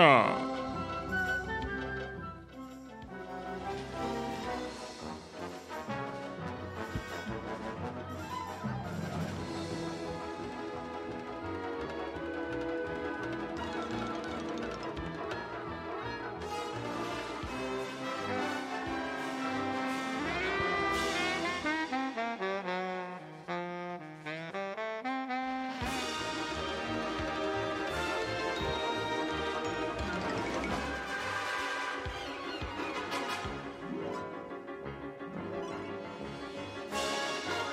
Discomania.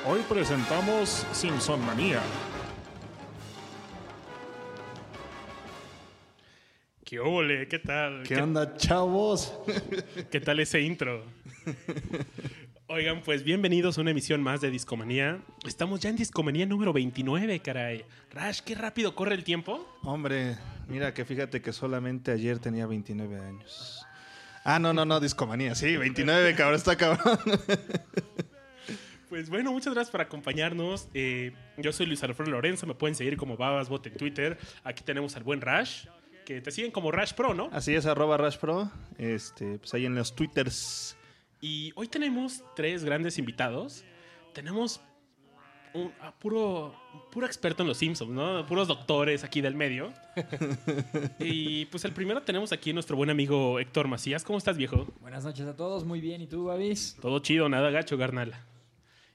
Hoy presentamos Simpson Manía. ¿Qué óvole? ¿Qué tal? ¿Qué onda, chavos? ¿Qué tal ese intro? Oigan, pues bienvenidos a una emisión más de Discomanía. Estamos ya en Discomanía número 29, caray. Rash, qué rápido corre el tiempo. Hombre, mira que fíjate que solamente ayer tenía 29 años. Ah, no, no, no, discomanía, sí, 29, cabrón, está cabrón. Pues bueno, muchas gracias por acompañarnos. Eh, yo soy Luis Alfredo Lorenzo, me pueden seguir como Babasbot en Twitter. Aquí tenemos al buen Rash, que te siguen como Rash Pro, ¿no? Así es, arroba Rush Pro, este, pues ahí en los twitters. Y hoy tenemos tres grandes invitados. Tenemos un a puro, puro experto en los Simpsons, ¿no? Puros doctores aquí del medio. y pues el primero tenemos aquí nuestro buen amigo Héctor Macías. ¿Cómo estás, viejo? Buenas noches a todos, muy bien. ¿Y tú, Babis? Todo chido, nada gacho, carnal.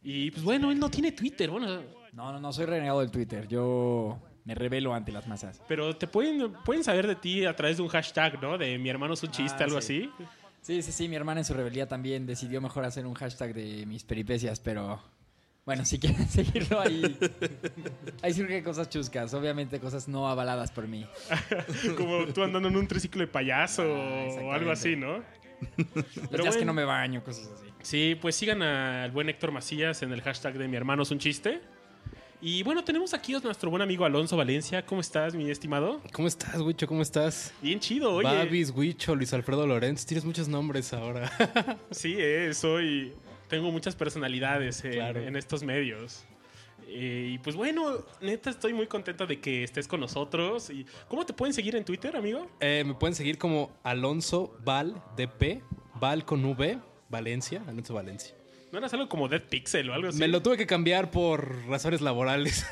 Y pues bueno, él no tiene Twitter, bueno, No, no, no, soy renegado del Twitter. Yo me revelo ante las masas. pero te pueden, pueden saber de ti a través de un hashtag, ¿no? De mi hermano es un chiste, Ah, algo sí. así. Sí, sí, sí, mi hermana en su rebeldía también decidió mejor hacer un hashtag de mis peripecias, pero bueno, si quieren seguirlo ahí, ahí surgen cosas chuscas, obviamente cosas no avaladas por mí. Como tú andando en un triciclo de payaso Ah, o algo así, ¿no? Los Pero días que bueno. no me baño, cosas así. Sí, pues sigan al buen Héctor Macías en el hashtag de mi hermano es un chiste. Y bueno, tenemos aquí a nuestro buen amigo Alonso Valencia. ¿Cómo estás, mi estimado? ¿Cómo estás, Huicho? ¿Cómo estás? Bien chido, oye. Babis, Huicho, Luis Alfredo Lorenz. Tienes muchos nombres ahora. Sí, eh, soy. Tengo muchas personalidades en, Claro. en estos medios. Eh, y pues bueno, neta, estoy muy contento de que estés con nosotros. Y, ¿Cómo te pueden seguir en Twitter, amigo? Eh, me pueden seguir como Alonso Val DP, Val con V, Valencia, Alonso Valencia. ¿No eras algo como Dead Pixel o algo así? Me lo tuve que cambiar por razones laborales.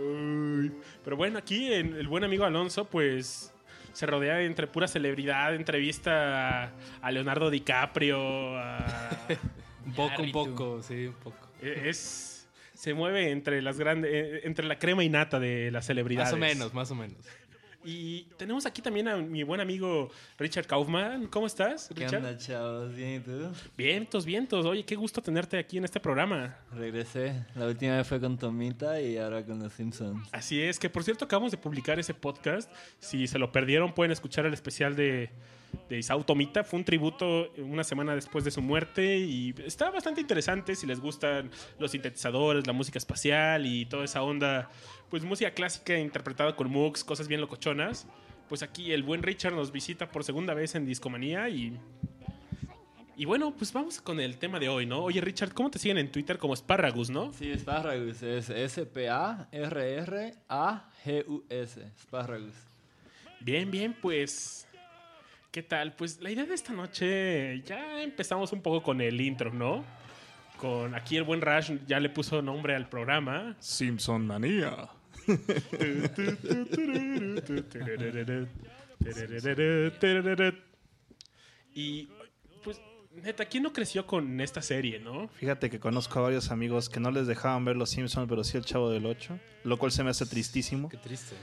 Uy. Pero bueno, aquí en- el buen amigo Alonso, pues se rodea entre pura celebridad, entrevista a- a Leonardo DiCaprio, a- un poco, un Iñárritu. poco, sí, un poco. e- es se mueve entre las grandes eh, entre la crema y nata de las celebridades. Más o menos, más o menos. Y tenemos aquí también a mi buen amigo Richard Kaufman. ¿Cómo estás, ¿Qué Richard? onda, chavos? ¿Bien y tú? Vientos, vientos. Oye, qué gusto tenerte aquí en este programa. Regresé. La última vez fue con Tomita y ahora con los Simpsons. Así es, que por cierto acabamos de publicar ese podcast. Si se lo perdieron, pueden escuchar el especial de, de Isao Tomita. Fue un tributo una semana después de su muerte y está bastante interesante si les gustan los sintetizadores, la música espacial y toda esa onda. Pues música clásica interpretada con MOOCs, cosas bien locochonas. Pues aquí el buen Richard nos visita por segunda vez en Discomanía y... Y bueno, pues vamos con el tema de hoy, ¿no? Oye, Richard, ¿cómo te siguen en Twitter como Espárragus, no? Sí, Sparragus. Es S-P-A-R-R-A-G-U-S. Sparragus. Bien, bien, pues. ¿Qué tal? Pues la idea de esta noche ya empezamos un poco con el intro, ¿no? Con aquí el buen Rash ya le puso nombre al programa. Simpson Manía. Y pues neta, ¿quién no creció con esta serie, no? Fíjate que conozco a varios amigos que no les dejaban ver los Simpsons, pero sí el Chavo del 8, lo cual se me hace tristísimo. Qué triste.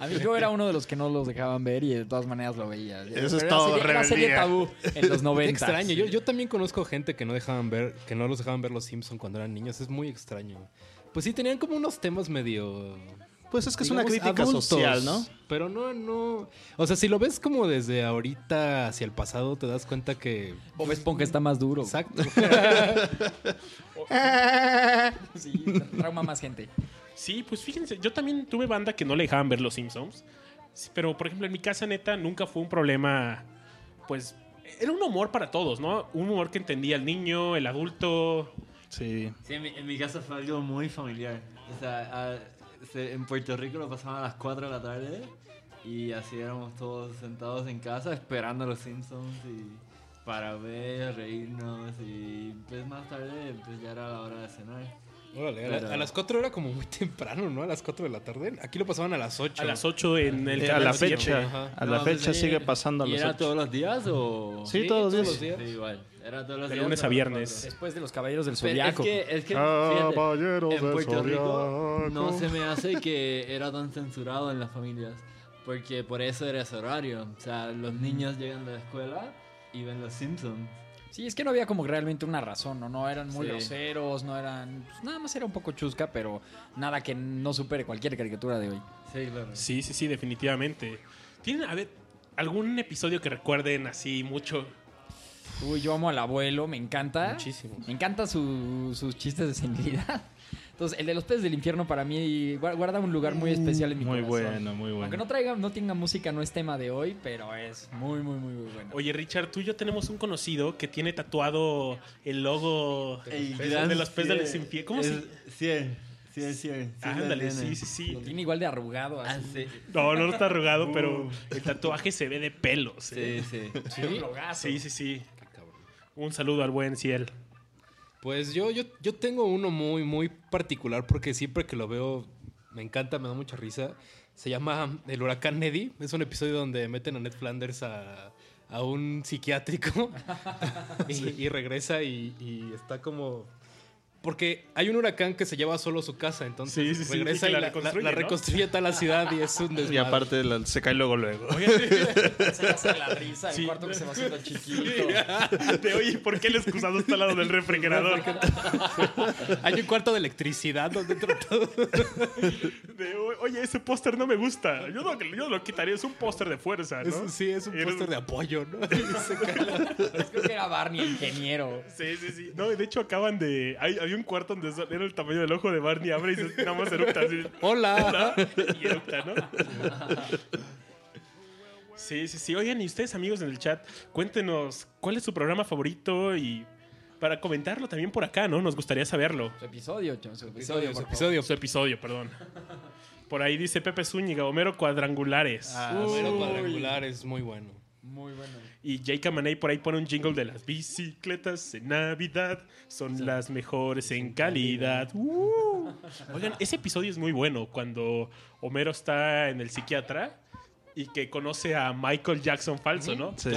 A mí yo era uno de los que no los dejaban ver y de todas maneras lo veía. Eso es Era todo, serie- era serie rebeldía. tabú en los 90. Qué extraño. Yo, yo también conozco gente que no dejaban ver, que no los dejaban ver los Simpson cuando eran niños. Es muy extraño. Pues sí, tenían como unos temas medio. Pues es que es una digamos, crítica adultos, social, ¿no? Pero no, no. O sea, si lo ves como desde ahorita hacia el pasado, te das cuenta que. Bob Esponja está más duro. Exacto. Sí, trauma más gente. Sí, pues fíjense, yo también tuve banda que no le dejaban ver los Simpsons. Sí, Pero, por ejemplo, en mi casa, neta, nunca fue un problema. Pues era un humor para todos, ¿no? Un humor que entendía el niño, el adulto. Sí. Sí, en mi, en mi casa fue algo muy familiar. O sea, a- se- en Puerto Rico lo pasaban a las 4 de la tarde Y así éramos todos sentados en casa esperando a los Simpsons y para ver, reírnos y pues más tarde pues ya era la hora de cenar. Órale, a, la- Pero- a las 4 era como muy temprano, ¿no? A las 4 de la tarde. Aquí lo pasaban a las 8. A las 8 en el Eh, a canal la siete. fecha. A la No, pues, fecha sí. sigue pasando a ¿Y las era ocho. todos los días o...? Sí, todos los días. Sí, igual. Era todos los De días. lunes a las viernes. cuatro. Después de los Caballeros del Pero es Zodiaco. que, es que fíjate, Caballeros en del Puerto Rico no Zodiaco. se me hace que era tan censurado en las familias, porque por eso era ese horario. O sea, los niños llegan de la escuela y ven los Simpsons. Sí, es que no había como realmente una razón, ¿no? No eran muy Sí. groseros, no eran... pues, nada más era un poco chusca, pero nada que no supere cualquier caricatura de hoy. Sí, claro. Sí, sí, sí, definitivamente. ¿Tienen, a ver, algún episodio que recuerden así mucho? Uy, yo amo al abuelo, me encanta. Muchísimo. Me encantan su- sus chistes de senilidad. Entonces, el de los peces del infierno para mí gua- guarda un lugar muy especial en mi Muy corazón. bueno, muy Aunque no bueno. traiga, no tenga música, no es tema de hoy, pero es muy, muy, muy, muy bueno. Oye, Richard, tú y yo tenemos un conocido que tiene tatuado el logo El de gran los peces de los cien. infie- ¿Cómo Es- se Cien. Cien, cien. cien Ándale, del sí, nene. sí, Lo sí. tiene igual de arrugado. Ah, Así. sí. Uh. No, no está arrugado, pero el tatuaje se ve de pelos. Sí, ¿eh? sí. Sí, un logazo. Sí, sí, sí. Cabrón. Un saludo al buen Ciel. Pues yo, yo, yo tengo uno muy, muy particular porque siempre que lo veo me encanta, me da mucha risa. Se llama El Huracán Neddy. Es un episodio donde meten a Ned Flanders a, a un psiquiátrico y, y regresa y, y está como... Porque hay un huracán que se lleva solo a su casa, entonces Sí, sí, sí, y regresa que y la la, la- la reconstruye, reconstruye, ¿no? toda la ciudad y es un desmadre. Y aparte la- se cae luego luego. Se hace la risa, el Sí. cuarto que se va haciendo chiquito. De oye, ¿por qué el excusado está al lado del refrigerador? Hay un cuarto de electricidad donde entra todo. De, "O- oye, ese póster no me gusta. Yo lo, yo lo quitaría, es un póster de fuerza, ¿no? Es- sí, es un Era un- póster de apoyo, ¿no? Y se cae Ah, la- Creo que era Barney, el ingeniero. Sí, sí, sí. No, de hecho acaban de. Hay, había un cuarto donde so- era el tamaño del ojo de Barney. Abre y se- nada más eructa así. Hola. Y eructa, ¿no? Sí, sí, sí. Oigan, y ustedes, amigos en el chat, cuéntenos cuál es su programa favorito y para comentarlo también por acá, ¿no? Nos gustaría saberlo. Su episodio, chon, su episodio. por favor. episodio. Su episodio, perdón. Por ahí dice Pepe Zúñiga, Homero Cuadrangulares. Ah, Homero cuadrangular es muy bueno. Muy bueno. Y Jake Amaney por ahí pone un jingle de las bicicletas en Navidad. Son las mejores en calidad. ¡Uh! Oigan, ese episodio es muy bueno cuando Homero está en el psiquiatra y que conoce a Michael Jackson falso, ¿no? Sí.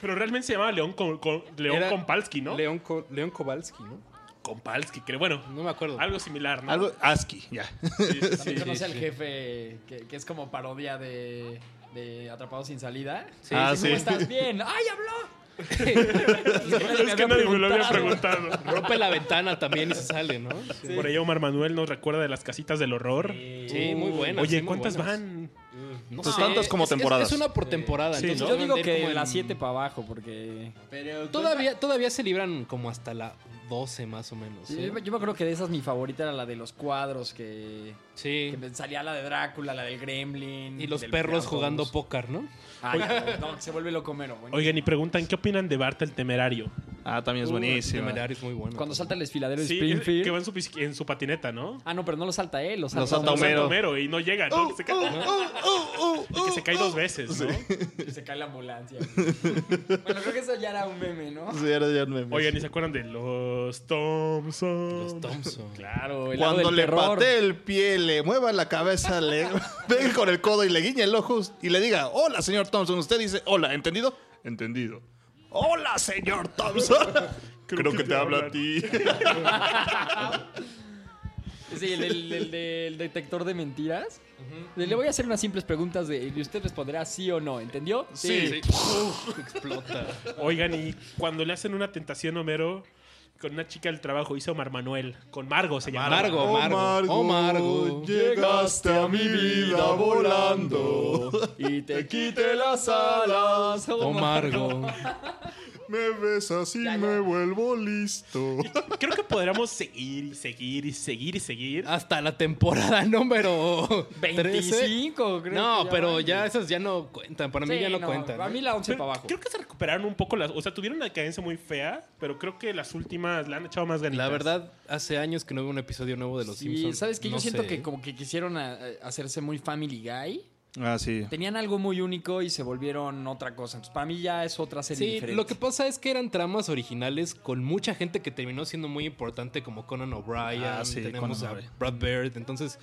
Pero realmente se llamaba León, Ko- Ko- León Era Kompalski, ¿no? León, Co- León Kowalski, ¿no? Kompalski, creo. Bueno, No me acuerdo. algo similar, ¿no? Algo ASCII, ya. Sí, sí, sí. También conoce sí, al sí. jefe que, que es como parodia de, de Atrapado sin salida. Sí, Ah, sí, sí. ¿Cómo estás bien? ¡Ay, habló! Es que nadie me lo había preguntado. Rompe la ventana también y se sale, ¿no? Sí, Por ahí Omar Manuel nos recuerda de las casitas del horror. muy buena. Oye, ¿cuántas van? No Pues tantas como es- es- temporadas. Es, una por temporada. Sí, entonces Yo deben digo de ir como que en- las 7 para abajo, porque. pues, Pero Todavía, todavía se libran como hasta la 12 más o menos. ¿eh? Sí, Sí. Yo, me- yo me acuerdo que de esas mi favorita era la de los cuadros, que, Sí. que me salía la de Drácula, la del Gremlin. Y los del perros Predator. jugando póker, ¿no? Ay, no, que se vuelve loco mero. güey. Oigan, y preguntan, ¿qué opinan de Bart el Temerario? Ah, también es El buenísimo. Temerario es muy bueno. Cuando salta el desfiladero de Sí, Springfield. que va en su, bici- en su patineta, ¿no? Ah, no, pero no lo salta él, lo salta, Lo salta otro. Homero. Homero y no llega, ¿no? Se cae- que se cae dos veces, ¿no? Y se cae la ambulancia. güey. bueno, creo que eso ya era un meme, ¿no? Sí, era de memes. Oigan, ¿y se acuerdan de los Thompson? Los Thompson. Claro, el lado Cuando del le terror. patee el pie, le mueva la cabeza, le pegue con el codo y le guiñe el ojo y le diga, hola, señor Thompson. Usted dice, hola, ¿entendido? Entendido. Hola, señor Thompson. Creo, que, te, habla a hablan. ti. Sí, el, del- del- del detector de mentiras. Le voy a hacer unas simples preguntas de, y usted responderá sí o no, ¿entendió? Sí. Uf, explota. Oigan, y cuando le hacen una tentación a Homero con una chica del trabajo, hizo Omar Manuel, con Margo se llamaba. Margo, Margo. Oh, Margo. llegaste a mi vida volando. Y te quite las alas. Oh, Margo. Me besas y me vuelvo listo. Creo que podríamos seguir y seguir y seguir y seguir. Hasta la temporada número 13. 25, creo. No, que pero van. ya esas ya no cuentan. Para mí Sí, ya no, cuentan. Para ¿eh? mí la 11 Pero para abajo. Creo que se recuperaron un poco las. O sea, tuvieron una decadencia muy fea, pero creo que las últimas la han echado más ganitas. La verdad, hace años que no veo un episodio nuevo de Los Sí, Simpsons. ¿sabes qué? Yo No siento sé. ¿eh? que como que quisieron a- a- hacerse muy eh, Family Guy. Ah, sí. Tenían algo muy único y se volvieron otra cosa. Entonces, para mí ya es otra serie Sí, diferente. lo que pasa es que eran tramas originales con mucha gente que terminó siendo muy importante, como Conan O'Brien, Ah, sí, tenemos Conan a O'Brien. Brad Bird. Entonces,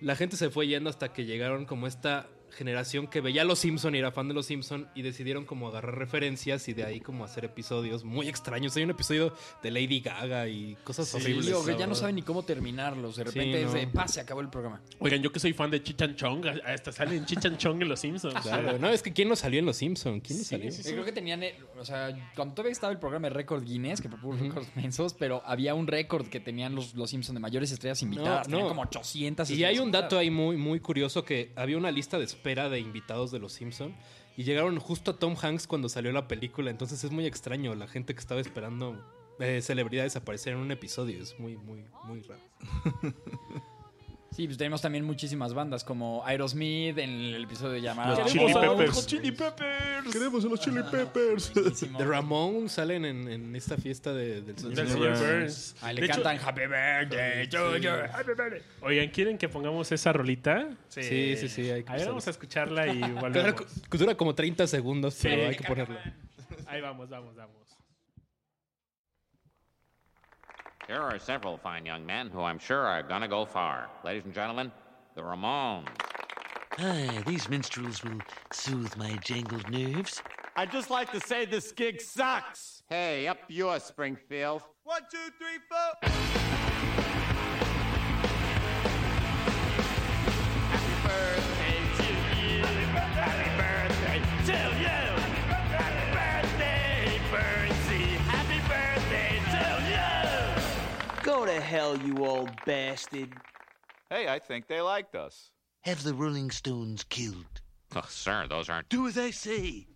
la gente se fue yendo hasta que llegaron como esta generación que veía a los Simpson y era fan de los Simpson y decidieron como agarrar referencias y de ahí como hacer episodios muy extraños. Hay un episodio de Lady Gaga y cosas Sí, horribles. o que la ya no verdad. saben ni cómo terminarlos. De Sí, repente es no. de, pase, acabó el programa. Oigan, yo que soy fan de Chichan Chong, hasta salen Chichan Chong en Los Simpsons. Claro, no, es que ¿quién no salió en los Simpson? ¿Quién no Sí, salió? sí, Yo creo que tenían, eh, o sea, cuando todavía estaba el programa de récord Guinness, que propuso récords mensos, pero había un récord que tenían los, los Simpsons de mayores estrellas invitadas. No, tenían no. como 800 Y hay un dato ahí muy, muy curioso que había una lista de espera de invitados de Los Simpson y llegaron justo a Tom Hanks cuando salió la película. Entonces es muy extraño la gente que estaba esperando eh, celebridades aparecer en un episodio. Es muy, muy, muy raro. Sí, pues tenemos también muchísimas bandas, como Aerosmith en el episodio llamado... Los Chili Amor. Peppers. Ah, Los Chili Peppers. Ah, Queremos a los Chili Peppers. Buenísimo. The Ramón salen en, en esta fiesta de- del señor. Del señor Burns. Ah, le De hecho- cantan Happy Birthday to you. Happy Birthday. Oigan, ¿quieren que pongamos esa rolita? Sí, sí, sí, hay que A ver, usarla. vamos a escucharla y Claro, volvemos. cu- dura como 30 segundos, Sí. pero hay que ponerlo. Ahí vamos, vamos, vamos. Here are several fine young men who I'm sure are gonna go far. Ladies and gentlemen, the Ramones. Hi, these minstrels will soothe my jangled nerves. I'd just like to say this gig sucks. Hey, up yours, Springfield. One, two, three, four. Go to hell, you old bastard. Hey, I think they liked us. Have the Rolling Stones killed. Oh, sir, those aren't. Do as I say.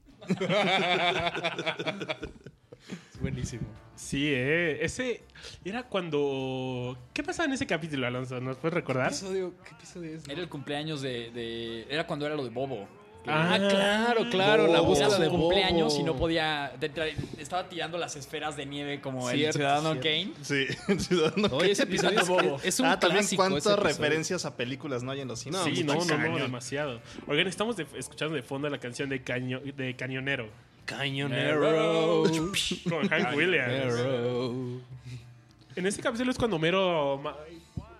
Es buenísimo. Sí, eh. Ese era cuando. ¿Qué pasaba en ese capítulo, Alonso? ¿Nos puedes recordar? Episodio- ¿Qué episodio es? Era el cumpleaños de, de- Era cuando era lo de Bobo. Ah, claro, claro, la Era búsqueda su de cumpleaños Bobo. y no podía... de- tra- estaba tirando las esferas de nieve como el Cierto, ciudadano cierto. Kane. Sí, Ciudadano Oye, ese Kane. episodio es, es un ah, también clásico, ese cuántas episodio. referencias a películas no hay en los cines. sí, no, Está no, no, cañón. demasiado. Oigan, estamos de- escuchando de fondo la canción de, Caño- de Cañonero Cañonero. con Hank Williams. Cañonero. En ese capítulo es cuando Homero ma-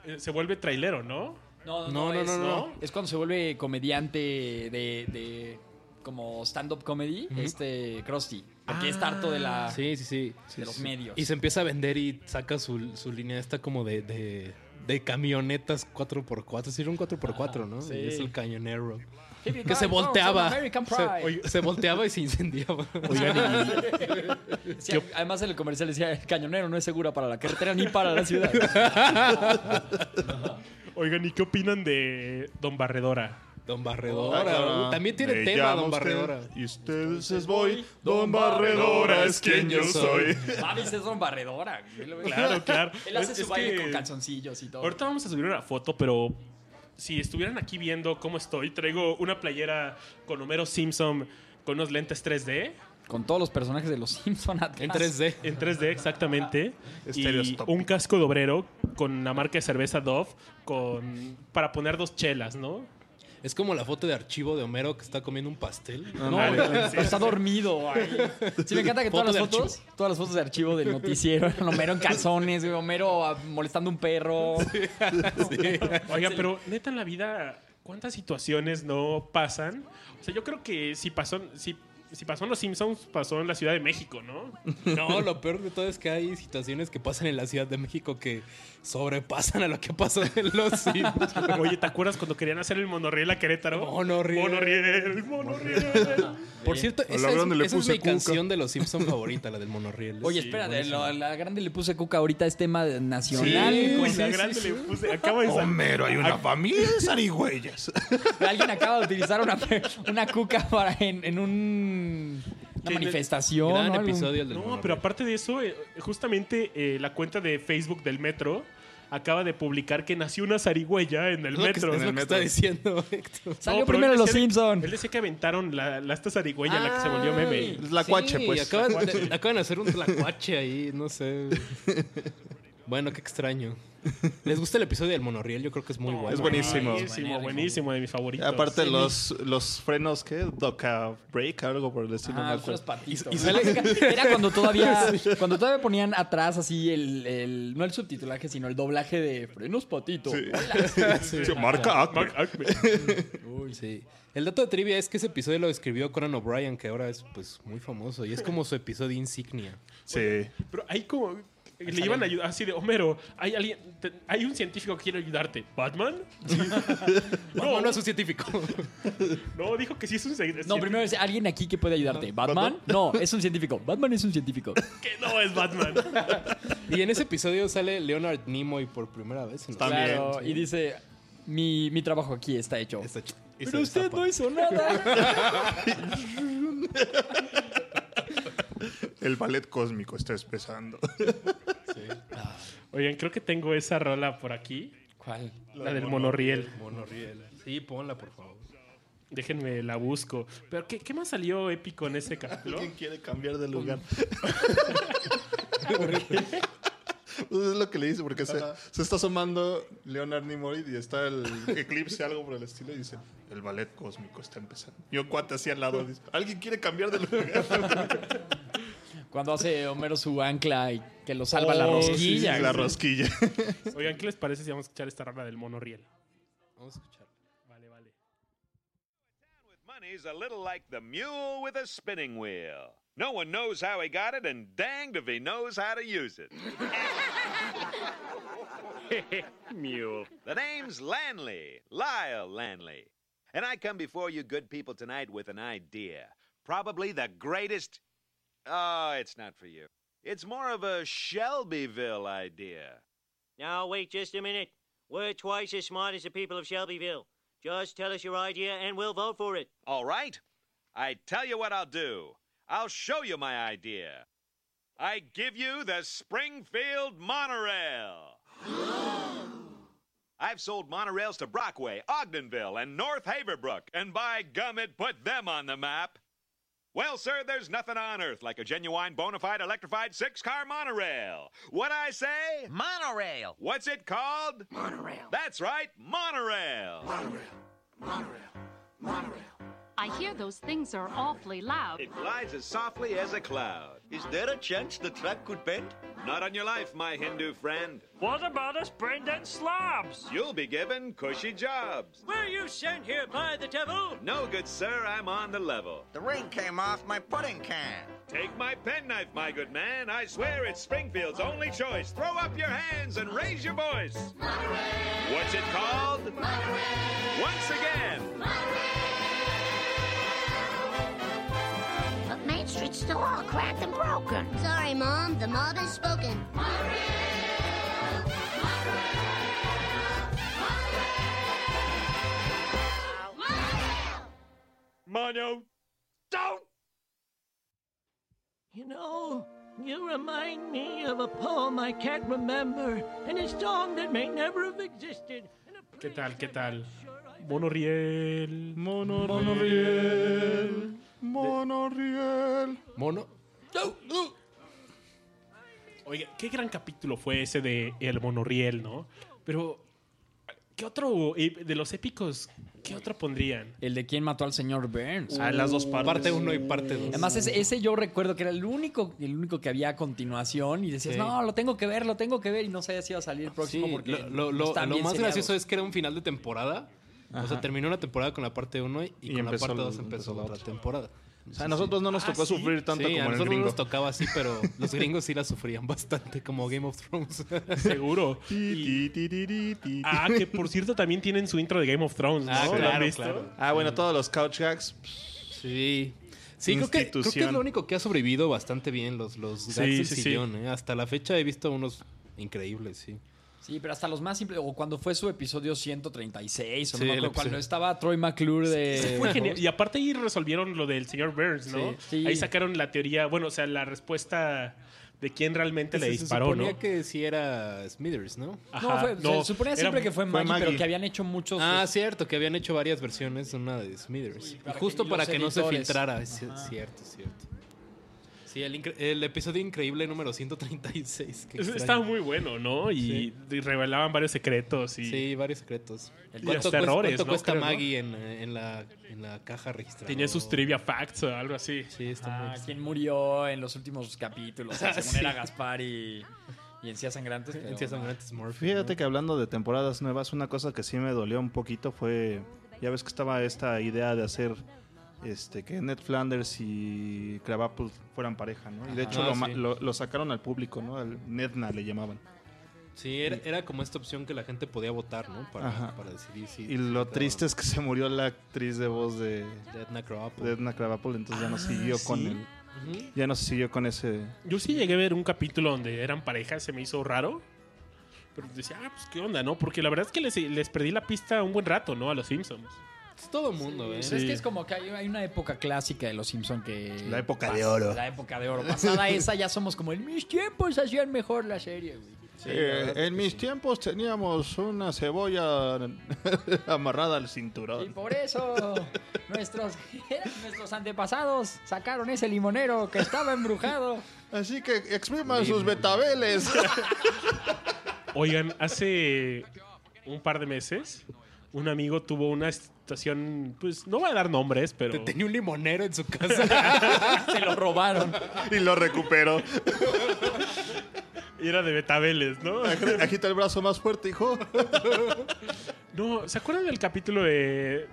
eh, se vuelve trailero, ¿no? No, No, no, no, no, es, no, no. ¿no? Es cuando se vuelve comediante de, de como stand-up comedy, este Krusty. Porque está harto de la Ah. Sí, sí, sí. Sí, los sí. medios. Y se em- empieza a vender y saca su, su línea esta como de, de, de camionetas 4x4. Sí, era un 4x4, ¿no? sí. Y es el cañonero. Here we Que se go, no, volteaba. some American Se, pride. oye, se volteaba y se incendiaba. Sí, Además en el comercial decía, el cañonero no es segura para la carretera ni para la ciudad. Oigan, ¿y qué opinan de Don Barredora? Don Ah, Barredora. claro. También tiene Me tema, llama Don usted Barredora. Y ustedes es voy. Don Barredora es quien yo soy. Mavis es don barredora. güey. Claro, claro. Él hace Es- su es baile que- con calzoncillos y todo. Ahorita vamos a subir una foto, pero si estuvieran aquí viendo cómo estoy, traigo una playera con Homero Simpson con unos lentes 3D, Con todos los personajes de los Simpsons atrás. En 3D. en 3D exactamente, y Estereoscópico. un casco de obrero con la marca de cerveza Dove con, para poner dos chelas, ¿no? Es como la foto de archivo de Homero que está comiendo un pastel. No, güey, está dormido. ahí. Sí, me encanta que Foto todas de las fotos, todas las fotos de archivo del noticiero, eran Homero en calzones, güey, Homero ah, molestando a un perro. Oiga, pero neta en la vida, ¿cuántas situaciones no pasan? O sea, yo creo que si pasó, si, si pasó en Los Simpsons, pasó en la Ciudad de México, ¿no? No, lo peor de todo es que hay situaciones que pasan en la Ciudad de México que sobrepasan a lo que pasa en los Simpsons. Oye, ¿te acuerdas cuando querían hacer el monorriel a Querétaro? Monorriel. Monorriel, monorriel. Por cierto, la esa, es, grande le esa es puse mi cuca. canción de los Simpsons favorita, la del monorriel. Oye, Sí, espérate, buenísima. lo- a la grande le puse cuca ahorita es tema nacional. Sí, Con güey. la grande le puse. Acaba de salir. Homero, hay una familia de zarigüeyas. Alguien acaba de utilizar una, una cuca para en, en un, una Sí, manifestación. Gran o algo. episodio el del No, monorriel. pero aparte de eso, eh, justamente eh, la cuenta de Facebook del Metro acaba de publicar que nació una zarigüeya en el Es lo que- metro. es lo que está diciendo Héctor. Salió No, pero primero él Los decía- Simpsons. Él decía que aventaron la, la esta zarigüeya, la que se volvió meme. Es la cuache, pues. Acaban de, acaban de hacer un tlacuache ahí, no sé. Bueno, qué extraño. ¿Les gusta el episodio del monorriel? Yo creo que es muy bueno. Es buenísimo. Buenísimo, buenísimo, de mis favoritos. Aparte los, los frenos, ¿qué? Doca Break, algo por el estilo. no me Ah, acuerdo. los patitos. Era cuando todavía, cuando todavía ponían atrás así el, el- no el subtitulaje, sino el doblaje de frenos patitos. Sí, marca Acme. Mark Acme. Sí. El dato de trivia es que ese episodio lo escribió Conan O'Brien, que ahora es pues muy famoso y es como su episodio insignia. Sí. Pero hay como. Le iban a ayudar así de Homero. Hay alguien. te- hay un científico que quiere ayudarte. ¿Batman? No, No. no es un científico. No, dijo que sí es un científico. No, primero es alguien aquí que puede ayudarte. ¿Batman? No, es un científico. Batman es un científico. Que no es Batman. y en ese episodio sale Leonard Nimoy por primera vez. ¿no? Claro, y dice, mi, mi trabajo aquí está hecho. Está ch- y se Pero usted destapa. no hizo nada. El ballet cósmico está empezando. Ah. Oigan, creo que tengo esa rola por aquí. ¿Cuál? La del monorriel. Monorriel. Sí, ponla, por favor. Déjenme la busco. Pero, ¿qué, qué más salió épico en ese capítulo? ¿Quién quiere cambiar de lugar? Pues es lo que le dice, porque se, se está asomando Leonard Nimoy y está el eclipse, algo por el estilo, y dice, el ballet cósmico está empezando. Y un cuate así al lado dice, ¿alguien quiere cambiar de lugar? Cuando hace Homero su ancla y que lo salva la Oh, Oh, rosquilla. la rosquilla. Oigan, ¿qué les parece si vamos a escuchar esta rola del monorriel? Vamos a escuchar. Vale, vale. Money's a little like the mule with a spinning wheel. No one knows how he got it, and danged if he knows how to use it. mule. The name's Lanley, Lyle Lanley. And I come before you good people tonight with an idea. Probably the greatest. Oh, it's not for you. It's more of a Shelbyville idea. Now, wait just a minute. We're twice as smart as the people of Shelbyville. Just tell us your idea and we'll vote for it. All right. I tell you what I'll do. I'll show you my idea. I give you the Springfield Monorail. I've sold monorails to Brockway, Ogdenville, and North Haverbrook, and by gum, it put them on the map. Well, sir, there's nothing on earth like a genuine bona fide electrified six car monorail. What I say? Monorail. What's it called? Monorail. That's right, monorail. I hear those things are awfully loud. It glides as softly as a cloud. Is there a chance the track could bend? Not on your life, my Hindu friend. What about us Brendan slobs? You'll be given cushy jobs. Were you sent here by the devil? No good, sir, I'm on the level. The ring came off my pudding can. Take my penknife, my good man. I swear it's Springfield's only choice. Throw up your hands and raise your voice. What's it called? Once again. But Main Street's still all cracked and broken. Sorry, Mom, the mob has spoken. Mono, don't! You know, you remind me of a poem I can't remember and a song that may never have existed. and a ¿Qué tal? place ¿Qué I'm tal? not sure I- Monorriel. Monorriel, monorriel. Mono. Oiga, qué gran capítulo fue ese de El Monorriel, ¿no? Pero, ¿qué otro eh, de los épicos, qué otro pondrían? El de quién mató al señor Burns. A las dos partes. Parte 1 y parte 2. Además, ese, ese yo recuerdo que era el único, el único que había a continuación y decías, Sí. no, lo tengo que ver, lo tengo que ver y no sabía si iba a salir el próximo porque lo, lo- lo- están lo bien más seriados. gracioso es que era un final de temporada. O sea, terminó una temporada con la parte 1 y, Y con la empezó parte la- 2 empezó empezó la la otra otra. temporada. O sea, a nosotros no nos tocó sufrir tanto sí, como en a el nosotros no gringo. nos tocaba así, pero los gringos sí la sufrían bastante, como Game of Thrones. Seguro. Y- Ti, ti, ti, ti, ti, ti. ah, que por cierto también tienen su intro de Game of Thrones, ¿no? Ah, ¿Lo han claro, visto? claro. Ah, bueno, todos los couch gags. pss, Sí. Sí, creo que, creo que es Institución. lo único que ha sobrevivido bastante bien los, los gags Sí, del sí, sí. sillón. ¿eh? Hasta la fecha he visto unos increíbles, sí. Sí, pero hasta los más simples, o cuando fue su episodio 136, o Sí, no me el acuerdo, episodio. cuando estaba Troy McClure de... Fue genial. Y aparte ahí resolvieron lo del señor Burns, ¿no? Sí, sí. Ahí sacaron la teoría, bueno, o sea, la respuesta de quién realmente le se disparó, suponía ¿no? que sí era Smithers, ¿no? No, Ajá, fue- se suponía era- siempre que fue Maggie, Maggie. pero que habían hecho muchos... Ah, cierto, que habían hecho varias versiones, una de Smithers. Sí, Y para que justo ni para los que no se editores. filtrara. Es cier- cierto, cierto. Sí, Sí, el, incre- el episodio increíble número 136. qué Es- extraño. Estaba muy bueno, ¿no? Y, y revelaban varios secretos. Y, Sí, varios secretos. Y hasta cuesta- errores, cuánto ¿no? cuesta Creo, ¿no? Maggie en, eh, en la, en la caja registrada? Tenía sus trivia facts o algo así. Sí, está Ah, quien murió en los últimos capítulos. O sea, según Sí. era Gaspar y, y Encías Sangrantes. pero Encías no. Sangrantes, Murphy. Fíjate que hablando de temporadas nuevas, una cosa que sí me dolió un poquito fue, ya ves que estaba esta idea de hacer este que Ned Flanders y Cravapult fueran pareja, ¿no? Y de Ajá. hecho Ah, lo, ma- sí. lo- lo sacaron al público, ¿no? Al Nedna le llamaban. Sí, era, era como esta opción que la gente podía votar, ¿no? Para, Ajá. para decidir si... Y lo triste es que se murió la actriz de voz de, De Edna Krabappel. de Edna Krabappel, entonces ya no Ah, siguió con ¿sí? el, ya no se siguió con ese. Yo sí llegué a ver un capítulo donde eran parejas, se me hizo raro. Pero decía, ah, pues qué onda, ¿no? Porque la verdad es que les, les perdí la pista un buen rato, ¿no? A los Simpsons. Todo el mundo, Pero ¿eh? Es que es como que hay, hay una época clásica de los Simpson que... La época de pasa- oro. La época de oro. Pasada esa ya somos como en mis tiempos hacían mejor la serie, güey. Eh, en mis tiempos teníamos una cebolla amarrada al cinturón. Y por eso nuestros, nuestros antepasados sacaron ese limonero que estaba embrujado. Así que expriman sus betabeles. Oigan, hace un par de meses, un amigo tuvo una situación, pues no voy a dar nombres, pero... Tenía un limonero en su casa. Se lo robaron. y lo recuperó. Y era de Betabeles, ¿no? Agita el brazo más fuerte, hijo. No, ¿se acuerdan del capítulo de,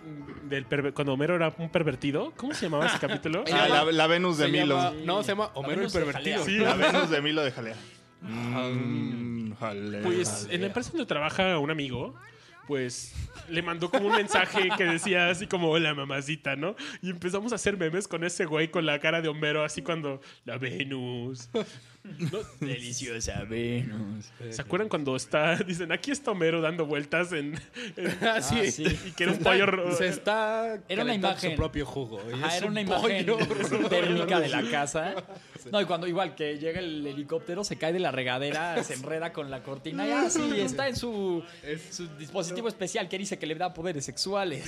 del perver- cuando Homero era un pervertido? ¿Cómo se llamaba ese capítulo? Ah, la, la Venus de Se Milo. llama- no, se llama Homero el Venus de Pervertido. Jalea. Sí. La Venus de Milo de Jalea. Mm, jalea. Pues en la empresa donde trabaja un amigo, pues le mandó como un mensaje que decía así como hola mamacita, ¿no? Y empezamos a hacer memes con ese güey con la cara de Homero así cuando la Venus. ¿no? Deliciosa Venus. ¿Se acuerdan cuando está dicen aquí está Homero dando vueltas en, en- Ah, sí. Ah, sí. y que era un pollo ro- Se está Era una calentando imagen. su propio jugo. y Ajá, es era un una imagen pollo. térmica de la casa. No, y cuando igual que llega el helicóptero, se cae de la regadera, se enreda con la cortina. Y ah, sí, está en su, su dispositivo especial que dice que le da poderes sexuales.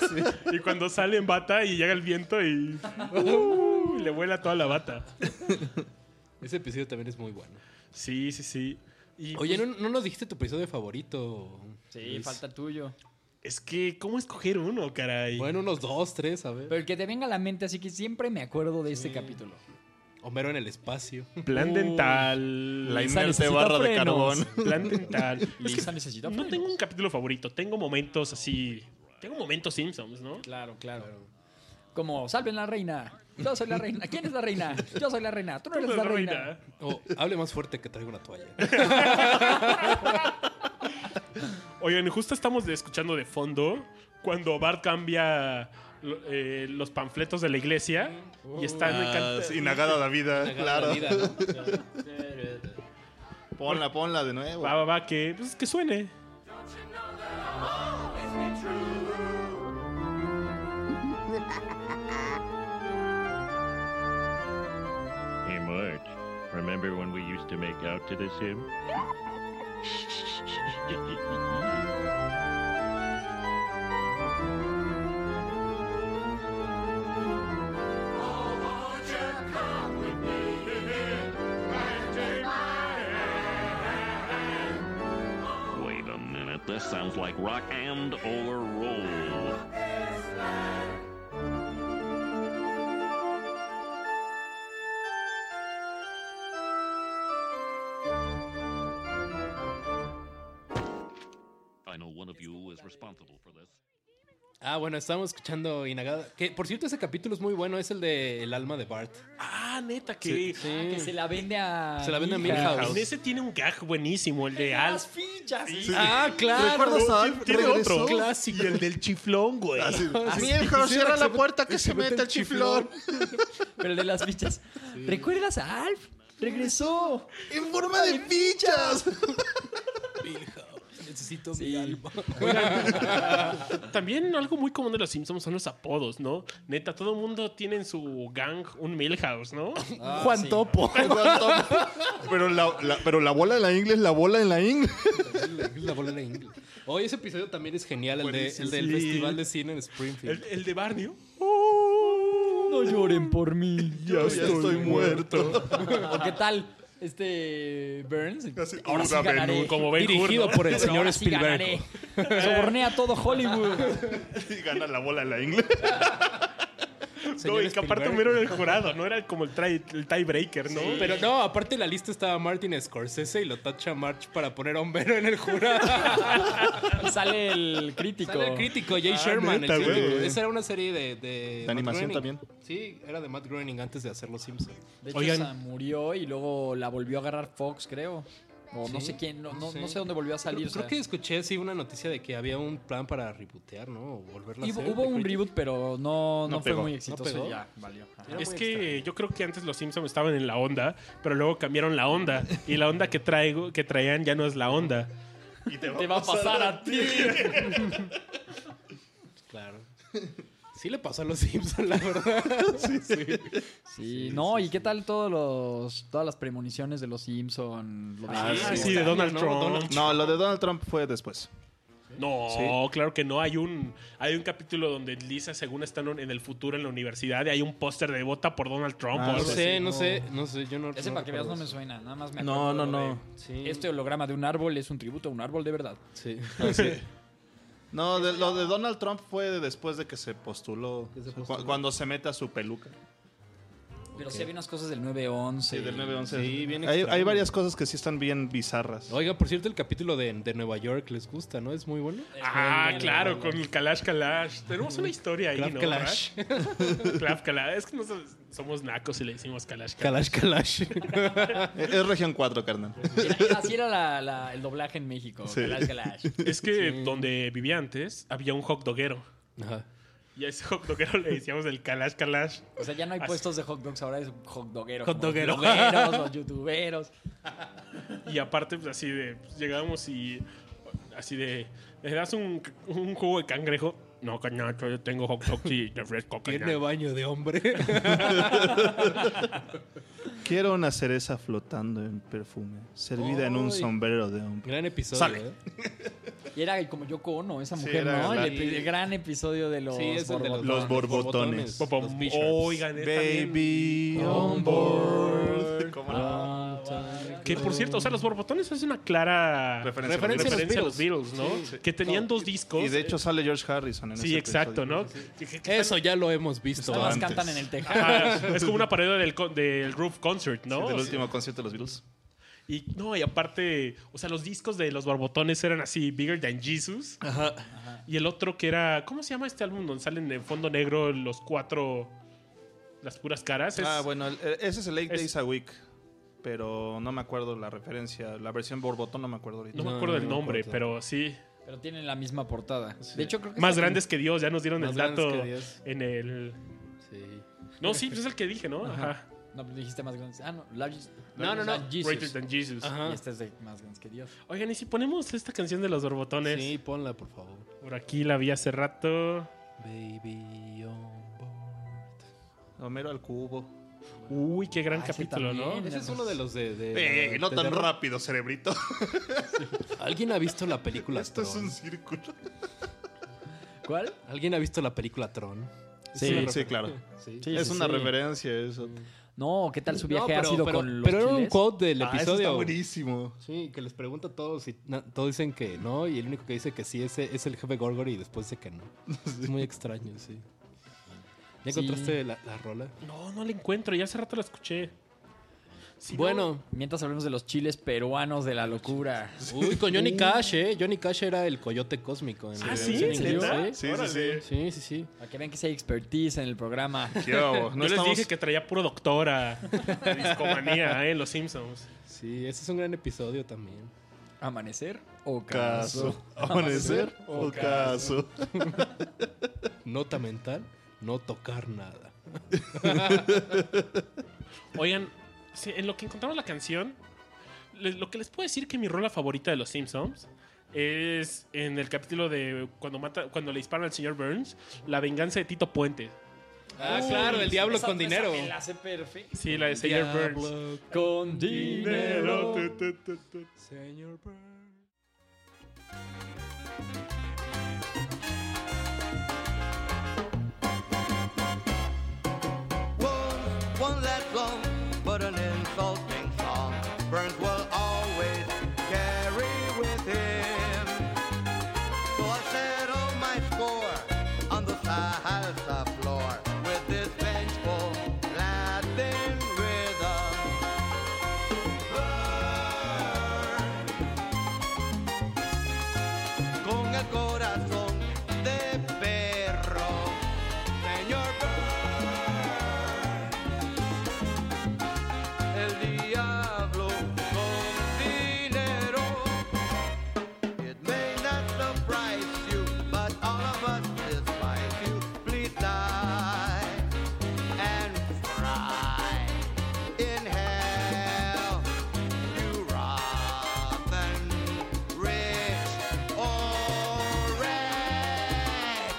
y cuando sale en bata y llega el viento y, ¡uh! y le vuela toda la bata. Ese episodio también es muy bueno. Sí, sí, sí. Y, Oye, pues, ¿no, no nos dijiste tu episodio favorito? Sí, Luis? falta tuyo. es que cómo escoger uno, caray. Bueno, unos dos, tres, a ver. Pero el que te venga a la mente, así que siempre me acuerdo de este capítulo. Uh, Homero en el espacio. Plan Uy. dental, La Lisa inerte necesita barra de frenos. carbón. plan dental. Es que Lisa necesita no frenos. tengo un capítulo favorito, tengo momentos así. Tengo momentos Simpsons, ¿no? Claro, claro. Como, salven la reina. Yo soy la reina. ¿Quién es la reina? Yo soy la reina. Tú no eres la reina. O, hable más fuerte que traigo una toalla. Oigan, justo estamos de- escuchando de fondo cuando Bart cambia lo- eh, los panfletos de la iglesia y están Ah, encanta- sí, Inagada la vida, claro. La vida, ¿no? Ponla, ponla de nuevo. Va, va, va, que, pues, que suene. Hey, Marge, remember when we used to make out to this hymn? Wait a minute, this sounds like rock and or roll. I know one of you is responsible for this. Ah, bueno, estábamos escuchando Inagada. Que, por cierto, ese capítulo es muy bueno. Es el de El alma de Bart. Ah, neta, que. Que se la vende a. Se la vende a Milhouse. Milhouse. En ese tiene un gag buenísimo, el de Al. Las fichas. Ah, claro. ¿Recuerdas a Alf? Tiene Regresó. otro. Clásico. Y el del chiflón, güey. Ah, Así, Así- Mijo, y cierra se la mete- puerta que se mete mete el el chiflón. chiflón. Pero el de las fichas. ¿Recuerdas a Alf? Regresó. En forma de fichas. Necesito Sí. mi alma. También algo muy común de los Simpsons son los apodos, ¿no? Neta, todo el mundo tiene en su gang un Milhouse, ¿no? Ah, Juan Topo. pero, la, la- pero la bola en la ingle es la bola en la ingle. La bola de inglés. Hoy ese episodio también es genial. El, de, Buenísimo. el del Sí. Festival de Cine en Springfield. El, el de Barney. No lloren por mí. Ya estoy muerto. ¿O qué tal? Este Burns. ahora sí Uda Benú, ganaré. como Ben Hur, Dirigido ¿no? por el Ahora señor sí ganaré. Sobornea todo Hollywood. Y gana la bola en la ingle. No, y que aparte Homero era el jurado, no era como el, try- el tiebreaker, ¿no? ¿no? Pero no, aparte en la lista estaba Martin Scorsese y lo tacha March para poner a Homero en el jurado. Y sale el crítico. Sale el crítico, Jay Ah, Sherman. neta, el crítico. güey. Esa era una serie de. ¿De, Matt animación Groening. también? Sí, era de Matt Groening antes de hacer Los Simpsons. De hecho, esa murió y luego la volvió a agarrar Fox, creo. O no sé quién, no, no, no sé dónde volvió a salir. Creo, o creo sea. que escuché sí una noticia de que había un plan para rebootear, ¿no? O volverla a Hubo- hacer, hubo The un Great- reboot, pero no, no, No fue pegó. muy No exitoso. pegó. y ya, valió. Ajá. Es que yo creo que antes los Simpsons estaban en la onda, pero luego cambiaron la onda. Y la onda que, traigo, que traían ya no es la onda. Y te Te va a pasar a ti. Claro. Sí le pasó a los Simpsons, la verdad. sí. Sí, no, ¿y qué tal todos los, todas las premoniciones de los Simpson? Lo Ah, sí, sí, de Donald ¿no? Trump. Donald No, lo de Donald Trump fue después. No, Sí. claro que no. Hay un, hay un capítulo donde Lisa, según están en el futuro en la universidad, y hay un póster de vota por Donald Trump. Ah, o no algo sé, así. no sé, no sé, yo no. Ese para que veas no me suena, nada más me No, acuerdo no, de no. Este holograma de un árbol es un tributo a un árbol de verdad. Sí. No, de- lo de Donald Trump fue después de que se postuló. Cu- Cuando se meta su peluca. Pero sí había unas cosas del 9-11. Sí, del 9-11. Sí, bien hay, extraño. hay varias cosas que sí están bien bizarras. Oiga, por cierto, el capítulo de, de Nueva York les gusta, ¿no? Es muy bueno. Ah, claro, con el Kalash Kalash. Tenemos una historia ahí, Clav ¿no? Kalash. ¿Verdad? Clav Kalash. Es que nosotros somos nacos y le decimos Kalash Kalash Kalash. es, es región 4, carnal. Era- así era la- la- el doblaje en México. Sí. Kalash, Kalash. Es que donde vivía antes había un hot doguero. Ajá. Y a ese hot doguero le decíamos el Kalash Kalash. O sea, ya no hay Así. puestos de hot dogs, ahora es hot doguero. Hot como doguero. Los blogueros, los youtuberos. Y aparte, pues así de. pues, llegamos y. Así de. ¿Me das un, un jugo de cangrejo? No, cañacho, yo tengo hot dogs y refresco. Tiene cañacho. baño de hombre. Quiero una cereza flotando en perfume, servida en un Ay. sombrero de hombre. Gran episodio. Sale. ¿eh? Y era como Yoko Ono, esa Sí, mujer, era ¿no? la- El, epi- el gran episodio de los Sí, es el de los- Borbotones. Los borbotones. Popom- Oigan, es también- Baby on board. ¿Cómo no? Que por cierto, o sea, los borbotones es una clara Referencia a los referencia Beatles. a los Beatles, ¿no? Sí. Que tenían dos discos. Y de hecho sale George Harrison en Sí, ese exacto, episodio. ¿no? Que- que- que Eso ya lo hemos visto. Todas antes. cantan en el tejado. Ajá, Ah, es como una parodia del, con- del Roof Concert, ¿no? Del último concierto de los Beatles. Y no, y aparte, o sea, los discos de los barbotones eran así, Bigger Than Jesus. Y el otro que era, ¿cómo se llama este álbum donde salen en fondo negro los cuatro, las puras caras? Es- Ah, bueno, el- eh, ese es el Eight es- Days a Week. Pero no me acuerdo la referencia. La versión Borbotón no me acuerdo ahorita. No me acuerdo del nombre, pero sí. Pero tienen la misma portada. De hecho, creo que Más está- grandes que Dios, ya nos dieron Más el grandes dato que Dios. en el... Sí. No, sí, pues es el que dije, ¿no? Ajá. No, pero dijiste más grandes. Ah, no. Largest, No, no, no. Largest Jesus. Greater Than Jesus. Ajá. Y este es de más grandes que Dios. Oigan, ¿y si ponemos esta canción de los borbotones? Sí, ponla, por favor. Por aquí la vi hace rato. Baby on board. Homero al cubo. Uy, qué gran Ah, ese capítulo, ¿no? también. Ese es uno de los de. de- Eh, no de tan terror. rápido, cerebrito. ¿Alguien ha visto la película Esto es Tron? un círculo. ¿Cuál? ¿Alguien ha visto la película Tron? Es Sí, una Sí, refer- sí, claro. Sí. Sí, es sí, una sí. referencia eso. No, ¿qué tal su viaje No, ácido con los pero era un chiles? quote del Ah, eso episodio. está buenísimo. sí, que les pregunta a todos y na- todos dicen que no y el único que dice que sí es, es el jefe Gorgor y después dice que no. Es muy extraño, sí. ¿Ya Sí. encontraste la, la rola? No, no la encuentro, ya hace rato la escuché. Si no- bueno, Mientras hablemos de los chiles peruanos de la locura. uy, con Johnny Cash, ¿eh? Johnny Cash era el coyote cósmico. En ¿Ah, el- sí? en inglés. ¿Neta? ¿eh? Sí, sí, Órale. Sí, sí, sí. Para que vean que sí hay expertise en el programa. Ah, ¿Qué hago? Yo No les estamos- dije que traía puro doctora de discomanía ¿eh? en Los Simpsons. Sí, ese es un gran episodio también. ¿Amanecer o caso? Caso. Amanecer o caso. Nota mental, no tocar nada. Oigan, sí, en lo que encontramos la canción, le- lo que les puedo decir que mi rola favorita de Los Simpsons es en el capítulo de cuando mata, cuando le disparan al señor Burns, la venganza de Tito Puente. Ah, claro, el diablo Esa- con esa dinero. me la hace perfecto. Sí, la de señor Burns. Con dinero. Señor Burns. one that blow, but an insulting fall. Burns will always carry with him. So I settle my score on the salsa floor with this vengeful Latin rhythm. Burn con el corazón de perro, señor Burn. El diablo con dinero. It may not surprise you, but all of us despise you. Please die and fry in hell. You rotten, rich, or wretch.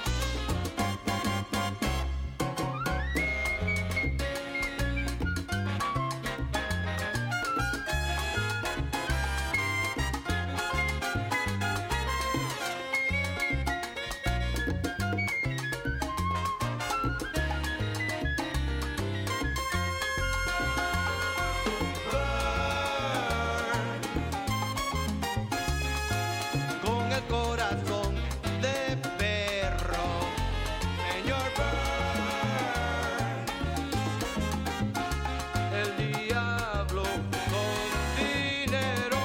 con el corazón de perro. Señor Burns, el diablo con dinero.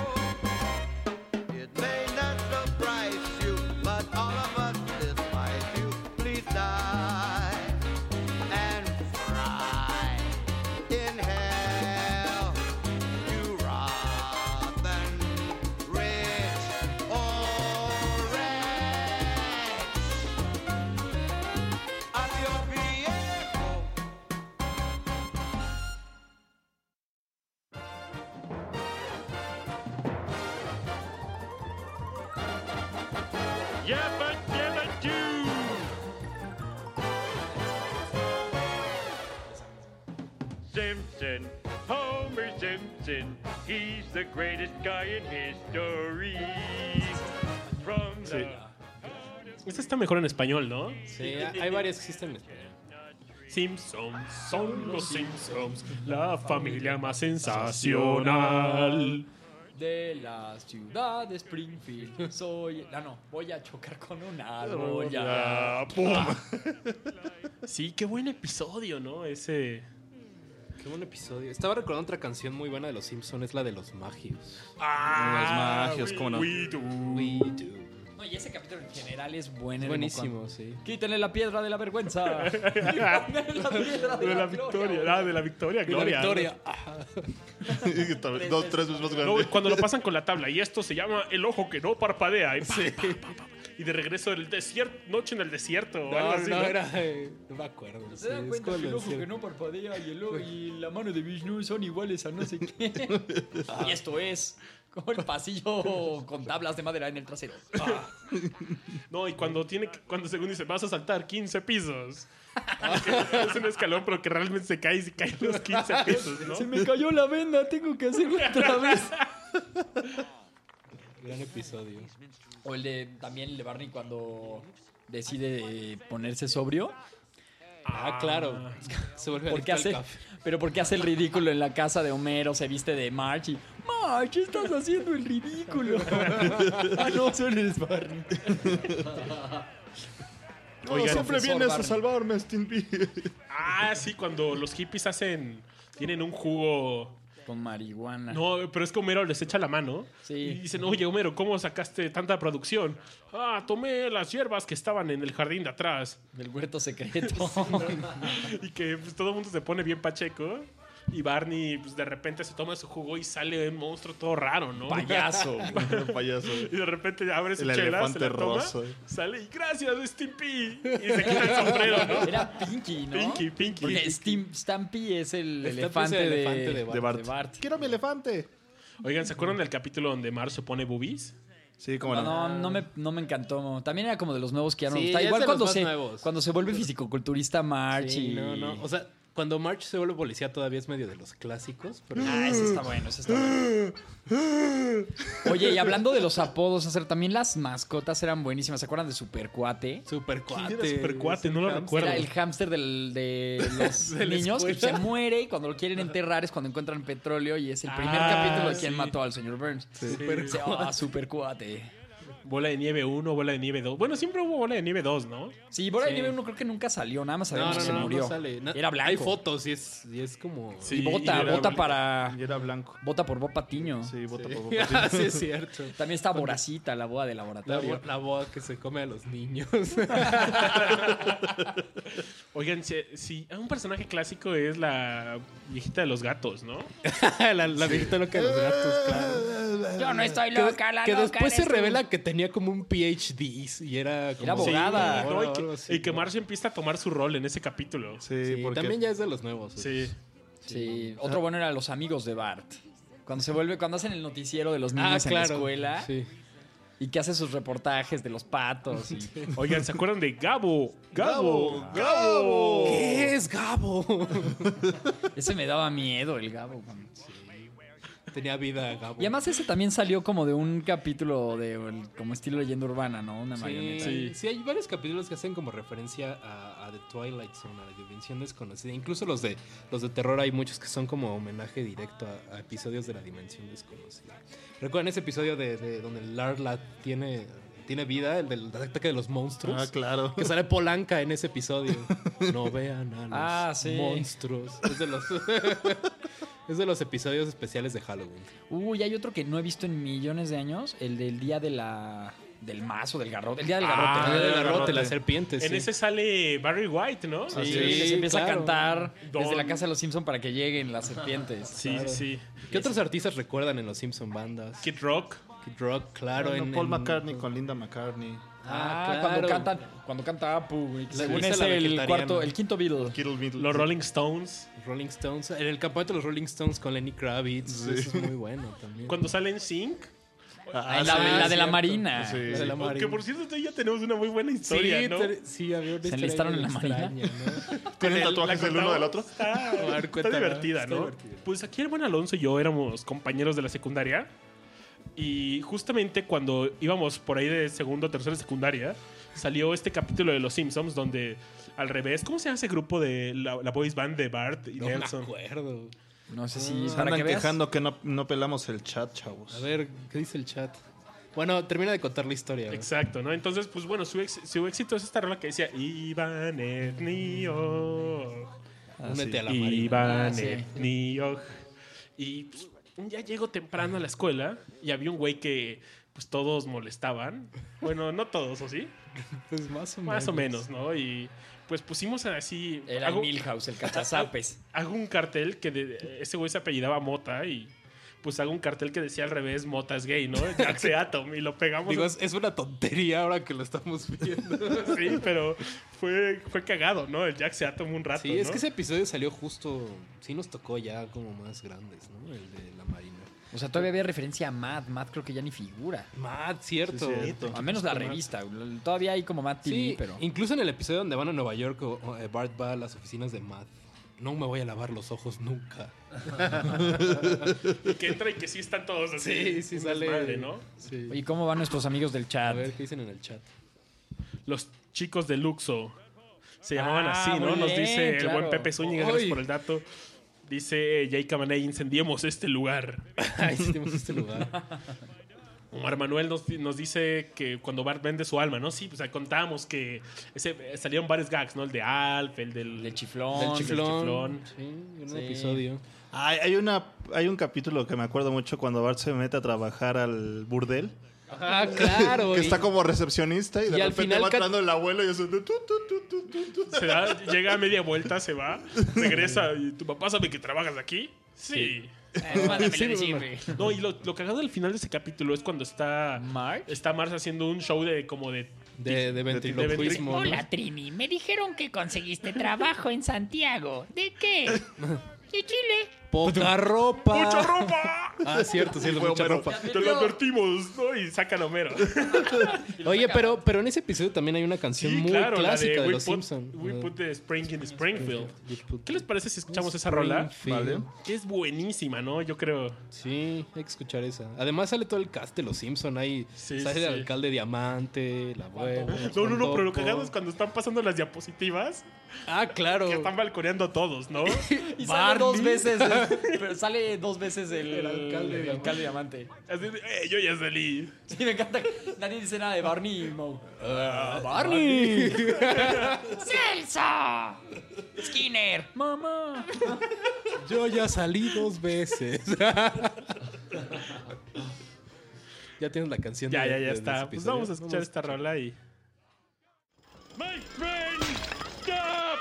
It may not surprise you, but all of us despise you. Please die and fry in hell. You rotten rich orange. Adiós, viejo. Yabba dabba doo! Simpson, Homer Simpson, he's the greatest guy in history. From the Esta está mejor en español, ¿no? Sí, hay varias que existen en español. Simpsons, son los Simpsons, la familia más sensacional. De la ciudad de Springfield soy. Ah, no, voy a chocar con un árbol. Ya. Sí, qué buen episodio, ¿no? Ese. Qué buen episodio. Estaba recordando otra canción muy buena de Los Simpsons, es la de los magios. Ah, Los magios, we- cómo no. we do. We do. No, y ese capítulo en general es bueno. Es buenísimo, sí. Quítenle la piedra de la vergüenza. Y pónganle la piedra de, De la la victoria, ah, de la victoria, De la gloria. victoria. Dos, tres veces más grande. No, cuando lo pasan con la tabla. Y esto se llama El ojo que no parpadea. Y, pa, pa, pa, pa. Y de regreso del desierto, Noche en el desierto. o No, algo no, así, ¿no? era. eh, no me acuerdo. sí, ¿Se dan es cuenta como que el lo ojo decía. que no parpadea y, el o- y la mano de Vishnu son iguales a no sé qué? Y esto es como el pasillo con tablas de madera en el trasero. Ah, No, y cuando tiene que- cuando según dice, vas a saltar 15 pisos. Ah. es un escalón, pero que realmente se cae y se caen los 15 pisos, ¿no? Se me cayó la venda, tengo que hacerlo otra vez. Gran episodio. O el de también el de Barney cuando decide eh, ponerse sobrio. Ah, claro. Se vuelve ¿Por qué adicto hace, al café. pero porque hace el ridículo en la casa de Homero, se viste de March y March, estás haciendo el ridículo. ah, no, eso eres Barney. No, siempre vienes a salvar. salvarme, Stimpy. Ah, sí, cuando los hippies hacen. Tienen un jugo. Con marihuana. No, pero es que Homero les echa la mano. Y dicen, oye, Homero, ¿cómo sacaste tanta producción? Ah, tomé las hierbas que estaban en el jardín de atrás. Del huerto secreto. y que pues, todo el mundo se pone bien pacheco. Y Barney, pues, de repente se toma su jugo y sale un monstruo todo raro, ¿no? Payaso. Payaso. Y de repente abre su El chela, se elefante la toma, rosa. sale y gracias, Stimpy. Y se quita el sombrero, ¿no? Era Pinky, ¿no? Pinky, Pinky. Porque Stim- Stampy es el elefante, de, de Bart. Quiero mi elefante. Oigan, ¿se acuerdan del capítulo donde Mar se pone boobies? Sí, No, no, no me, no me encantó. También era como de los nuevos que ya no me Sí, gustaba. es Igual de los cuando más se, nuevos. cuando se vuelve fisicoculturista March Sí, y... no, no. O sea, Cuando March se vuelve policía todavía es medio de los clásicos. Pero... Ah, ese está bueno, ese está bueno. Oye, y hablando de los apodos, hacer también las mascotas eran buenísimas. ¿Se acuerdan de Supercuate? Supercuate. ¿Quién era Supercuate? No lo recuerdo. Era el hámster del- de los De la niños que se escuela. muere y cuando lo quieren enterrar es cuando encuentran petróleo y es el primer Ah, capítulo de quién sí. mató al señor Burns. Sí. Dice, Supercuate. "Ah, Supercuate. Bola de nieve 1, bola de nieve 2. Bueno, siempre hubo bola de nieve 2, ¿no? Sí, bola de nieve 1 creo que nunca salió, nada más No, sabemos no, que se no, no murió. sale. Na- Era blanco. Hay fotos y es, y es como... y bota, bota para. Y era blanco. Bota por Bob Patiño. Sí, bota por Bob Patiño. Sí, es cierto. También está Boracita, la boda de La, laboratorio. bo- la boa que se come a los niños. Oigan, si, si- un personaje clásico es la viejita de los gatos, ¿no? la la viejita loca de los gatos, claro. Yo no estoy Que- loca, la Que loca este después se eres tú. revela que tenía como un PhD y era como... Era abogada. Sí, No, y, o algo que, así, y que ¿no? Marge empieza a tomar su rol en ese capítulo. Sí, también ya es de los nuevos. Sí. Sí. Otro bueno era los amigos de Bart. Cuando se vuelve, cuando hacen el noticiero de los niños en la escuela Sí. y que hace sus reportajes de los patos. y- Oigan, ¿se acuerdan de Gabo? Gabo, Gabo. ¿Qué es Gabo? Ese me daba miedo, el Gabo. cuando- Tenía vida Gabo. Y además ese también salió como de un capítulo de el- como estilo leyenda urbana, ¿no? Una Sí, marioneta. sí. hay varios capítulos que hacen como referencia a, a The Twilight Zone, a la dimensión desconocida. Incluso los de los de terror hay muchos que son como homenaje directo a, a episodios de la dimensión desconocida. ¿Recuerdan ese episodio de, de donde Larla tiene, tiene vida, el del ataque de los monstruos? Ah, claro. Que sale Polanca en ese episodio. No vean a los Ah, sí. monstruos. Es de los, es de los episodios especiales de Halloween. Uy, hay otro que no he visto en millones de años, el del día de la del mazo, del garrote, el día del garrote. Ah, el día del garrote, la serpiente, En sí. ese sale Barry White, ¿no? Sí, que se empieza a claro. cantar desde Don. la casa de los Simpson para que lleguen las serpientes. Sí, Claro. sí. ¿Qué otros artistas recuerdan en los Simpson bandas? Kid Rock. Kid Rock, claro. Bueno, en, Paul en- McCartney con Linda McCartney. Ah, Ah, cuando claro. cantan, cuando canta Apu, güey, que La según revista es La el Vegetariana. cuarto, el quinto Beatle. Los Rolling Stones. Rolling Stones. En el campeonato de los Rolling Stones con Lenny Kravitz. Eso es muy bueno también. Cuando sale en Sync. Ah, en la- sí, la de la cierto. Marina. Sí. La de la Marina. Que por cierto, todavía tenemos una muy buena historia, sí, ¿no? te- sí, había una Se historia enlistaron ahí en la extraña, marina. ¿no? ¿Tienen Con tatuajes la del uno contamos. del otro? Está, A ver, está cuéntala. divertida, Está ¿no? divertida. Pues aquí el buen Alonso y yo éramos compañeros de la secundaria. Y justamente cuando íbamos por ahí de segundo, tercero de secundaria, salió este capítulo de Los Simpsons donde al revés, ¿cómo se llama ese grupo de la, la boys band de Bart y No me Nelson? acuerdo. No sé si Se para Mm. andan que veas. quejando que no, no pelamos el chat, chavos. A ver, ¿qué dice el chat? Bueno, termina de contar la historia. a ver. Exacto, ¿no? Entonces, pues bueno, su, ex- su éxito es esta rola que decía Iván Etnio. Únete a la Iván marina. Ah, sí. Etnio. Y pues, un día llego temprano a la escuela y había un güey que pues todos molestaban. Bueno, no todos, ¿o sí? Pues más o menos. Más o menos, ¿no? Y pues pusimos así... Era el hago- Milhouse, el cachazapes. hago un cartel que de- ese güey se apellidaba Mota y pues hago un cartel que decía al revés Mota es gay, ¿no? Jack se Atom y lo pegamos. Digo, es, es una tontería ahora que lo estamos viendo. Sí, pero fue, fue cagado, ¿no? El Jack se Atom un rato. Sí, es ¿no? que ese episodio salió justo. Sí, nos tocó ya como más grandes, ¿no? El de la marina. O sea, todavía había referencia a Matt. Matt creo que ya ni figura. Mad, cierto. Sí, cierto. Al menos la Justo Mad. revista. güey. Todavía hay como Matt TV, Sí, pero. incluso en el episodio donde van a Nueva York, o- o, eh, Bart va a las oficinas de Mad. No me voy a lavar los ojos nunca. Y que entra y que sí están todos así. Sí, sí, un sale. desmadre, ¿no? Sí. ¿Y cómo van nuestros amigos del A chat? ver qué dicen en el chat. Los chicos de Luxo se llamaban Ah, así, ¿no? muy Nos bien, dice el claro. buen Pepe Zúñiga, gracias Uy. por el dato. Dice Jay Camaney, incendiemos este lugar. Ahí tenemos este lugar. Omar Manuel nos, di- nos dice que cuando Bart vende su alma, ¿no? Sí, pues contábamos que ese- eh, salieron varios gags, ¿no? El de Alf, el del, Del chiflón. Del del chiflón. chiflón. Sí, un Sí. episodio. Hay, hay una, hay un capítulo que me acuerdo mucho cuando Bart se mete a trabajar al burdel. Ah, claro. que y- está como recepcionista y de y al repente final va ca- entrando el abuelo y hace... tu, tu, tu, tu, tu, tu. Se da- llega a media vuelta, se va, regresa y tu papá sabe que trabajas aquí. Sí. Eh, mándamelo Sí, decir, no, güey. No, y lo, lo cagado del final de ese capítulo es cuando está Marge. está Mars haciendo un show de como de De, de ventriloquismo. ¿no? Hola Trini, me dijeron que conseguiste trabajo en Santiago. ¿De qué? De Chile. Poca ropa. ¡Mucha ropa! Ah, cierto, cierto, Y fue mucha Homero. ropa. Te lo advertimos, ¿no? Y sacan a Homero. Oye, pero, pero en ese episodio también hay una canción Sí, muy claro, la clásica de, de, we, Los Ah. put, Simpsons. we Put the Spring in Springfield. ¿Qué les parece si escuchamos esa rola? Springfield. Vale. Que es buenísima, ¿no? Yo creo. Sí, hay que escuchar esa. Además sale todo el cast de Los Simpsons. Ahí sale sí, el sí. alcalde Diamante, la abuela. No, no, no, pero Juan lo cagado es Topo. cuando están pasando las diapositivas. Ah, claro. Que están balconeando a todos, ¿no? Y sale dos veces. Así el- pero sale dos veces el, alcalde, de diamante. de, "Eh, yo ya salí. Sí, me encanta. que Nadie dice nada de Barney y Moe. Ah, Barney. ¡Celsa! ¡Skinner! ¡Mamá! Yo ya salí dos veces. ya tienes la canción. Ya, de- ya, de- ya de ese está. Pues episodio. vamos a escuchar esta rola y. My friend, stop!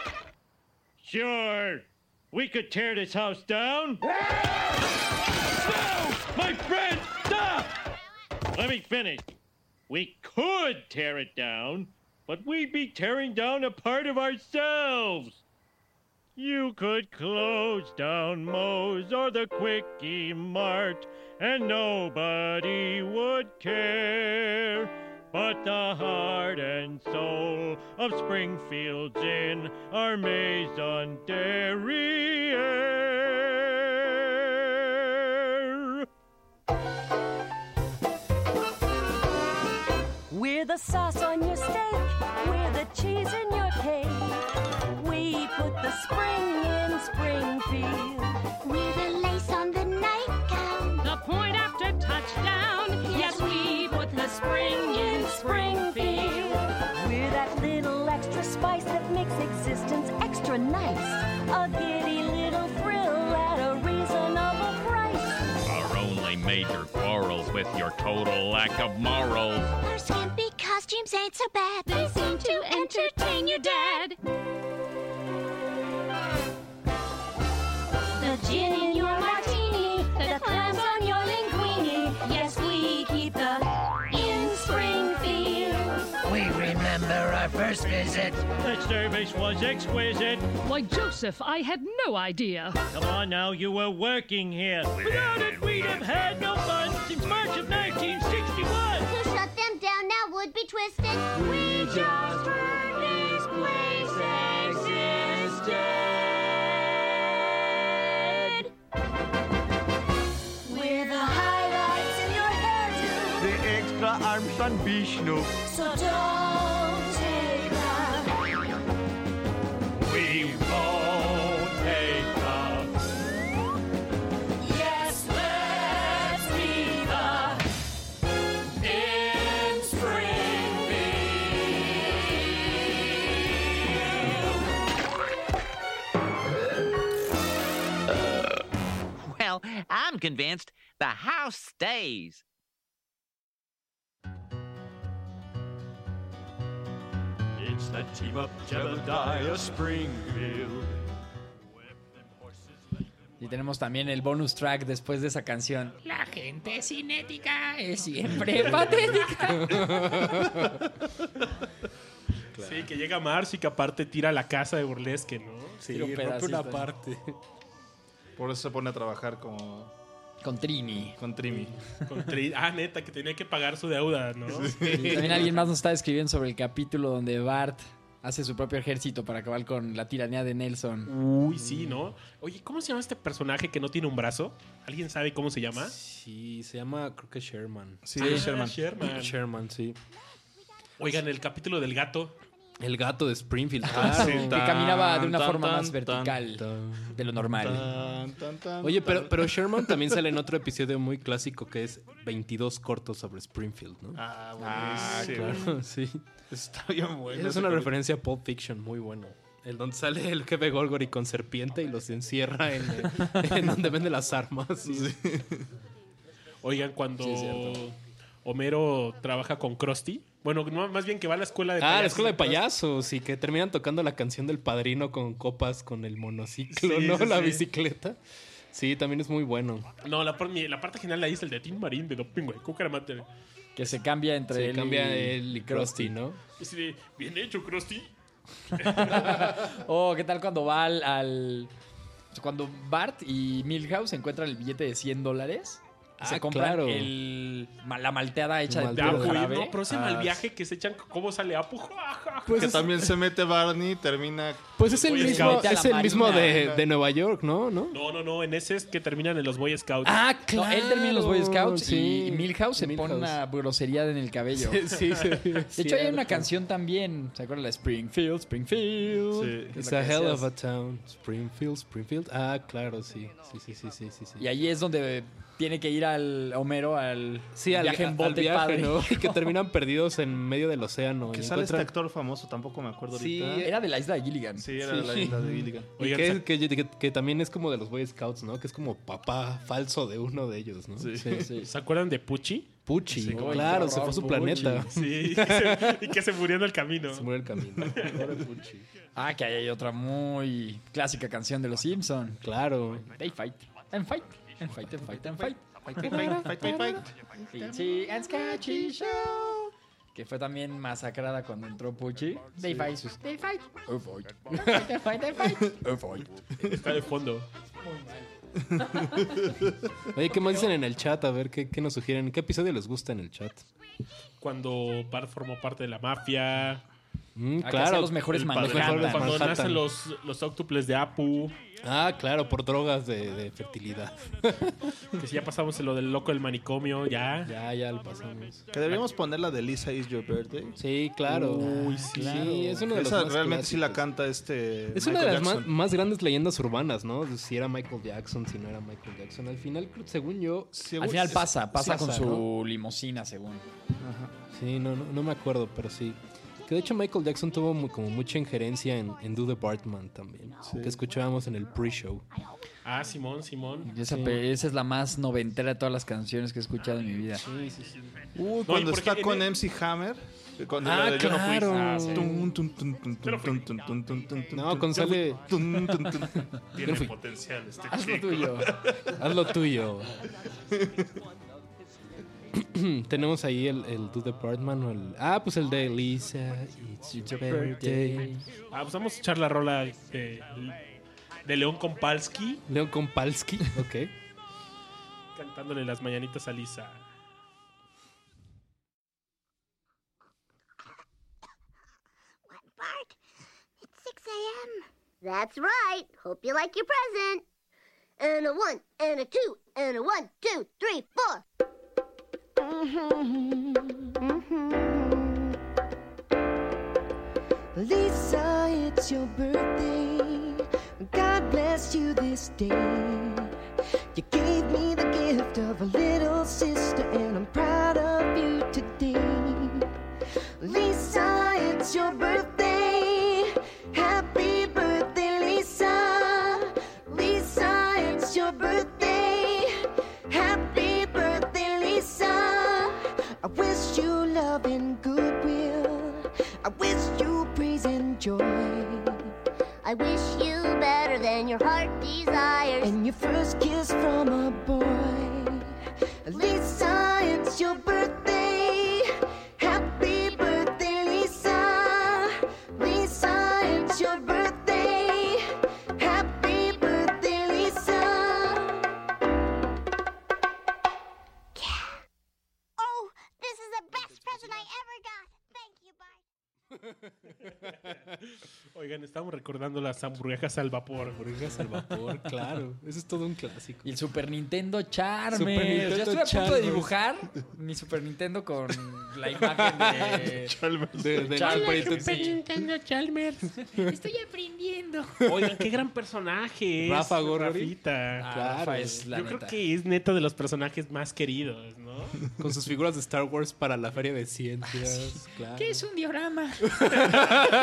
Sure. We could tear this house down. no! My friend, stop! Let me finish. We could tear it down, but we'd be tearing down a part of ourselves. You could close down Moe's or the Quickie Mart, and nobody would care. But the heart and soul of Springfield's in our maison derriere. We're the sauce on your steak. We're the cheese in your cake. We put the spring in Springfield. We're the lace on the nightgown. The point after touchdown. Yes, we put the spring in Springfield. We're that little extra spice that makes existence extra nice. A giddy little thrill at a reasonable price. Our only major quarrels with your total lack of morals. Our skimpy costumes ain't so bad. They seem to entertain your dad. The gin in your martini, the clams on your linguine. Yes, we keep the in Springfield. We remember our first visit. The service was exquisite. Why, Joseph, I had no idea. Come on now, you were working here. Without it, we'd have had no fun since March of 1961. To shut them down now would be twisted. We just heard this place existed. We're the highlights in your hairdo, The extra arms on Vishnu. so don't take that. We won't take the Yes, let's be the in Well, I'm convinced the house stays. It's the team up Jebediah Springfield. Y tenemos también el bonus track después de esa canción. La gente cinética es siempre patética. Sí, que llega Marsh y que aparte tira la casa de burlesque, ¿no? Sí, Tira un rompe pedacito. una parte. Por eso se pone a trabajar como. Con Trini. Con Trini. Con tri- ah, neta, que tenía que pagar su deuda, ¿no? Y también alguien más nos está escribiendo sobre el capítulo donde Bart hace su propio ejército para acabar con la tiranía de Nelson. Uy, sí, ¿no? Oye, ¿cómo se llama este personaje que no tiene un brazo? ¿Alguien sabe cómo se llama? Sí, se llama, creo que Sherman. Sí, Ah, Sherman. Sherman. Sherman, sí. Oigan, el capítulo del gato. El gato de Springfield. Ah, claro. sí, que caminaba de una forma más vertical de lo normal. Oye, pero, pero Sherman también sale en otro episodio muy clásico que es 22 cortos sobre Springfield, ¿no? Ah, buenísimo. sí. Está bien bueno. Esa es ese una capítulo. referencia a Pulp Fiction muy buena. El donde sale el jefe Golgory con serpiente y los encierra en, en donde vende las armas. Oigan, cuando Sí, es cierto. Homero trabaja con Krusty. Bueno, no, más bien que va a la escuela de Ah, la escuela de payasos. payasos y que terminan tocando la canción del padrino con copas con el monociclo, Sí, ¿no? sí, la sí. bicicleta. Sí, también es muy bueno. No, la, par- mi- la parte general la hice el de Tim Marín, de Doping, güey. Cucara Mater. Que se cambia entre Se él cambia y, él y Krusty, ¿no? Y así de, bien hecho, Krusty. oh, ¿qué tal cuando va al, al- O sea, Cuando Bart y Milhouse encuentran el billete de 100 dólares, Ah, se compran claro. el, ma- la malteada hecha de De puro Apu, jarabe. no, pero ese Ah, mal viaje que se echan, ¿cómo sale Apu? que también se mete Barney, termina. Pues es el Boy mismo, Scout. es el mismo de, Marina. de Nueva York, ¿no? ¿No? No, no, no, en ese es que terminan en los Boy Scouts. Ah, claro. él termina en los Boy Scouts sí. y Milhouse se pone Milhouse. una grosería en el cabello. Sí, sí, sí, de hecho, hay una cierto. canción también. ¿Se acuerdan la Springfield? Springfield. que es It's la a que hell decías. of a town. Springfield, Springfield. Ah, claro, sí. Sí, sí, sí, sí, sí. sí. Y ahí es donde tiene que ir al Homero al Sí, al, viaje en al bote viaje, padre. ¿no? Y que terminan perdidos en medio del océano. Que y sale este encuentran- actor famoso, tampoco me acuerdo Sí, ahorita. ¿eh? Era de la isla de Gilligan. Sí, era de la isla de Gilligan. Y Oigan, que, sa- que- que- que también es como de los Boy Scouts, ¿no? Que es como papá falso de uno de ellos, ¿no? Sí. ¿Se acuerdan de Pucci? Pucci, Sí, claro, qué se fue a su horror, Pucci. planeta. Sí, y que se- y que se murió en el camino. Se murió en el camino. Ah, que ahí hay otra muy clásica canción de los Simpson. Claro. They fight. And fight. And fight, and fight, and fight. Fight, fight, fight, fight, fight, fight. Itchy and Scratchy Show. Que fue también masacrada cuando entró Pucci. They fight. sus- They fight. Oh, fight. They fight, they fight. Oh, fight. Está de fondo. Oye, ¿qué más dicen en el chat? A ver, ¿qué, qué nos sugieren? ¿Qué episodio les gusta en el chat? Cuando Bart formó parte de la mafia. Mm, Ah, que claro. hacía los mejores El padre- Manhattan. Cuando Manhattan. nacen los, los octuples de Apu. Ah, claro, por drogas de, de fertilidad. Que si ya pasamos en lo del loco del manicomio, ya. Ya, ya lo pasamos. Que deberíamos poner la de Lisa Is Your Birthday. Sí, claro. Uy, sí. Sí, es uno de los Esa más realmente sí la clásicos. canta Eh, este. Es Michael una de las Jackson. más, más grandes leyendas urbanas, ¿no? De Si era Michael Jackson, si no era Michael Jackson. Al final, creo- según yo... Al final pasa, pasa con su ¿no? limusina, según. Sí, no, no, no me acuerdo, pero sí. Que de hecho Michael Jackson tuvo mu- como mucha injerencia en, en Do the Bartman también, que escuchábamos en el pre-show. Ah, Simón, Simón. Y Esa, pe- esa es la más noventera de todas las canciones que he escuchado en mi vida. Sí, sí, sí. Uy, No, cuando ¿y por está qué con tiene- MC Hammer. eh, Cuando Ah, la de Yo no fui. claro. Ah, sí. Tum, tum, tum, tum, tum, tum, tum, tum, tum, tum, tum, No, con tum, sale- tum, tum, tum. Tiene Yo fui. potencial este Haz lo tuyo. Haz lo tuyo. Tenemos ahí el, el Do the Bartman o el... Ah, pues el de Lisa, it's your birthday. Ah, pues vamos a echar la rola de, de León Kompalski Leon Kompalski, ok. cantándole las mañanitas a Lisa. Bart, it's 6 a.m. That's right. Hope you like your present. And a one, and a two, and a one, two, three, four. Mm-hmm. Lisa, it's your birthday. God bless you this day. You gave me the gift of a little sister, and I'm proud of you today. Lisa, it's your birthday. Happy birthday, Lisa. Lisa, it's your birthday. Happy birthday, Lisa. I wish you love and goodwill. I wish you praise and joy. I wish you better than your heart desires. And your first kiss from a boy. Lisa, it's your birthday. Happy birthday, Lisa. Lisa, it's your birthday. Happy birthday, Lisa. Oh, this is the best present I ever got. Thank you, Bart. Mm-hmm. Oigan, estamos recordando las hamburguesas al vapor. Hamburguesas al vapor, claro. Ese es todo un clásico. Y el Super Nintendo Charmers. Super Nintendo Yo estuve a punto de Charmers. dibujar mi Super Nintendo con la imagen de Chalmers. De- de- Chalmers. Super Sí. Nintendo Chalmers. Estoy aprendiendo. Oigan, qué gran personaje es. Rafa Gorgori. Rafita. Ah, Rafa Claro. es la Yo neta. creo que es neta de los personajes más queridos, ¿no? Con sus figuras de Star Wars para la Feria de Ciencias, claro. ¿Qué es un diorama?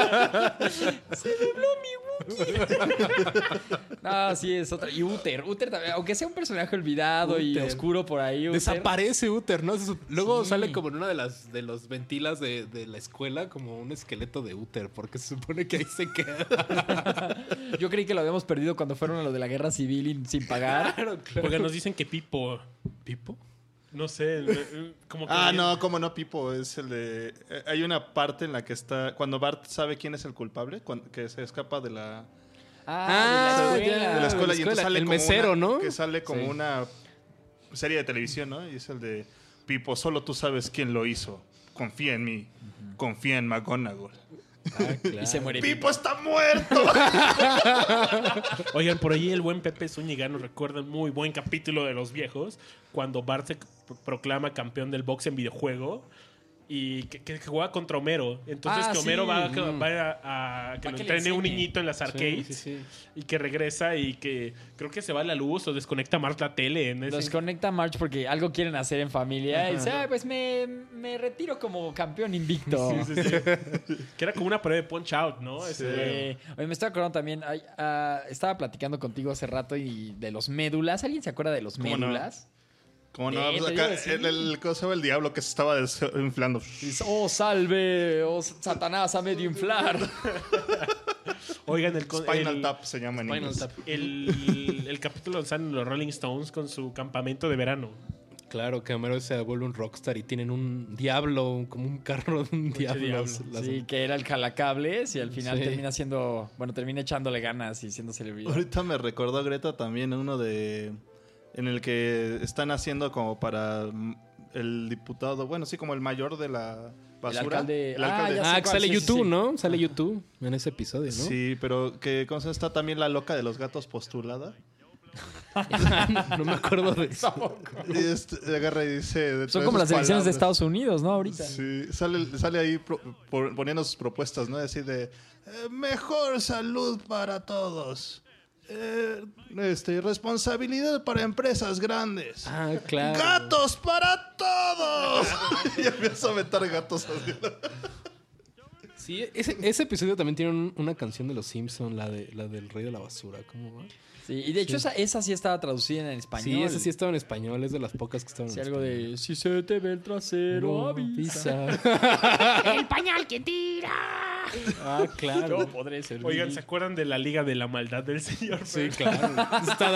Se dobló mi Wookiee. No, sí, es otra. Y Uther. Uther también, aunque sea un personaje olvidado y Uther. oscuro por ahí. Uther. Desaparece Uther, ¿no? Se sup- Luego Sí. sale como en una de las de los ventilas de, de la escuela como un esqueleto de Uther, porque se supone que ahí se queda. Yo creí que lo habíamos perdido cuando fueron a lo de la guerra civil y sin pagar. Porque nos dicen que Pipo. ¿Pipo? No sé. eh, Como que Ah, no, como no, Pipo. Es el de. eh, Hay una parte en la que está. Cuando Bart sabe quién es el culpable, cuan- que se escapa de la. Ah, de la escuela. De la escuela. Y entonces sale el como mesero, una- ¿no? Que sale como Sí. una serie de televisión, ¿no? Y es el de Pipo, solo tú sabes quién lo hizo. Confía en mí. Confía en McGonagall. Y se muere. Pipo está muerto. Oigan, por ahí el buen Pepe Zúñiga nos recuerda un muy buen capítulo de Los Viejos, cuando Bart se pro- proclama campeón del box en videojuego y que, que- que juega contra Homero. Entonces Ah, que Homero va, sí. va a, a que Va lo que le entrene un enseñe. niñito en las Sí, arcades sí, sí. y que regresa y que creo que se va la luz o desconecta Mart la tele. En ese- Los conecta a March porque algo quieren hacer en familia. Y Ajá. dice, "Ah, pues me, me retiro como campeón invicto. Sí, sí, sí. que era como una prueba de punch out, ¿no? Ese juego. Sí. Oye, me estoy acordando también. ay, ah, estaba platicando contigo hace rato y de los médulas. ¿Alguien se acuerda de los ¿Cómo no? médulas? Como Eh, no, pues te acá, digo que sí. el, el, ¿cómo se llama el diablo que se estaba des- inflando. Dice, oh, salve, oh, Satanás a medio inflar. Oigan, el, con- Spinal el- Tap se llama en Spinal inglés. Tap. El, el capítulo donde están los Rolling Stones con su campamento de verano. Claro, que Homero se vuelve un rockstar y tienen un diablo, un- como un carro de un diablo. Las- Sí, que era el jalacables y al final Sí. termina siendo, bueno, termina echándole ganas y siendo celebridad. Ahorita me recordó a Greta también uno de. En el que están haciendo como para mm, el diputado, bueno, sí, como el mayor de la basura. alcalde- El Ah, alcalde. ya sé Ah, que sale YouTube, ¿no? Sale Ajá. YouTube en ese episodio, ¿no? Sí, pero que ¿cómo se llama? está también la loca de los gatos postulada. no me acuerdo de eso. Y este, agarra y dice. de Son todas como esas las elecciones de palabras. Estados Unidos, ¿no? Ahorita. Sí, sale, sale ahí pro- por- poniendo sus propuestas, ¿no? Así de eh, mejor salud para todos. Eh, este, responsabilidad para empresas grandes. Ah, claro. ¡Gatos para todos! y empieza a aventar gatos así. Sí, ese, ese episodio también tiene un- una canción de Los Simpsons, la, de, la del Rey de la Basura. ¿Cómo va? Sí, y de hecho esa, esa sí estaba traducida en español. Sí, esa sí estaba en español, es de las pocas que estaban Sí, en algo de si se te ve el trasero, No, avisa. El pañal que tira. Ah, claro. Yo podré servir. Oigan, ¿se acuerdan de la Liga de la Maldad del Señor? Sí, claro. Está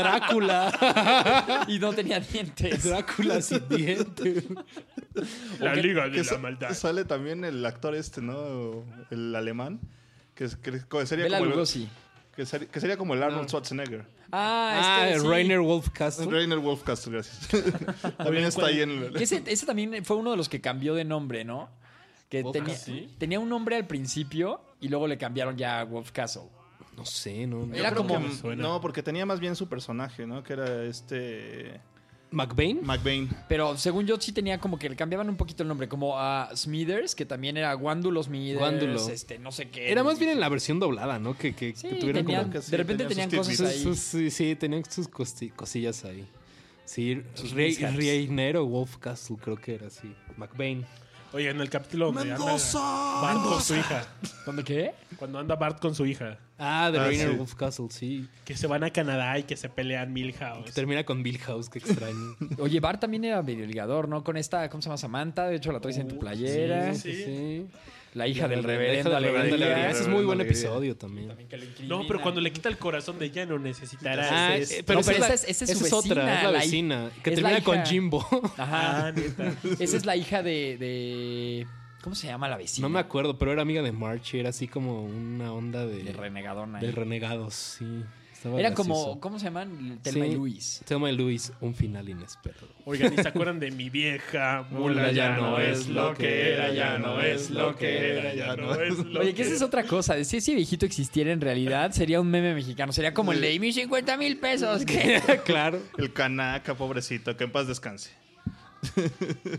Drácula. y no tenía dientes. Drácula sin dientes. La Liga de Que la sa- Maldad. Sale también el actor este, ¿no? El alemán. Que, es- que sería Bela como el- Lugosi. que, ser- que sería como el Arnold Schwarzenegger. Ah, este, sí. Wolfcastle. Rainer Wolfcastle, gracias. también está ahí en el- Que Ese, ese también fue uno de los que cambió de nombre, ¿no? Que Wolf tenía, Castle. tenía un nombre al principio y luego le cambiaron ya a Wolf Castle. No sé, no. Yo Era creo como- que- Me suena. no, porque tenía más bien su personaje, ¿no? Que era este. ¿McBain? McBain. Pero según yo sí tenía como que le cambiaban un poquito el nombre, como a Smithers, que también era Guándulo Smithers, Guándulo. este, no sé qué. Era más bien en la versión doblada, ¿no? Que, que, que tuvieron tenían- como... de Sí, repente tenían tenían sus cosas tidbits. ahí. Sus- sí, sí, tenían sus costi- cosillas ahí. Sí, Sus Rey, mishaps. Reiner o Wolfcastle, creo que era así. McBain. Oye, en el capítulo donde anda ¡Mendoza! Bart con su hija. ¿Dónde qué? Cuando anda Bart con su hija. Ah, de Ah, Reiner sí. Wolfcastle, sí. Que se van a Canadá y que se pelean Milhouse. Que termina con Milhouse, qué extraño. Oye, Bart también era videoligador, ¿no? Con esta, ¿cómo se llama? Samantha, de hecho la traes en Oh, tu playera. Sí, sí, sí. La hija del reverendo reverendo Alegría. Alegría. Ese es muy buen Alegría. episodio también. No, pero cuando le quita el corazón de ya no necesitarás. Ah, esto. eh, pero No, esa pero es la- esa es- esa es su esa es otra, vecina, es la la hi- vecina, que es la termina con hija. Jimbo. Ajá. Ah, neta. Esa es la hija de, de- ¿Cómo se llama la vecina? No me acuerdo, pero era amiga de March y era así como una onda de... De renegadona. De ahí. renegados, sí. Estaba Era gracioso. como, ¿cómo se llaman? Telma y Sí, Luis. Thelma y Luis, un final inesperado. Oigan, ¿y se acuerdan de mi vieja? Mula ya no es lo que era, ya no es lo que era, ya no es lo Oye, que esa es otra cosa. Si ese viejito existiera en realidad, sería un meme mexicano. Sería como el de mis 50 mil pesos. ¿qué? claro. El canaca, pobrecito, que en paz descanse.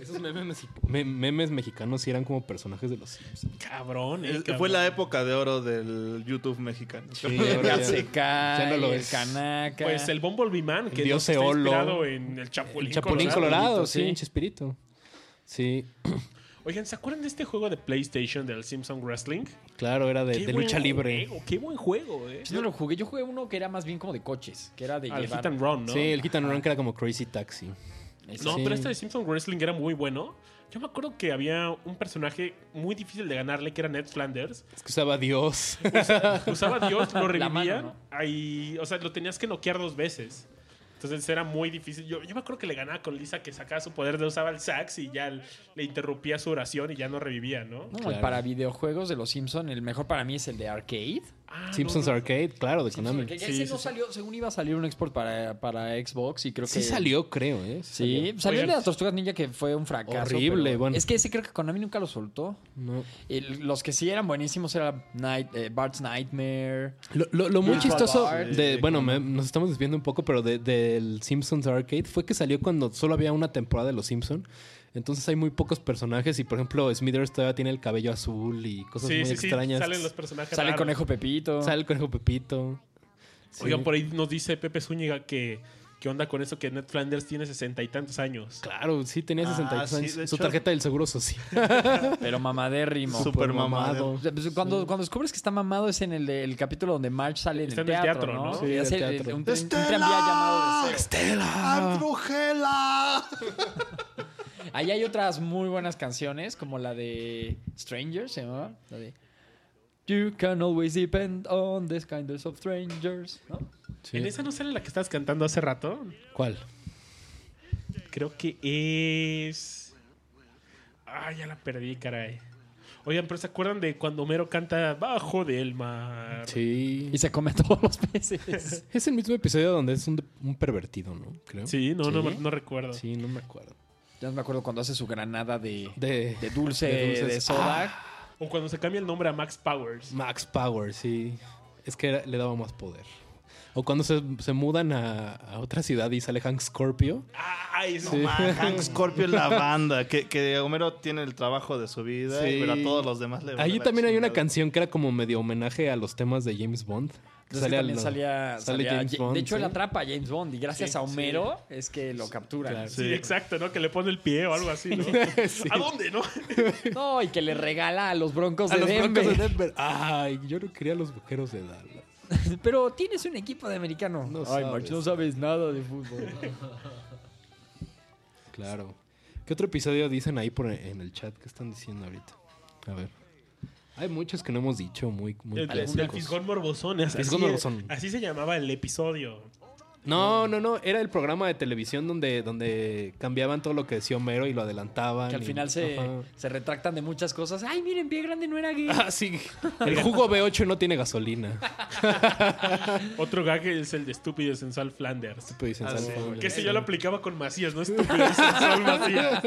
Esos memes, memes mexicanos sí eran como personajes de los Simpsons. Cabrón, eh, Eh, cabrón. Fue la época de oro del YouTube mexicano. Sí, Ya ya. se cae, Ya no lo el es. canaca. Pues el Bumblebee Man, que El dios está Eolo. inspirado en el Chapulín, El Chapulín Colorado, sí, en Chespirito. Sí, Oigan, ¿se acuerdan de este juego de PlayStation del Simpson Wrestling? claro, era de, Qué de buen lucha libre. juego, qué buen juego, eh. Yo no lo jugué. Yo jugué uno que era más bien como de coches. Que era de Al llevar- hit and run, ¿no? Sí, el Hit and Run que era como Crazy Taxi. No, Sí. pero este de Simpson Wrestling era muy bueno. Yo me acuerdo que había un personaje muy difícil de ganarle, que era Ned Flanders. Es que usaba Dios. Usaba a Dios, lo La revivía. mano, ahí, o sea, lo tenías que noquear dos veces. Entonces era muy difícil. Yo, yo me acuerdo que le ganaba con Lisa, que sacaba su poder, le usaba el sax y ya le interrumpía su oración y ya no revivía, ¿no? No, y Claro. para videojuegos de los Simpson, el mejor para mí es el de arcade. Simpsons Arcade, claro, de Konami. Que ese no salió, según iba a salir un export para, para Xbox y creo Sí que... salió, creo, ¿eh? Sí, salió, el de las Tortugas Ninja que fue un fracaso. Horrible, pero bueno. Es que ese creo que Konami nunca lo soltó. Y los que sí eran buenísimos eran Night, eh, Bart's Nightmare. Lo, lo- lo muy Virtual chistoso Bart. de, bueno, me- nos estamos desviando un poco, pero de- del Simpsons Arcade fue que salió cuando solo había una temporada de los Simpsons. Entonces hay muy pocos personajes y por ejemplo Smithers todavía tiene el cabello azul y cosas Sí, muy sí, sí, extrañas. salen los personajes Sale el raros. conejo Pepito. Sale el conejo Pepito. Sí. Oigan, por ahí nos dice Pepe Zúñiga que. ¿Qué onda con eso que Ned Flanders tiene sesenta y tantos años? Claro, sí tenía Ah, 60 sí, años. de Su hecho- tarjeta del seguro social. Pero mamadérrimo. Súper mamado. O sea, pues, Cuando, cuando descubres que está mamado es en el, el capítulo donde Marge sale en Está el teatro, ¿no? Sí, Y el hace, eh, teatro. Un, un tranvía llamado Deseo. ¡Andrugela! Ahí hay otras muy buenas canciones, como la de Strangers, ¿se llamaba? La de You can always depend on this kind of strangers, ¿no? ¿En esa no sale la que estabas cantando hace rato? ¿Cuál? Creo que es. Ah, ya la perdí, caray. Oigan, pero ¿se acuerdan de cuando Homero canta Bajo del mar? Sí. Y se come a todos los peces. es el mismo episodio donde es un, un pervertido, ¿no? Creo. Sí, no, no me- no recuerdo. Sí, no me acuerdo. Ya no me acuerdo cuando hace su granada de, de, dulce, Ah. de de, dulces. Ah, soda. O cuando se cambia el nombre a Max Powers. Max Power, sí. Es que era- le daba más poder. O cuando se, se mudan a, a otra ciudad y sale Hank Scorpio. Ah, Ay, Sí. Hank Scorpio es la banda. Que, que Homero tiene el trabajo de su vida, Sí. pero a todos los demás le va Allí la también hay una chingada. canción que era como medio homenaje a los temas de James Bond. Entonces que también al- salía, sale salía- James Bond. De hecho, sí. él atrapa a James Bond y gracias Sí, a Homero es que lo captura. Sí, exacto, ¿no? Que le pone el pie o algo así, ¿no? Sí. ¿A dónde, no? No, y que le regala a los Broncos, A de, los Denver. Broncos de Denver. Ah, Ay, yo no quería a los Buqueros de Dallas. Pero tienes un equipo de americano. No Ay, sabes. March, no sabes nada de fútbol. Claro. ¿Qué otro episodio dicen ahí por en el chat? ¿Qué están diciendo ahorita? A ver. Hay muchos que no hemos dicho, muy, muy El, el clásicos. Fisgón Morbosón. así- Fisgón Morbosón. Así se llamaba el episodio. No, no, no. Era el programa de televisión donde, donde cambiaban todo lo que decía Homero y lo adelantaban. que al y- final se, Ajá. se retractan de muchas cosas. Ay, miren, pie grande no era gay. Ah, sí. El jugo B8 no tiene gasolina. Otro gag es el de estúpido y sensual Flanders. Ah, Estúpido y sensual Flanders. Que si yo lo aplicaba con Macías, no estúpido y sensual Macías.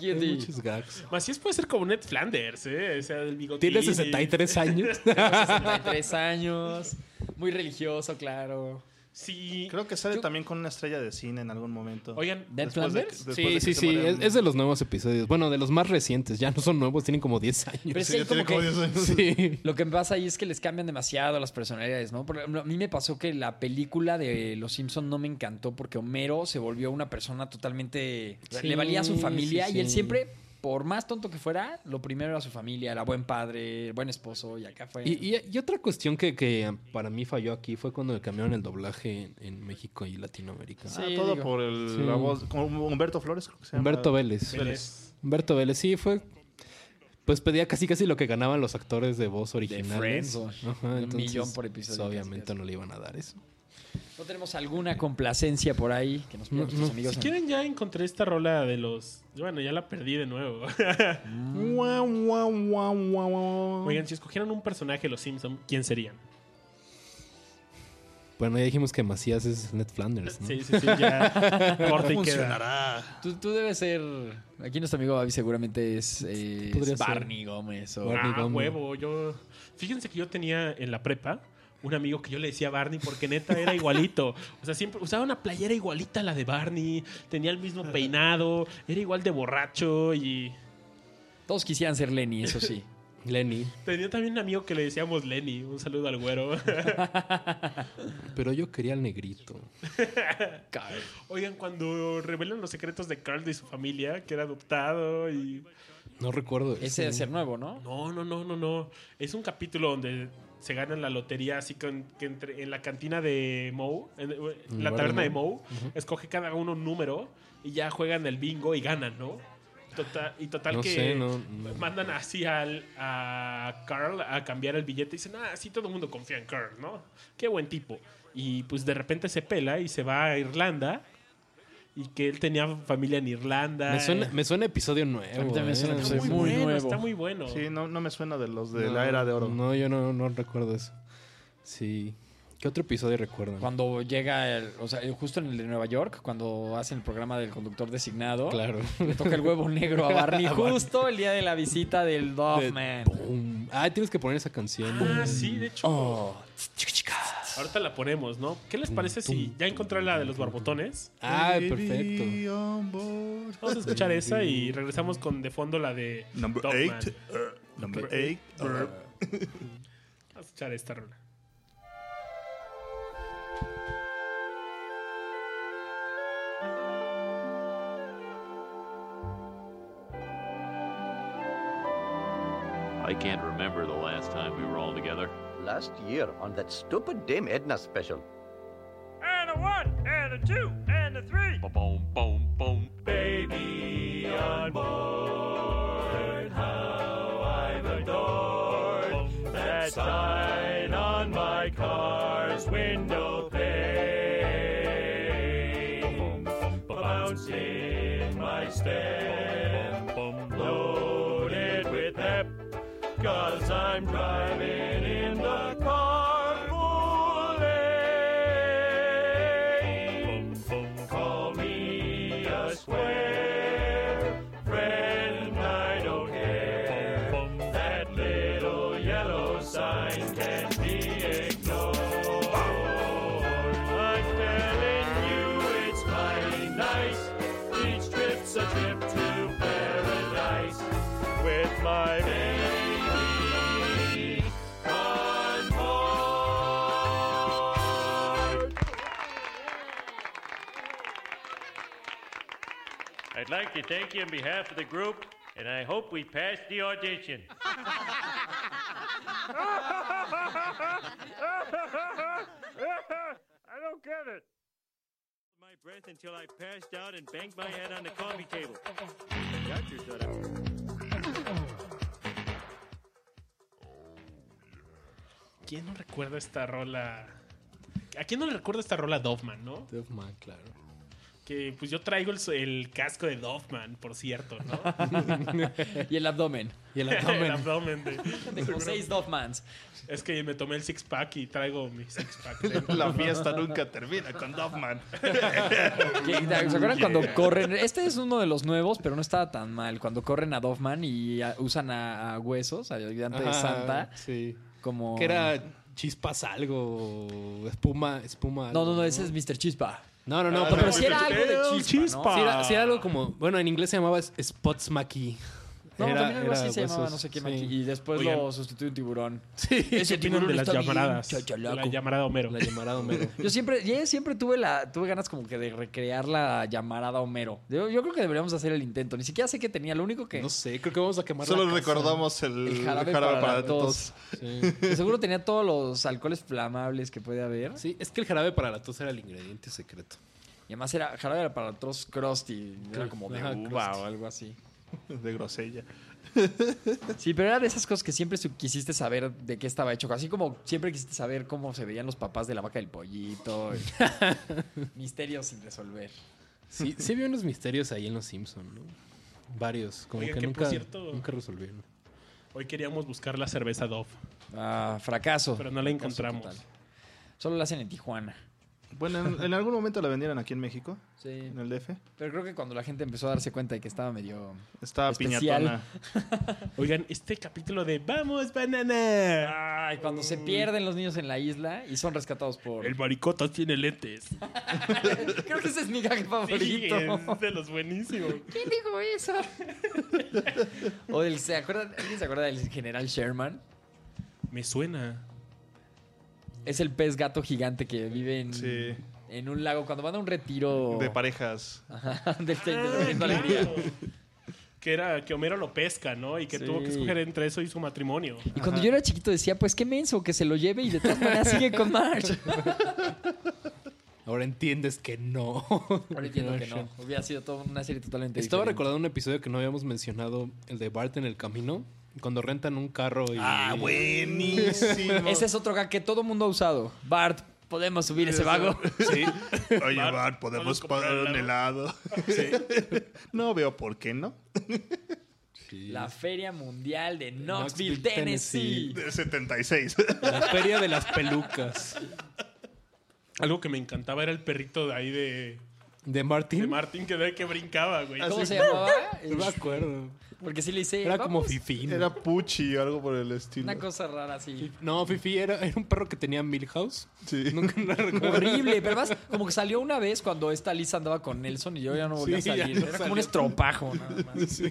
Hay muchos gags. Macías puede ser como Ned Flanders, ¿eh? O sea, el bigotín. Tiene y- 63 años. 63 años. Muy religioso, claro. Sí. Creo que sale también con una estrella de cine en algún momento. Oigan, ¿Ned Después de que- Flanders? después de Sí, que sí, se sí. muere Es, un- es de los nuevos episodios. Bueno, de los más recientes. Ya no son nuevos, tienen como 10 años. Pero es que ahí como que- Sí. Lo que me pasa ahí es que les cambian demasiado las personalidades, ¿no? Por ejemplo, a mí me pasó que la película de Los Simpson no me encantó porque Homero se volvió una persona totalmente... Sí, le valía a su familia sí, y él sí. siempre, por más tonto que fuera, lo primero era su familia, era buen padre, buen esposo y acá fue... Y, y- y otra cuestión que, que para mí falló aquí fue cuando le cambiaron el doblaje en, en México y Latinoamérica. Ah, todo por el- Sí. la voz. Con Humberto Flores, creo que se llama. Humberto Vélez. Humberto Vélez, sí, fue. Pues pedía casi casi lo que ganaban los actores de voz originales. Friends, o- Ajá, un entonces, millón por episodio, pues, obviamente no le iban a dar eso. ¿No tenemos alguna complacencia por ahí que nos pidan No, nuestros no. amigos? Si quieren, ya encontré esta rola de los. Bueno, ya la perdí de nuevo. Mm. Guau, guau, guau, guau, guau. Oigan, si escogieran un personaje de los Simpsons, ¿quién serían? Bueno, ya dijimos que Macías es Ned Flanders, ¿no? Sí, sí, sí, ya. Corta y queda. Funcionará. Tú, tú debes ser... Aquí nuestro amigo Avi seguramente es, eh, Podría es ser. Barney Gómez o... Barney Ah, Gómez. huevo, yo. Fíjense que yo tenía en la prepa un amigo que yo le decía Barney porque neta era igualito. O sea, siempre usaba una playera igualita a la de Barney, tenía el mismo peinado, era igual de borracho y. Todos quisieran ser Lenny, eso sí. Lenny. Tenía también un amigo que le decíamos Lenny. Un saludo al güero. Pero yo quería al negrito. Oigan, cuando revelan los secretos de Carl y su familia, que era adoptado y... No recuerdo. Ese ese. debe ser nuevo, ¿no? No, no, no, no, no. Es un capítulo donde se ganan la lotería así con, que entre, en la cantina de Moe, en, en la bar de taberna de Moe. Moe, escoge cada uno un número y ya juegan el bingo y ganan, ¿no? Total, y total No que sé, no- no. mandan así al, a Carl a cambiar el billete y dicen, ah, sí, todo el mundo confía en Carl, ¿no? Qué buen tipo. Y pues de repente se pela y se va a Irlanda y que él tenía familia en Irlanda. Me suena, eh. me suena episodio nuevo. A mí también me suena eh. episodio Está muy nuevo, nuevo. está muy bueno. Sí, no, no me suena de los de No, la era de oro. No, yo no, no recuerdo eso. Sí. ¿Qué otro episodio recuerdan? Cuando llega el, o sea, justo en el de Nueva York, cuando hacen el programa del conductor designado, Claro. le toca el huevo negro a Barney A Barney. justo el día de la visita del Doffman. Boom. Ah, tienes que poner esa canción. Ah, sí, de hecho. Oh. Ahorita la ponemos, ¿no? ¿Qué les parece si ya encontré la de los barbotones? Ay, perfecto. Vamos a escuchar esa y regresamos con de fondo la de Number Dogman. eight, uh, number eight, uh. Vamos a escuchar esta rola. I can't remember the last time we were all together. Last year on that stupid Dame Edna special. And a one, and a two, and a three. Boom, boom, boom. Baby on board, how I'm adored. That sign on my car's window pane, bounced in my stem, loaded with pep, cause I'm driving in the carpool lane. Call me a square, friend, I don't care. That little yellow sign can be ignored. I'm telling you, it's mighty nice. Each trip's a trip to paradise with my baby. on board. I'd like to thank you on behalf of the group, and I hope we pass the audition. I don't get it. My breath until I passed out and banged my head on the coffee table. The doctor thought ¿Quién no recuerda esta rola? ¿A quién no le recuerda esta rola Doffman, no? Doffman, claro. Que pues yo traigo el, su- el casco de Doffman, por cierto, ¿no? y el abdomen. Y el abdomen. el abdomen de, Tengo seis Doffmans. Es que me tomé el six pack y traigo mi six pack. La fiesta nunca termina con Doffman. ¿Se acuerdan cuando corren? Este es uno de los nuevos, pero no estaba tan mal. Cuando corren a Doffman y a- usan a, a Huesos, al ayudante de Ajá, Santa, Sí. como... Que era chispas algo, espuma, espuma. No, algo, no, no, ese es Mr. Chispa. No, no, no, Ah, pero, no, si Mr. era algo de Pero chispa. chispa. ¿no? Sí era, sí era algo como, bueno, en inglés se llamaba Spot Smacky. No, Era- también algo era así se llamaba, huesos, no sé qué sí. maqui- Y después Oigan. lo sustituye un tiburón. Sí, ¿Qué opinan de las está bien llamaradas? chachalaco. La llamarada Homero. La llamarada Homero. Yo siempre, yo siempre tuve la, tuve ganas como que de recrear la llamarada Homero. Yo, yo creo que deberíamos hacer el intento. Ni siquiera sé qué tenía, lo único que. No sé, creo que vamos a quemar. Solo recordamos el, jarabe, para, la tos. De Seguro tenía todos los alcoholes flamables que puede haber. Sí, es que el jarabe para la tos era el ingrediente secreto. Y además era jarabe era para la tos crusty. Era Claro, como de ajá, uva crusty. o algo así. De grosella. Sí, pero era de esas cosas que siempre su- quisiste saber de qué estaba hecho. Así como siempre quisiste saber cómo se veían los papás de la vaca del pollito. y- Misterios sin resolver. Sí, sí había unos misterios ahí en Los Simpsons, ¿no? Varios, como Oigan, que, que por nunca, cierto- nunca resolvieron. Hoy queríamos buscar la cerveza Dove. Ah, fracaso. Pero no la Fracaso encontramos. total. Solo la hacen en Tijuana. Bueno, en, en algún momento la vendieron aquí en México, Sí. en el DF. Pero creo que cuando la gente empezó a darse cuenta de que estaba medio. Estaba especial. Oigan, este capítulo de Vamos, banana. Ay, cuando se pierden los niños en la isla y son rescatados por. El maricotas tiene lentes. Creo que ese es mi gag Sí, favorito. es de los buenísimos. ¿Quién dijo eso? o el, ¿se acuerdan, ¿Alguien se acuerda del general Sherman? Me suena. Es el pez gato gigante que vive en, en un lago. Cuando van a un retiro. De parejas. Ajá, del del Ah, Reverendo Alegría. claro. Que era que Homero lo pesca, ¿no? Y que Sí. tuvo que escoger entre eso y su matrimonio. Y cuando yo era chiquito decía, pues qué menso, que se lo lleve y de todas maneras sigue con Marge. Ahora entiendes que no. Ahora entiendo que no. Hubiera sido toda una serie totalmente Estaba diferente. recordando un episodio que no habíamos mencionado, el de Bart en el camino, cuando Ah, rentan un carro y... Ese es otro gag que todo mundo ha usado. Bart, Podemos subir ese vago. Sí. Oye, Bart, podemos pagar un helado. No veo por qué no. La Feria Mundial de Knoxville, Knoxville, Tennessee. De 76. La feria de las pelucas. Algo que me encantaba era el perrito de ahí de. ¿De Martin? De Martín que, de- que brincaba, güey. ¿Cómo se llamaba? No me acuerdo. Porque sí le hice. Era como vamos, Fifi. Era Puchi o algo por el estilo. Una cosa rara así. No, Fifi era, era un perro que tenía Milhouse. Sí. Nunca la recuerdo. Horrible, pero además, como que salió una vez cuando esta Lisa andaba con Nelson y yo ya no volví Sí, a ya salir. no era como un salió. estropajo, nada más.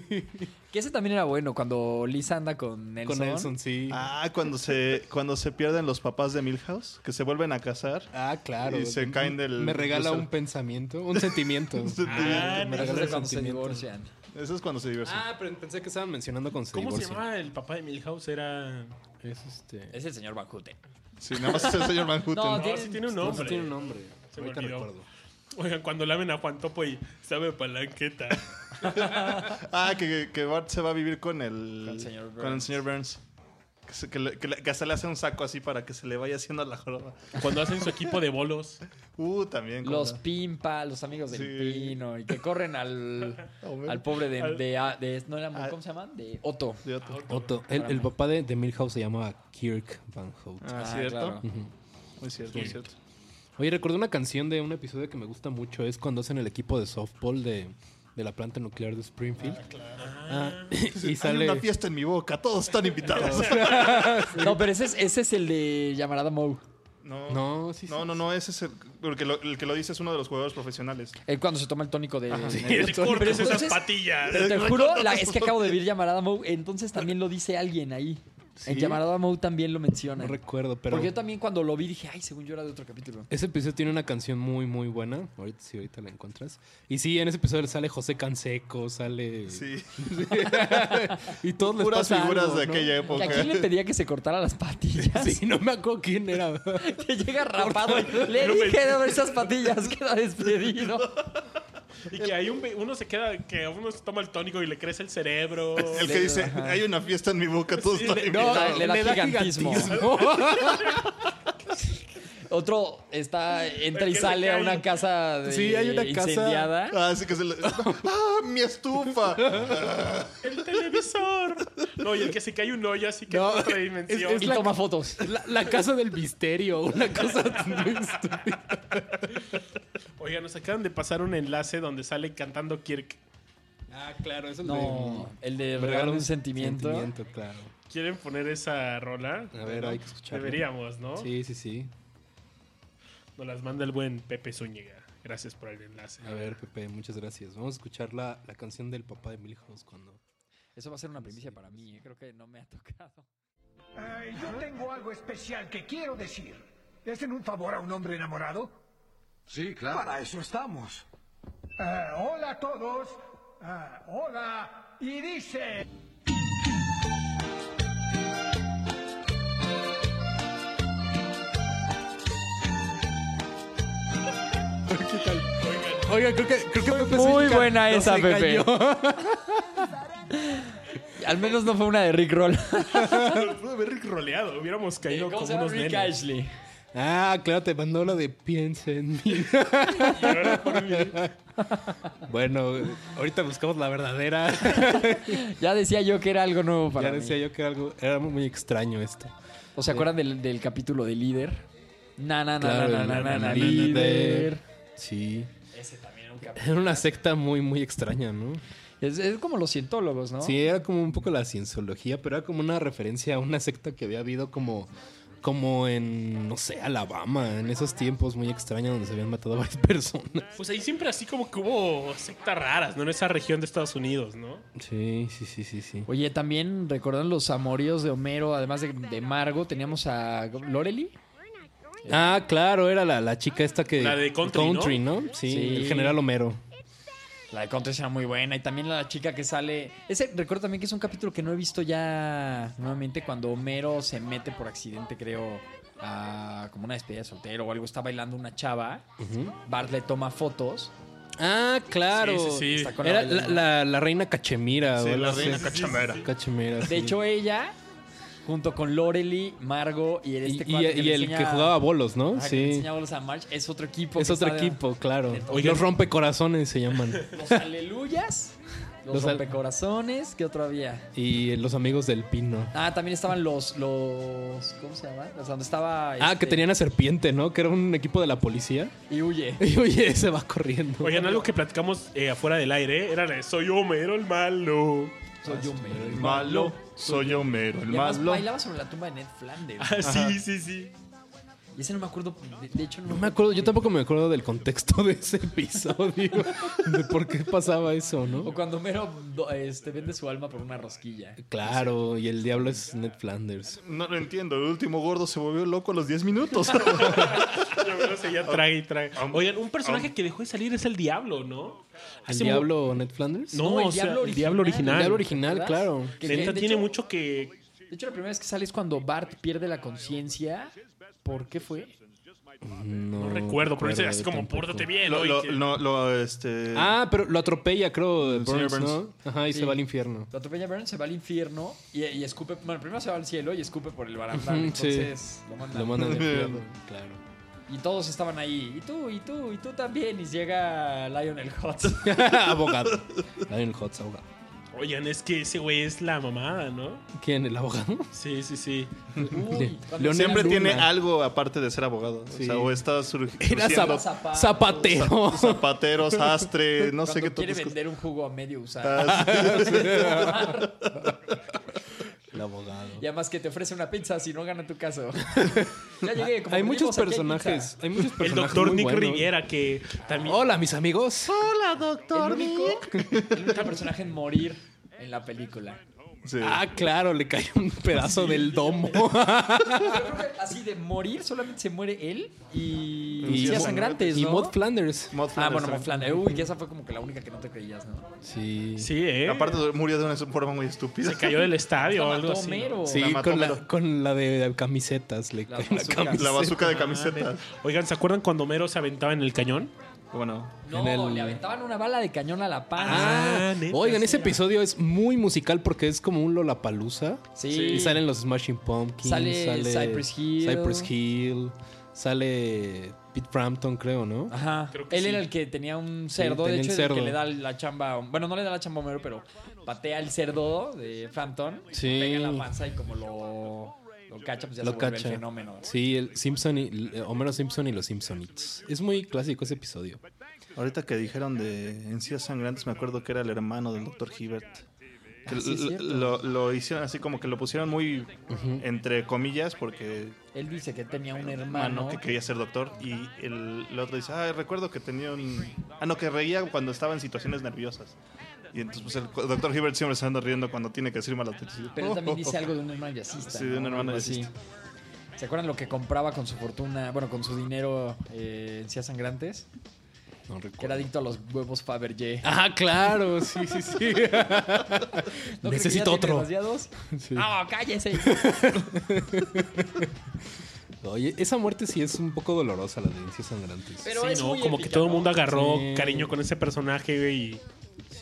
Que ese también era bueno cuando Lisa anda con Nelson. sí. Ah, cuando se, cuando se pierden los papás de Milhouse, que se vuelven a casar. Ah, claro. Y se caen del. Me regala del- un pensamiento, un sentimiento. Ah, Me no, eso regala es un cuando se sentimiento. divorcian. Eso es cuando se divorcian. Ah, pero pensé que estaban mencionando con se ¿Cómo se divorcian. llamaba Ah, el papá de Milhouse? Era. eh, Es este. Es el señor Van Houten. Sí, nada más es el señor Van Houten. No, No, tiene, sí tiene un nombre. tiene un nombre. Se me Ahorita olvidó. recuerdo. Oigan, cuando laven a Juan Topo y sabe a palanqueta. Ah, que, que Bart se va a vivir con el. Con el señor con el señor Burns. Que, se- que le- que le- que hasta le hace un saco así para que se le vaya haciendo la joroba. Cuando hacen su equipo de bolos. Uh, también. cómo Los no. Pimpa, los amigos del Pino, y que corren al, al pobre de, Al- de- a- de- ¿no era, ¿Cómo se llaman? De Otto. Otto. El, el papá de, de Milhouse se llamaba Kirk Van Hout. Ah, cierto. Ujú. Muy cierto, muy cierto. Oye, recuerdo una canción de un episodio que me gusta mucho. Es cuando hacen el equipo de softball de, de la planta nuclear de Springfield. Ah, y sale. Hay una fiesta en mi boca, todos están invitados. No, pero ese es, ese es el de Llamarada Moe. No, no, sí, no, no, no, ese es el. Porque lo- el que lo dice es uno de los jugadores profesionales. Eh, cuando se toma el tónico de. Ajá. Sí, de- te cortas Pero esas entonces, patillas. Te Recórtate juro, la- es tus que acabo de ver Llamarada Moe. Entonces también lo dice alguien ahí. Sí. En Llamarada Moe también lo menciona. No recuerdo, pero- Porque yo también cuando lo vi dije, ay, según yo era de otro capítulo. Ese episodio tiene una canción muy, muy buena. Ahorita sí, ahorita la encuentras. Y sí, en ese episodio sale José Canseco, sale. Sí. y todos les Puras pasa figuras algo, de ¿no? aquella época. Que a quién le pedía que se cortara las patillas. Sí, no me acuerdo quién era. que llega rapado. y Le No me- dije de ver esas patillas, queda despedido. Y que hay un, ve- uno se queda, que uno se toma el tónico y le crece el cerebro. El que dice, hay una fiesta en mi boca, todos Oh. Sí, están le- invitados. no, le da gigantismo. Otro está, entra El y que sale se a cae. una casa de- Sí, hay una casa- incendiada. Ah, sí que se le... ¡Ah, mi estufa! El televisor. No, y el que se cae un hoyo así que No, es otra dimensión. es- es Y la- toma fotos. La, la casa del misterio, una cosa muy estúpida. Oiga, nos acaban de pasar un enlace donde sale cantando Kirk. Ah, claro, eso No, el de Me regalo un sentimiento. claro. ¿Quieren poner esa rola? A ver, hay que escucharlo. Deberíamos, ¿no? Sí, sí, sí. Nos las manda el buen Pepe Zúñiga. Gracias por el enlace. A ver, Pepe, muchas gracias. Vamos a escuchar la, la canción del papá de Milhouse cuando. Eso va a ser una primicia para mí, eh, creo que no me ha tocado. Ay, yo tengo algo especial que quiero decir. ¿Es en un favor a un hombre enamorado? Sí, claro. Para eso estamos. Ah, hola a todos. Ah, hola. Y dice... ¿Qué tal? Oiga, creo que, creo que Pepe Muy Zúñiga buena no esa, se Pepe. cayó. Al menos no fue una de Rick Roll. Lo Pudo haber roleado. Hubiéramos caído Eh, ¿Cómo como se llama unos Rick nenes. Ashley? Ah, claro, te mandó lo de piensa en mí. bueno, ahorita buscamos la verdadera. Ya decía yo que era algo nuevo para ya mí. decía yo que era algo era muy extraño esto. ¿O se acuerdan del, del capítulo de Líder? Na, na, na, Claro, na, na, na, na, na, líder. líder. Sí. Ese también era un Era una secta muy, muy extraña, ¿no? Es, es como los cientólogos, ¿no? Sí, era como un poco la cienciología, pero era como una referencia a una secta que había habido como, como en, no sé, Alabama, en esos tiempos muy extraños donde se habían matado a varias personas. Pues ahí siempre así como que hubo sectas raras, ¿no? En esa región de Estados Unidos, ¿no? Sí, sí, sí, sí, sí. Oye, también recordan los amoríos de Homero, además de, de Margo, teníamos a Loreli. Ah, claro, era la, la chica esta que... La de Country, ¿no? ¿no? Sí, Sí. el general Homero. La de Contes era muy buena. Y también la chica que sale. Ese recuerdo también que es un capítulo que no he visto ya nuevamente cuando Homero se mete por accidente, creo, a como una despedida de soltero o algo. Está bailando una chava. Bart le toma fotos. Ah, claro. Sí, sí, sí. Está con la Era la, bailarina. la- la reina Cachemira. Sí, o la algo reina así. Cachemira. Cachemira, sí. De hecho, ella junto con Lorely, Margo y el este Y- cuate y- y le el enseña- que jugaba bolos, ¿no? Ajá, que Sí. le enseña bolos a March. Es otro equipo. Es que otro está de- equipo, claro. de todo. Los rompecorazones se llaman. Los aleluyas. Los, Los al- rompecorazones. ¿Qué otro había? Y los amigos del pino. Ah, también estaban los. los ¿Cómo se llama? O sea, donde estaba. Ah, este, que tenían a Serpiente, ¿no? Que era un equipo de la policía. Y huye. Y oye, se va corriendo. Oigan, algo que platicamos eh, afuera del aire era la de Soy Homero el malo. Soy Ah, Homero el malo, soy Homero el Y además malo. bailaba sobre la tumba de Ned Flanders. Ah, sí, sí, sí. Y ese no me acuerdo. De, de hecho, no, No me acuerdo, yo tampoco me acuerdo del contexto de ese episodio. de por qué pasaba eso, O ¿no? cuando Mero do- este, vende su alma por una rosquilla. Claro, y el diablo es Ned Flanders. No lo entiendo. El último gordo se volvió loco a los 10 minutos. ya trae, trae. Oigan, un personaje que dejó de salir es el Diablo, ¿no? ¿El Hace mu- diablo Ned Flanders? Ah, No, No, el o sea, diablo el diablo original. original. El diablo ¿Te original, acuerdas? claro. Que Neta, de tiene hecho- mucho que. De hecho, la primera vez que sale es cuando Bart pierde la conciencia. ¿Por qué fue? No, recuerdo, pero dice recuerdo así como, tampoco. pórtate bien. Lo- ¿no? Y lo- que- no, lo, este... Ah, pero lo atropella, creo, El señor Burns, Burns. ¿no? Ajá, y Sí. se va al infierno. Lo atropella Burns, se va al infierno y, y escupe. Bueno, primero se va al cielo y escupe por el barandal. Ujú, sí. Ah, entonces lo mandan. Lo mandan al infierno, claro. Y todos estaban ahí. Y tú, y tú, y tú también. Y llega Lionel Hutz. abogado. Lionel Hutz, abogado. Oigan, es que ese güey es la mamada, ¿no? ¿Quién? ¿El abogado? Sí, sí, sí. Uy, cuando Leonel Leonel siempre Luna. tiene algo aparte de ser abogado. O sea, o está surgiendo. Era zap- zapatero. Zapateros, sastre, no sé Cuando qué quiere topos- vender un jugo a medio usar. Ah, El abogado. Y además que te ofrece una pizza si no gana tu caso. Ya llegué. Como Hay pedimos, muchos aquí personajes. pizza. Hay muchos El personajes. doctor muy Nick buenos. Riviera, que también. Hola, mis amigos. Hola, doctor el único, El único personaje en morir en la película. Ah, claro, le cayó un pedazo del domo. Pero creo que así de morir solamente se muere él y Sillas Mod- Sangrantes, Y ¿no? Mod Flanders. Ah, bueno, Mod Flanders. Uy, que esa fue como que la única que no te creías, ¿no? Sí. Sí, eh. Aparte murió de una forma muy estúpida. Se cayó del estadio o Hasta algo mató así. Homero. Sí, La mató, con, la, pero- con la de camisetas. Le cayó la bazuca. camiseta. La bazuca de camiseta. Oigan, ¿se acuerdan cuando Homero se aventaba en el cañón? Bueno. En No, el- le aventaban una bala de cañón a la panza. Ah, oigan, ese episodio es muy musical porque es como un Lollapalooza. Sí. Y salen los Smashing Pumpkins. Sale Cypress Hill. Cypress Hill. Sale Pete Frampton, creo, ¿no? Ajá. Él era el que tenía un cerdo, tenía de el hecho, es el cerdo. que le da la chamba. Bueno, no le da la chamba a Homero, pero patea el cerdo de Frampton. Sí. Pega en la panza y como lo, lo cacha, pues ya se Lo vuelve cacha. el fenómeno. Sí, el Simpson y, el- Homero Simpson y los Simpsonitos. Es muy clásico ese episodio. Ahorita que dijeron de Encías Sangrantes, me acuerdo que era el hermano del doctor Hibbert. Que Ah, sí, l- cierto. lo, lo hicieron así como que lo pusieron muy entre comillas porque Él dice que tenía un hermano. mano que quería ser doctor y el, el otro dice, ah, recuerdo que tenía un... Ah, no, que reía cuando estaba en situaciones nerviosas. Y entonces pues, el doctor Hibbert siempre se anda riendo cuando tiene que decir malas noticias. Pero él también dice algo de un hermano jazzista. Sí, de un ¿no? hermano Algo así. jazzista. ¿Se acuerdan lo que compraba con su fortuna, bueno, con su dinero eh, en Cías Sangrantes? No Que era adicto a los huevos Fabergé. Ah, claro, sí, sí, sí. ¿No cree que ya Necesito tiene otro. demasiados? Sí. ¡No, cállese! Oye, esa muerte sí es un poco dolorosa, la de Encías Sangrantes. Pero Sí, es ¿no? muy Como que épica, todo el ¿no? mundo agarró Sí. cariño con ese personaje, güey.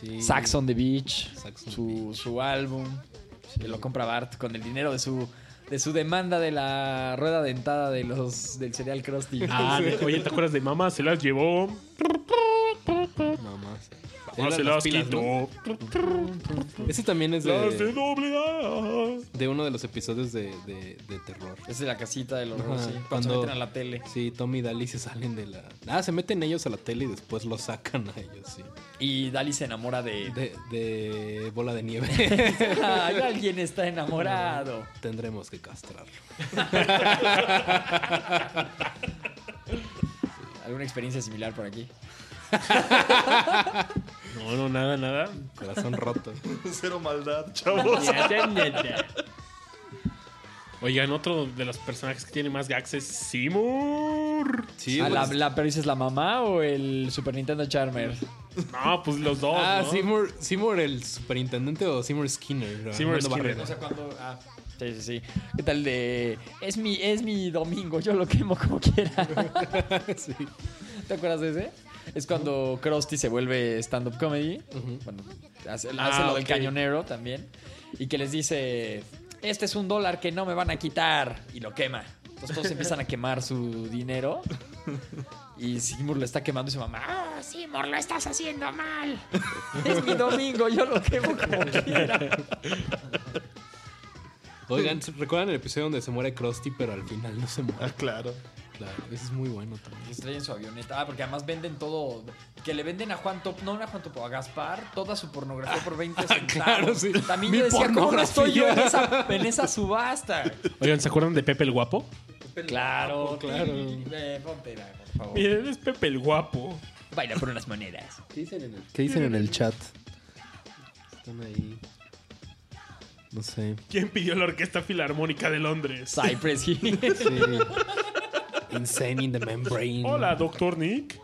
y- Sax on the Beach, su, su álbum, que lo compra Bart con el dinero de su de su demanda de la rueda dentada de los del cereal Krusty. Ah, de- oye, ¿te acuerdas de mamá? Se las llevó. Mamá. Mamá Ah, se las quitó. Ese también es Las de de, doble A. de uno de los episodios de, de- de terror. Es de la casita de los Ajá, Rossi, cuando, se meten a la tele. Sí, Tommy y Daly se salen de la. Ah, se meten ellos a la tele y después los sacan a ellos, sí. Y Dali se enamora de... De, de bola de nieve. Ay, alguien está enamorado. Tendremos que castrarlo. ¿Alguna experiencia similar por aquí? No, no, nada, nada. Corazón roto. Cero maldad, chavos. Oigan, otro de los personajes que tiene más gags es Seymour. Sí, Ah, la, la- ¿Pero dices la mamá o el Super Nintendo Charmer? No, pues los dos. Ah, ¿no? Seymour, Seymour el superintendente o Seymour Skinner. Seymour Armando Skinner. Barrera. O sea, cuando... ah, sí, sí, sí. ¿Qué tal de... Es mi, es mi domingo, yo lo quemo como quiera. ¿Te acuerdas de ese? Es cuando Krusty se vuelve stand-up comedy. Bueno, hace, hace Ah, lo del ok. cañonero también. Y que les dice... este es un dólar que no me van a quitar. Y lo quema. Entonces todos empiezan a quemar su dinero. Y Seymour lo está quemando y su mamá. "Ah, Oh, Seymour, lo estás haciendo mal. Es mi domingo, yo lo quemo como quiera. Oigan, ¿se ¿recuerdan el episodio donde se muere Krusty, pero al final no se muere? Ah, claro. Claro, ese es muy bueno también. Que estrella en su avioneta. Ah, porque además venden todo. Que le venden a Juan Top, no a Juan Topo, a Gaspar, toda su pornografía por 20 centavos. claro, sí. También Mi yo decía, ¿cómo no estoy yo en pornografía. esa, en esa subasta? Oigan, ¿se acuerdan de Pepe el Guapo? Claro, claro. Eh, póntela, por favor. Miren, es Pepe el Guapo. Baila por unas monedas. ¿Qué dicen en el ¿Qué dicen en el chat? Están ahí. No sé. ¿Quién pidió la Orquesta Filarmónica de Londres? Cypress Hill. Insane in the membrane. Hola, doctor Nick.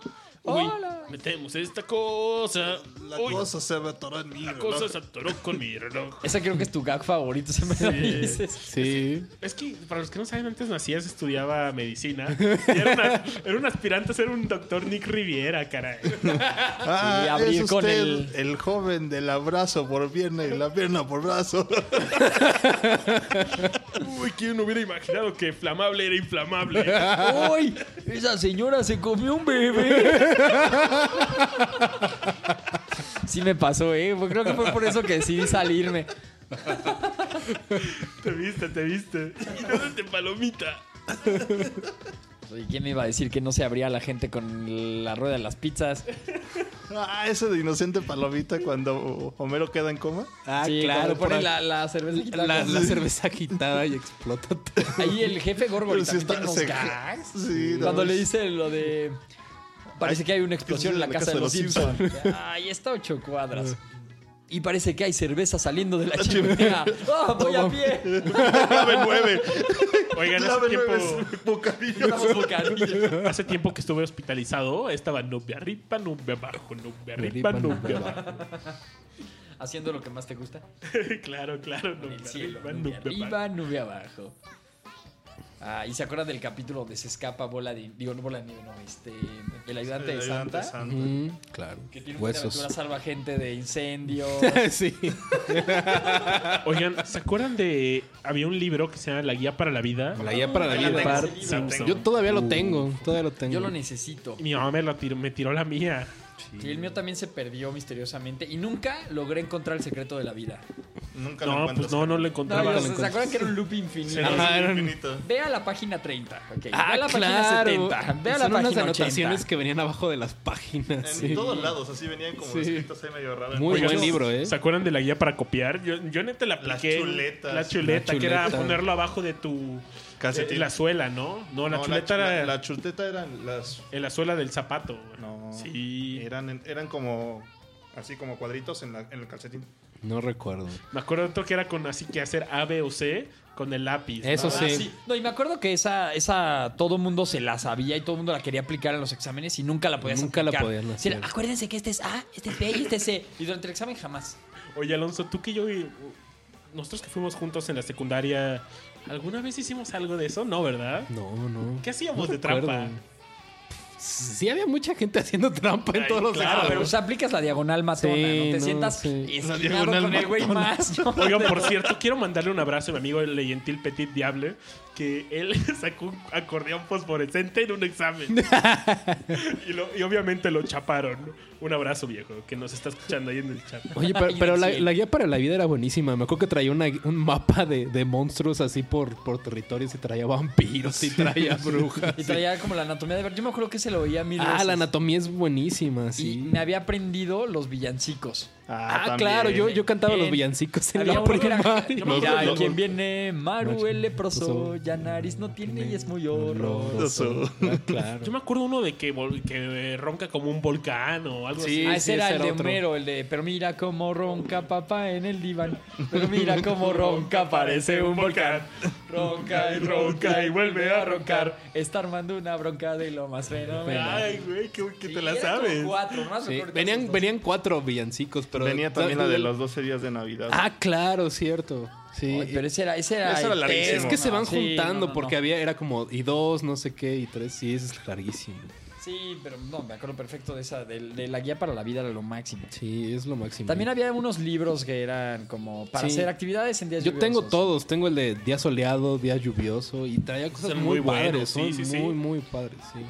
Uy, Hola. metemos esta cosa. La cosa se va a atorar en mi La reloj. cosa se atoró con mi reloj. Esa creo que es tu gag favorito, se me Sí. lo dices. Sí. Es que, para los que no saben, antes Macías estudiaba medicina. Y era, una- era un aspirante a ser un doctor Nick Riviera, caray. Ah, Sí, es usted el... joven del abrazo por pierna y la pierna por brazo. Uy, ¿quién hubiera imaginado que flamable era inflamable? ¡Uy! Esa señora se comió un bebé. Sí me pasó, ¿eh? Creo que fue por eso que decidí salirme. Te viste, te viste. Y no te palomita. Pues, ¿Y quién me iba a decir que no se abría la gente con la rueda de las pizzas? ah, ese de inocente palomita cuando Homero queda en coma. Ah, Sí, cuando ponen la, la cerveza quitada. La, la cerveza quitada y explota. Ahí el jefe Gorgory Pero sí también está- tiene unos se- gags. Sí, no Cuando le mames. dice lo de... Parece que hay una explosión en la casa de los Simpsons. Ahí está ocho cuadras. Ah. Y parece que hay cerveza saliendo de la chimenea. ¡Oh, voy a pie! Clave nueve. Oigan, hace Clave nueve tiempo. Estamos bocadillos. Hace tiempo que estuve hospitalizado, estaba nube arriba, nube abajo, nube arriba, Arriba, nube nube abajo. Haciendo lo que más te gusta. claro, claro, nube el cielo, arriba, nube nube arriba, nube abajo. Ah, y se acuerdan del capítulo donde se escapa bola de digo no bola de nieve, no, este el ayudante El ayudante de Santa, de Santa. Mm, claro. que tiene una aventura Huesos. salva gente de incendios. sí. Oigan, ¿se acuerdan de había un libro que se llama La guía para la vida? Ah, La guía para la vida. Yo todavía lo tengo. Todavía lo tengo. Uh, Yo lo necesito. Mi mamá me, lo tiró, me tiró la mía. Y el mío también se perdió misteriosamente y nunca logré encontrar el secreto de la vida. Nunca No, pues no, no lo encontraba. No, o sea, ¿Se acuerdan que era un loop infinito? Sí, Ajá, era un- Ve a la página 30. ok. ve Ah, a la claro. página 70. Ve a la Son página unas 80. anotaciones que venían abajo de las páginas. En sí. todos lados, así venían como Sí. escritos ahí medio raros. Muy Oigan, buen libro, ¿eh? ¿Se acuerdan de la guía para copiar? Yo, yo neta la Las apliqué. chuletas. La chuleta, La que era chuleta. ponerlo abajo de tu. Calcetín. eh, la suela, ¿no? No, la No, chuleta la, era. la chuleta eran las. en la suela del zapato. No. Sí. Eran, eran como. Así como cuadritos en, la- en el calcetín. No recuerdo. Me acuerdo otro que era con así que hacer A, B o C con el lápiz. Eso ¿no? Ah, sí. No, y me acuerdo que esa, esa todo mundo se la sabía y todo el mundo la quería aplicar en los exámenes y nunca la podías Nunca la aplicar. podían Sí, era, hacer. acuérdense que este es A, este es B y este es C. Y durante el examen jamás. Oye, Alonso, tú que yo. y- Nosotros que fuimos juntos en la secundaria, ¿alguna vez hicimos algo de eso? No, ¿verdad? No, no. ¿Qué hacíamos No de recuerdo. trampa? Sí, había mucha gente haciendo trampa en Ay, todos los claro, lados. pero pues aplicas la diagonal matona, Sí, no te no, sientas sí. esquinado La diagonal con el güey matona. más. ¿no? Oigan, por cierto, quiero mandarle un abrazo a mi amigo el Leyentil Petit Diable, que él sacó un acordeón fosforescente en un examen. y, lo- y obviamente lo chaparon. Un abrazo, viejo, que nos está escuchando ahí en el chat. Oye, pero, pero la, la guía para la vida era buenísima. Me acuerdo que traía una- un mapa de, de monstruos así por, por territorios y traía vampiros y traía brujas. Y traía como la anatomía de ver. Yo me acuerdo que se lo oía mil Ah, veces. la anatomía es buenísima, sí. Me había aprendido los villancicos. Ah, claro, yo, yo cantaba los villancicos en Había la uno que era- primaria. Mira, Los- quien viene, Maru el leproso, leproso, ya nariz no tiene y es muy horroroso. Ah, claro. Yo me acuerdo uno de que, vol- que eh, ronca como un volcán o algo así. ah, ese era el de Homero, el de, pero mira cómo ronca papá en el diván. Pero mira cómo ronca, parece un volcán. Ronca y ronca y vuelve a roncar. Está armando una bronca de lo más fenomenal. Ay, güey, que, que te la era como sabes. cuatro, más Sí, recuerdo que esos Venían, dos. venían cuatro villancicos, pero. Venía también la de los 12 días de Navidad. Ah, claro, cierto. Sí. Ay, pero ese era, ese era, Ese era larguísimo. Es que se van Sí, juntando no, no, porque no. había, era como, y dos, no sé qué, y tres, sí, ese es larguísimo. Sí, pero no, me acuerdo perfecto de esa, de, de la guía para la vida era lo máximo. Sí, es lo máximo. También había unos libros que eran como para Sí. hacer actividades en días Yo tengo lluviosos. todos. Tengo el de día soleado, día lluvioso y traía cosas Son muy, muy buenos, padres. sí, son sí, sí. muy, muy padres. Sí.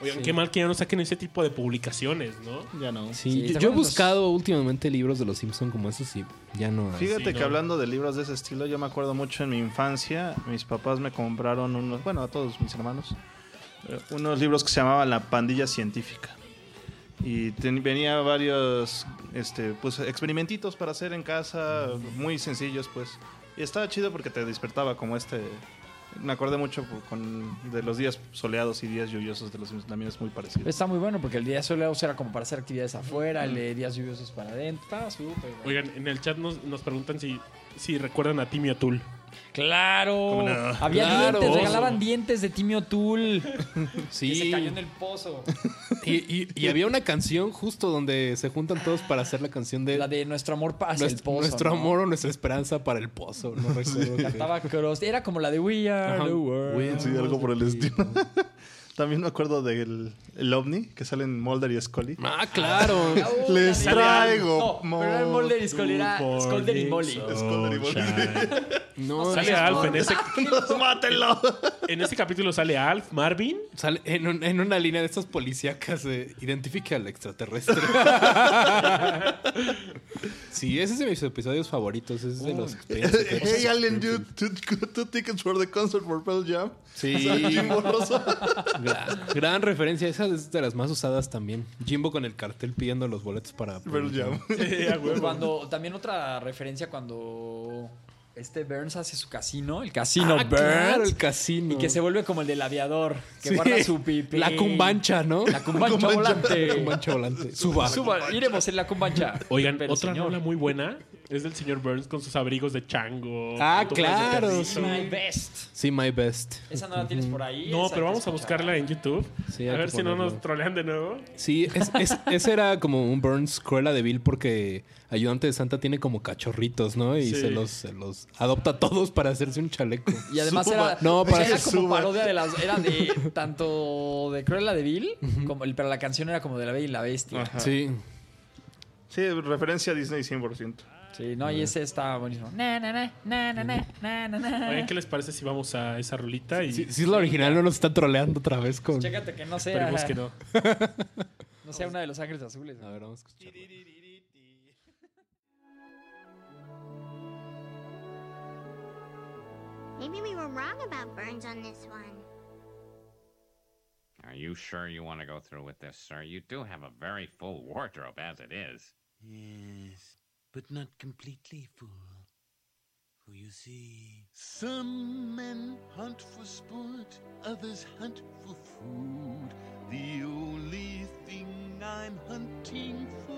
Oigan, Sí. qué mal que ya no saquen ese tipo de publicaciones, ¿no? Ya no. Sí, yo, yo he buscado últimamente libros de los Simpsons como esos y ya no. hay. Fíjate que hablando de libros de ese estilo, yo me acuerdo mucho en mi infancia, mis papás me compraron unos, bueno, a todos mis hermanos, eh, unos libros que se llamaban La Pandilla Científica. Y ten- venía varios este, pues, experimentitos para hacer en casa, muy sencillos, pues. Y estaba chido porque te despertaba como este... Me acordé mucho por- con, de los días soleados y días lluviosos de los Simpsons, también es muy parecido. Está muy bueno porque el día soleado era como para hacer actividades afuera, el de días lluviosos para adentro. Estaba súper bueno. Oigan, en el chat nos, nos preguntan si, si recuerdan a Timmy O'Toole. Claro. Había dientes, regalaban dientes de Timmy O'Toole. Sí. Que se cayó en el pozo. Y, y- y había una canción justo donde se juntan todos para hacer la canción de. La de Nuestro amor hacia el pozo, Nuestro ¿no? amor o nuestra esperanza para el pozo. No recuerdo. qué. Cantaba Cross. Era como la de We Are Ajá. the World. Sí, algo por el estilo. También me acuerdo del el ovni que salen Mulder y Scully. Ah, claro. Les Sale traigo. algo. No, pero era mo- Mulder y Scully, era Sculder y Molly. Sculder y Molly. No, Ah. sale Alf en ese, ¡Mátenlo! en ese capítulo sale Alf, Marvin. Sale en, un- en una línea de estas policíacas de identifica al extraterrestre. sí, ese es de mis episodios favoritos. ese Es de los. Hey, Alien dude, two, two tickets for the concert for Pearl Jam. Sí. Sale Jim Borroso. Gran, gran referencia. Esa es de las más usadas también. Jimbo con el cartel pidiendo los boletos para. Pearl Jam. Cuando, también otra referencia cuando este Burns hace su casino, el casino Ah, Burns. claro, el casino. Y que se vuelve como el del aviador, que Sí. guarda su pipi. La cumbancha, ¿no? La cumbancha volante. La cumbancha volante. Suba. Suba, iremos en la cumbancha. Oigan, Pero, otra señor. rola muy buena es del señor Burns con sus abrigos de chango. Ah, con túmulas de claro, perrito. sí. My best. Sí, my best. Esa no la tienes por ahí. No, esa pero hay que vamos a escuchar. buscarla en YouTube. Sí, hay a que ver si no ponerlo. nos trolean de nuevo. Sí, es- es- ese era como un Burns Cruella de Vil porque ayudante de Santa tiene como cachorritos, ¿no? Y Sí. se, los, se los adopta a todos para hacerse un chaleco. Y además era, No, o sea, para era como parodia de las. Era de tanto de Cruella de Vil, como el- pero la canción era como de la Bella y la Bestia. Ajá. Sí. Sí, referencia a Disney 100%. Sí, no, y ese está buenísimo. Na, na, na, na, na, na, na, na, na. Oigan, ¿qué les parece si vamos a esa rolita? Y... Si es la original, no nos están troleando otra vez con. Chécate que no sea. Esperemos que no. No sea una de los ángeles azules. A ver, vamos a escuchar. Maybe we were wrong about Burns on this one. Are you sure you want to go through with this, sir? You do have a very full wardrobe as it is. Yes, but not completely full. For you see, some men hunt for sport, others hunt for food. The only thing I'm hunting for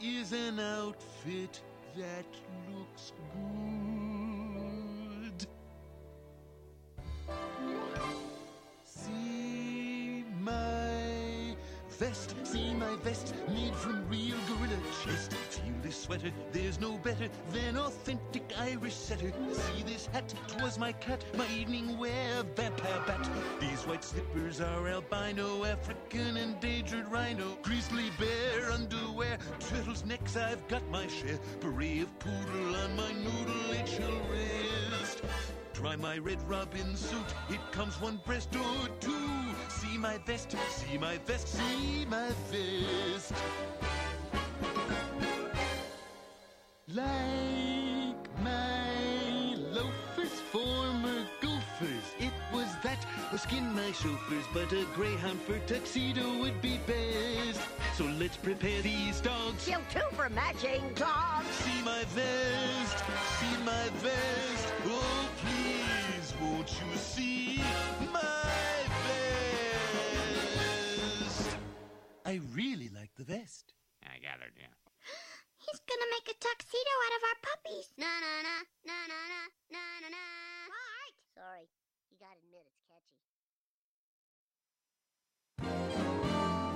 is an outfit that looks good. See my vest, see my vest, made from real gorilla chest. Feel this sweater, there's no better than authentic Irish setter. See this hat, 'twas my cat, my evening wear vampire bat. These white slippers are albino, African endangered rhino, grizzly bear underwear, turtles necks, I've got my share. Puree of poodle on my noodle, it shall rest. Try my red robin suit, it comes one breast or two. See my vest, see my vest, see my vest. Like my loafers, former gophers, it was that a skin my chauffeurs, but a greyhound for tuxedo would be best. So let's prepare these dogs. You two for matching dogs. See my vest, see my vest. Oh, please, won't you see my vest? I really like the vest. I gathered, yeah. He's gonna make a tuxedo out of our puppies. Na na na na na na na na na. What? Sorry, you gotta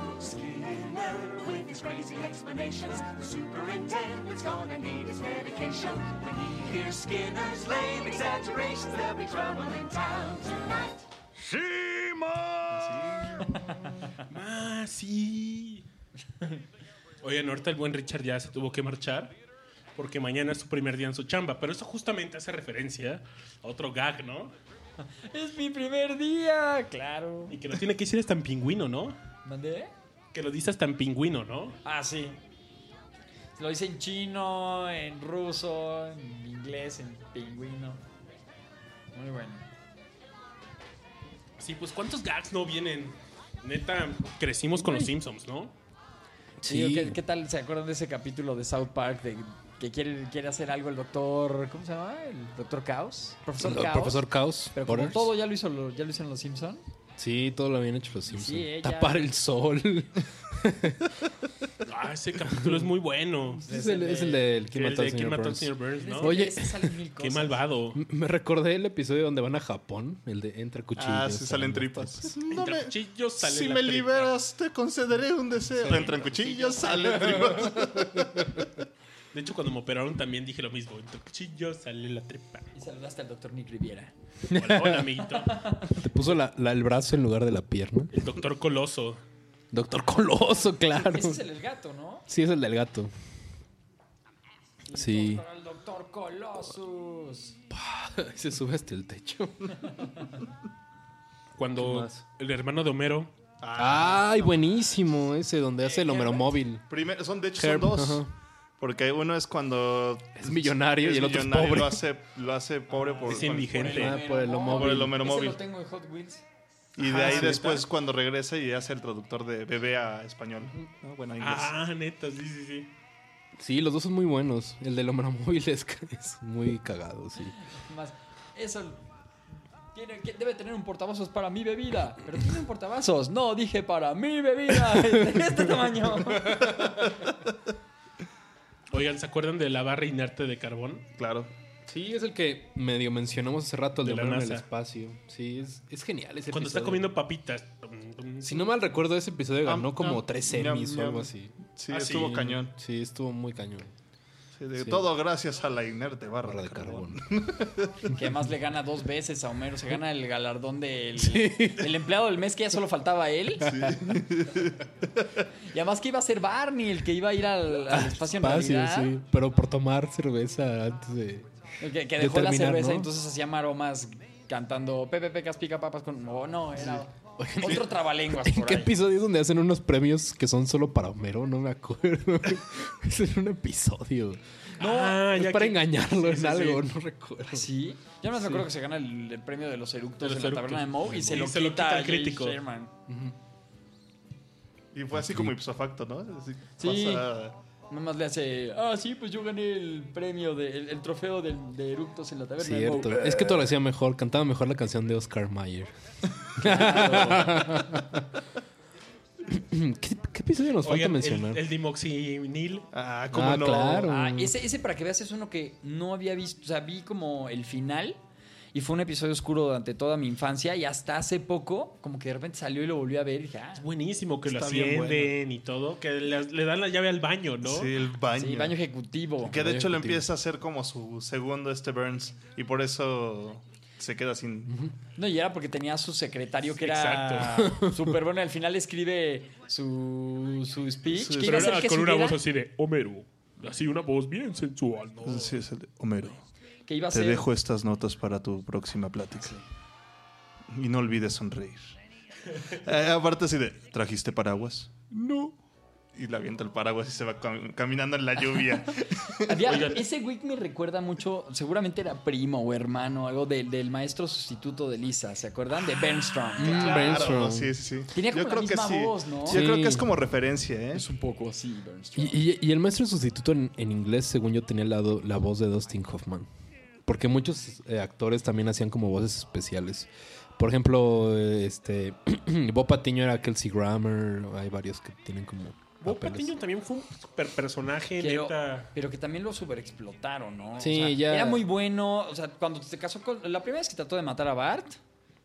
admit it's catchy. Skinny Eric with his crazy explanations. The superintendent's gonna need his medication. When he hears Skinner's lame exaggerations, there'll be trouble in town tonight. See my Ma, sí. Oigan, ahorita el buen Richard ya se tuvo que marchar porque mañana es su primer día en su chamba. Pero eso justamente hace referencia a otro gag, ¿no? Es mi primer día, claro. Y que lo tiene que decir hasta en pingüino, ¿no? ¿Mandé? Que lo dice hasta en pingüino, ¿no? Ah, sí. Lo dice en chino, en ruso, en inglés, en pingüino. Muy bueno. Sí, pues ¿cuántos gags no vienen? Neta, crecimos con los Güey. Simpsons, ¿no? Sí. Digo, ¿qué, qué tal se acuerdan de ese capítulo de South Park de que quiere, quiere hacer algo el doctor. ¿Cómo se llama? El doctor Caos. Profesor El Caos. profesor Caos, Pero como Butters. todo ya lo, hizo, lo- ya lo hicieron los Simpson. Sí, todo lo habían hecho los Simpsons. Sí, ella- Tapar el sol. Ah, ese capítulo es muy bueno. Es el- es el de ¿Quién mató al de señor Burns? Burns, ¿no? Oye, qué malvado. M- Me recordé el episodio donde van a Japón, el de entre cuchillos. Ah, sí, salen tripas. No me- sale si la me tripa. liberas, te concederé un deseo. Entran cuchillos, salen tripas. De hecho, cuando me operaron también dije lo mismo. Entre cuchillos sale la tripa. Y saludaste al doctor Nick Riviera. Hola, hola, amiguito. Te puso la- la- el brazo en lugar de la pierna. El doctor Coloso. Doctor Coloso, claro. Ese es el del gato, ¿no? Sí, es el del gato. Sí. Para el doctor Colossus. Se sube hasta el techo. Cuando el hermano de Homero. Ah, Ay, buenísimo ese donde hace el Homero móvil. Primero, son, de hecho, son Herb, dos. ajá. Porque uno es cuando. Es millonario y el otro es millonario, pobre. Lo hace, lo hace pobre por. Es indigente. por el- Ah, por el Homero Por el móvil. Homero Ese móvil. lo tengo en Hot Wheels. Y de Ajá, ahí sí, después, neta. cuando regresa y hace el traductor de bebé a español. ¿no? Bueno, a inglés. Ah, neta, sí, sí, sí. Sí, los dos son muy buenos. El del Homero móvil es, es muy cagado, sí. Más, eso tiene que- debe tener un portavasos para mi bebida. Pero tiene un portavasos. No, dije para mi bebida. De este tamaño. Oigan, ¿se acuerdan de la barra inerte de carbón? Claro. Sí, es el que medio mencionamos hace rato, el De de, la Homero en el NASA. espacio. Sí, es, es genial ese Cuando está episodio. comiendo papitas. Si no mal recuerdo, ese episodio ganó Ah, como ah, tres Emmys ñam, o algo ñam. así. Sí, Ah, estuvo cañón. Sí, estuvo muy cañón. Sí, de Sí. Todo gracias a la inerte barra, de carbón. Que además le gana dos veces a Homero. Se gana el galardón del, del empleado del mes que ya solo faltaba a él. Y además que iba a ser Barney el que iba a ir al, al espacio en Ah, Espacio, realidad. sí. Pero por tomar cerveza antes de. El Que, que de dejó la terminar, cerveza ¿no? y entonces hacía maromas cantando Pepe Pecas pica papas con... Oh, no, era otro trabalenguas por ¿Qué ahí. episodio es donde hacen unos premios que son solo para Homero? No me acuerdo. es en un episodio. Ah, No, es para engañarlo en algo, no recuerdo. ¿Sí? Yo no me Sí. acuerdo que se gana el, el premio de los eructos De los en la taberna eructos. de Moe y, Y se lo se quita, lo quita al a Jay crítico. Sherman. Y fue así como ipsofacto, ¿no? Así Sí. pasa- Nomás le hace, ah, sí, pues yo gané el premio, de, el, el trofeo del- de, eructos en la taberna de Cierto. Moe. Es que todo lo hacía mejor. Cantaba mejor la canción de Oscar Mayer. ¿Qué, qué episodio nos falta Oigan, mencionar? El, el dimoxinil. Ah, ¿cómo Ah, no? claro. Ah, ese, ese para que veas es uno que no había visto, o sea, vi como el final y fue un episodio oscuro durante toda mi infancia y hasta hace poco como que de repente salió y lo volví a ver y dije, ah, Es buenísimo que lo Está bien ascienden y todo. Que le, le dan la llave al baño, ¿no? Sí, el baño. sí, baño ejecutivo. Que de hecho lo empieza a hacer como su segundo este Burns y por eso se queda sin... No, y era porque tenía a su secretario que era Exacto. súper bueno. Al final escribe su, su speech. que iba Pero a ser era que con una subiera- voz así de Homero. Así, una voz bien sensual, ¿no? Sí, es el de Homero. Que iba a Te ser- dejo estas notas para tu próxima plática. Y no olvides sonreír. Eh, aparte así de, ¿trajiste paraguas? No. Y la avienta el paraguas y se va cam- caminando en la lluvia. Había- ese week me recuerda mucho, seguramente era primo o hermano, algo del- del maestro sustituto de Lisa, ¿se acuerdan? De Bernstrom. Mm, Claro, Brainstorm. sí, sí, sí. Tenía como Yo la creo que misma sí. voz, ¿no? Yo creo que es como referencia, ¿eh? Es un poco así, Y, y- y el maestro sustituto en, en inglés, según yo, tenía la, do- la voz de Dustin Hoffman. Porque muchos eh, actores también hacían como voces especiales. Por ejemplo, eh, este Bob Patiño era Kelsey Grammer. Hay varios que tienen como. Bob papeles. Patiño también fue un super personaje, Pero- neta. Pero que también lo superexplotaron, ¿no? O Sí, sea, ya. Era muy bueno. O sea, cuando se casó con. La primera vez que trató de matar a Bart,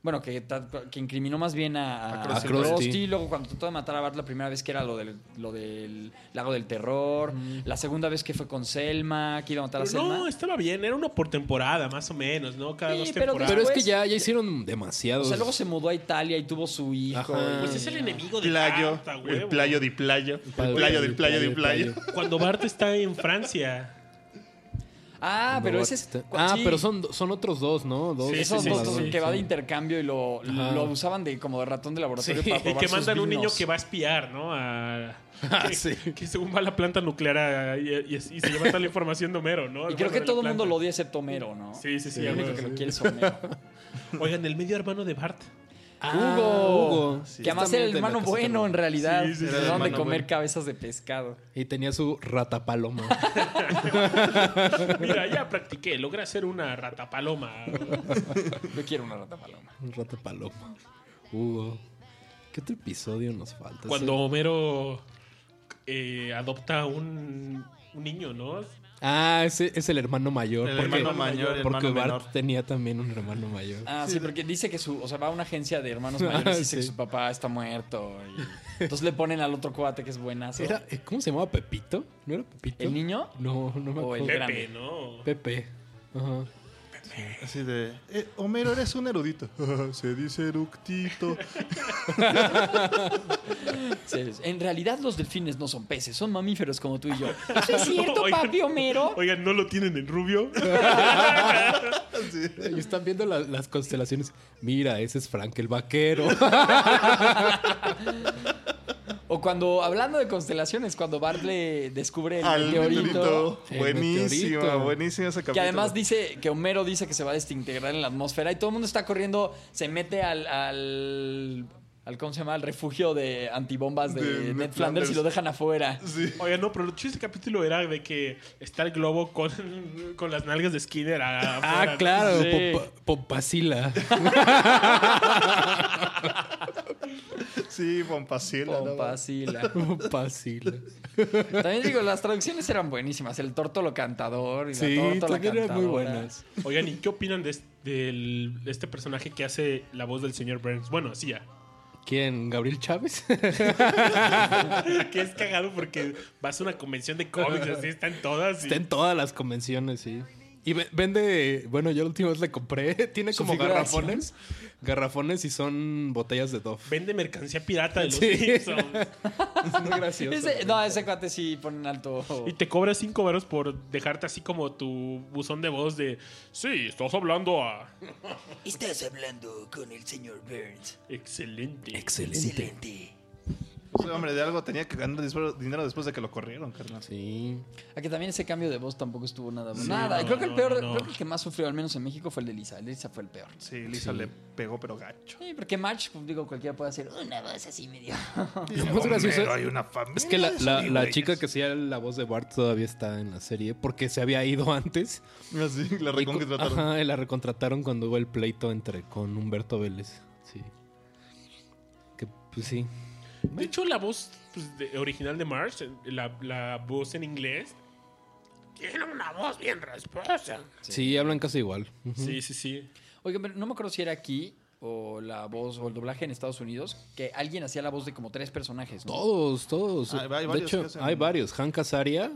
Bueno, que, ta- que incriminó más bien a, A a, Krusty. Krusty. A Krusty. Luego, cuando trató de matar a Bart la primera vez, que era lo del, lo del lago del terror. Mm. La segunda vez que fue con Selma, que iba a matar a Pero Selma. Eh, no, estaba bien, era uno por temporada, más o menos, ¿no? Cada Sí, dos pero temporadas. después- Pero es que Ya, ya hicieron demasiado. O sea, luego se mudó a Italia y tuvo su hijo. Ajá. y- Pues es el enemigo de Playo, Marta, huevo. el playo de playo, el Playo playo di de playo de playo. Cuando Bart está en Francia. Ah, No, pero Bart ese es. está- Ah, sí. pero son, son otros dos, ¿no? Dos, Esos dos dos que va de sí. intercambio y lo, Ajá. lo usaban de como de ratón de laboratorio para y probar que sus mandan un niño vinos. Ah, que va a espiar, ¿no? A- que, que según va a la planta nuclear a- y, y- y se lleva toda la información de Homero, ¿no? Y creo que Guarda la todo el mundo planta. lo odia excepto Homero, ¿no? Sí, sí, sí. El único bueno, que lo sí. quiere es Homero. Ah, Oigan, el medio hermano de Bart. Hugo. Sí. que además Justamente en era el la hermano casa de bueno, Ramón. en realidad. Sí, sí, sí. Le Era el daban de hermano comer bueno. cabezas de pescado. Y tenía su rata paloma. Mira, ya practiqué, logré hacer una rata paloma. Yo quiero una rata paloma. Un rata paloma. Hugo. ¿Qué otro episodio nos falta? Cuando Homero eh, adopta un, un niño, ¿no? Ah, ese es el hermano mayor. El porque- hermano mayor, el Porque hermano Bart menor. tenía también un hermano mayor. Ah, sí, porque dice que su. O sea, va a una agencia de Ah, hermanos mayores y dice que Sí. su papá está muerto. y- entonces le ponen al otro cuate que es buenazo. Era- eh, ¿Cómo se llamaba Pepito? ¿No era Pepito? ¿El niño? No, no me acuerdo. O el grande. ¿no? Pepe. Ajá. Así de, eh, Homero, eres un erudito. Se dice eructito. Sí, En realidad los delfines no son peces, son mamíferos como tú y yo. ¿Eso es cierto, papi Homero? Oigan, ¿no lo tienen en rubio? Y están viendo la- las constelaciones. Mira, ese es Frank el vaquero. O cuando, hablando de constelaciones, cuando Bart le descubre el Al meteorito. meteorito. Buenísima, buenísima esa Que capítulo. además dice que Homero dice que se va a desintegrar en la atmósfera y todo el mundo está corriendo, se mete al, al, al- ¿cómo se llama? Al refugio de antibombas de, De Ned, Ned Flanders, y lo Flanders. dejan afuera. Oigan, no, pero lo chido de este capítulo era de que está el globo con, con las nalgas de Skinner. afuera, ah, ¿no? claro. Sí. Pompa- Pompasila. Sí, Pompasila. ¿no? Pompasila. Pompasila. También digo, las traducciones eran buenísimas. El tórtolo cantador y Sí, la tórtola también eran muy cantadora. buenas. Oigan, ¿y qué opinan de este, del- de este personaje que hace la voz del señor Burns? Bueno, así ya. ¿Quién? ¿Gabriel Chávez? que es cagado porque vas a una convención de cómics, así están todas. y- Está en todas las convenciones, sí. Y ve- vende, bueno, yo la última vez le compré, tiene ¿Su como figura de acción? garrafones. Garrafones y son botellas de Dove. Vende mercancía pirata de los Sí. Simpsons. es muy gracioso. Ese- no, ese cuate sí ponen alto. Y te cobra cinco varos por dejarte así como tu buzón de voz de Sí, estás hablando a Estás hablando con el señor Burns. Excelente. Excelente. Ese hombre de algo tenía que ganar dis- dinero después de que lo corrieron, carnal. Sí. A que también ese cambio de voz tampoco estuvo nada bueno. Sí, nada. no, creo que el no, no, peor, no. creo que el que más sufrió, al menos en México, fue el de Lisa. El de Lisa fue el peor. Sí, Lisa le pegó, pero gacho. Sí, porque March, pues, digo, cualquiera puede hacer una voz así medio. Lo más gracioso hay una familia es que la, de la- la güeyes. chica que hacía la voz de Bart todavía está en la serie porque se había ido antes. Así, Ah, la Y cu- recontrataron. Ajá, y la recontrataron cuando hubo el pleito entre con Humberto Vélez. Sí. Que pues sí. De hecho, la voz pues, de- original de Marsh, la, la voz en inglés, tiene una voz bien rasposa. Sí, hablan casi igual. Ujú. Sí, sí, sí. Oigan, pero no me acuerdo si era aquí o la voz o el doblaje en Estados Unidos que alguien hacía la voz de como tres personajes. ¿no? Todos, todos. Ah, hay varios de que hecho, hacen- hay varios. Hank Azaria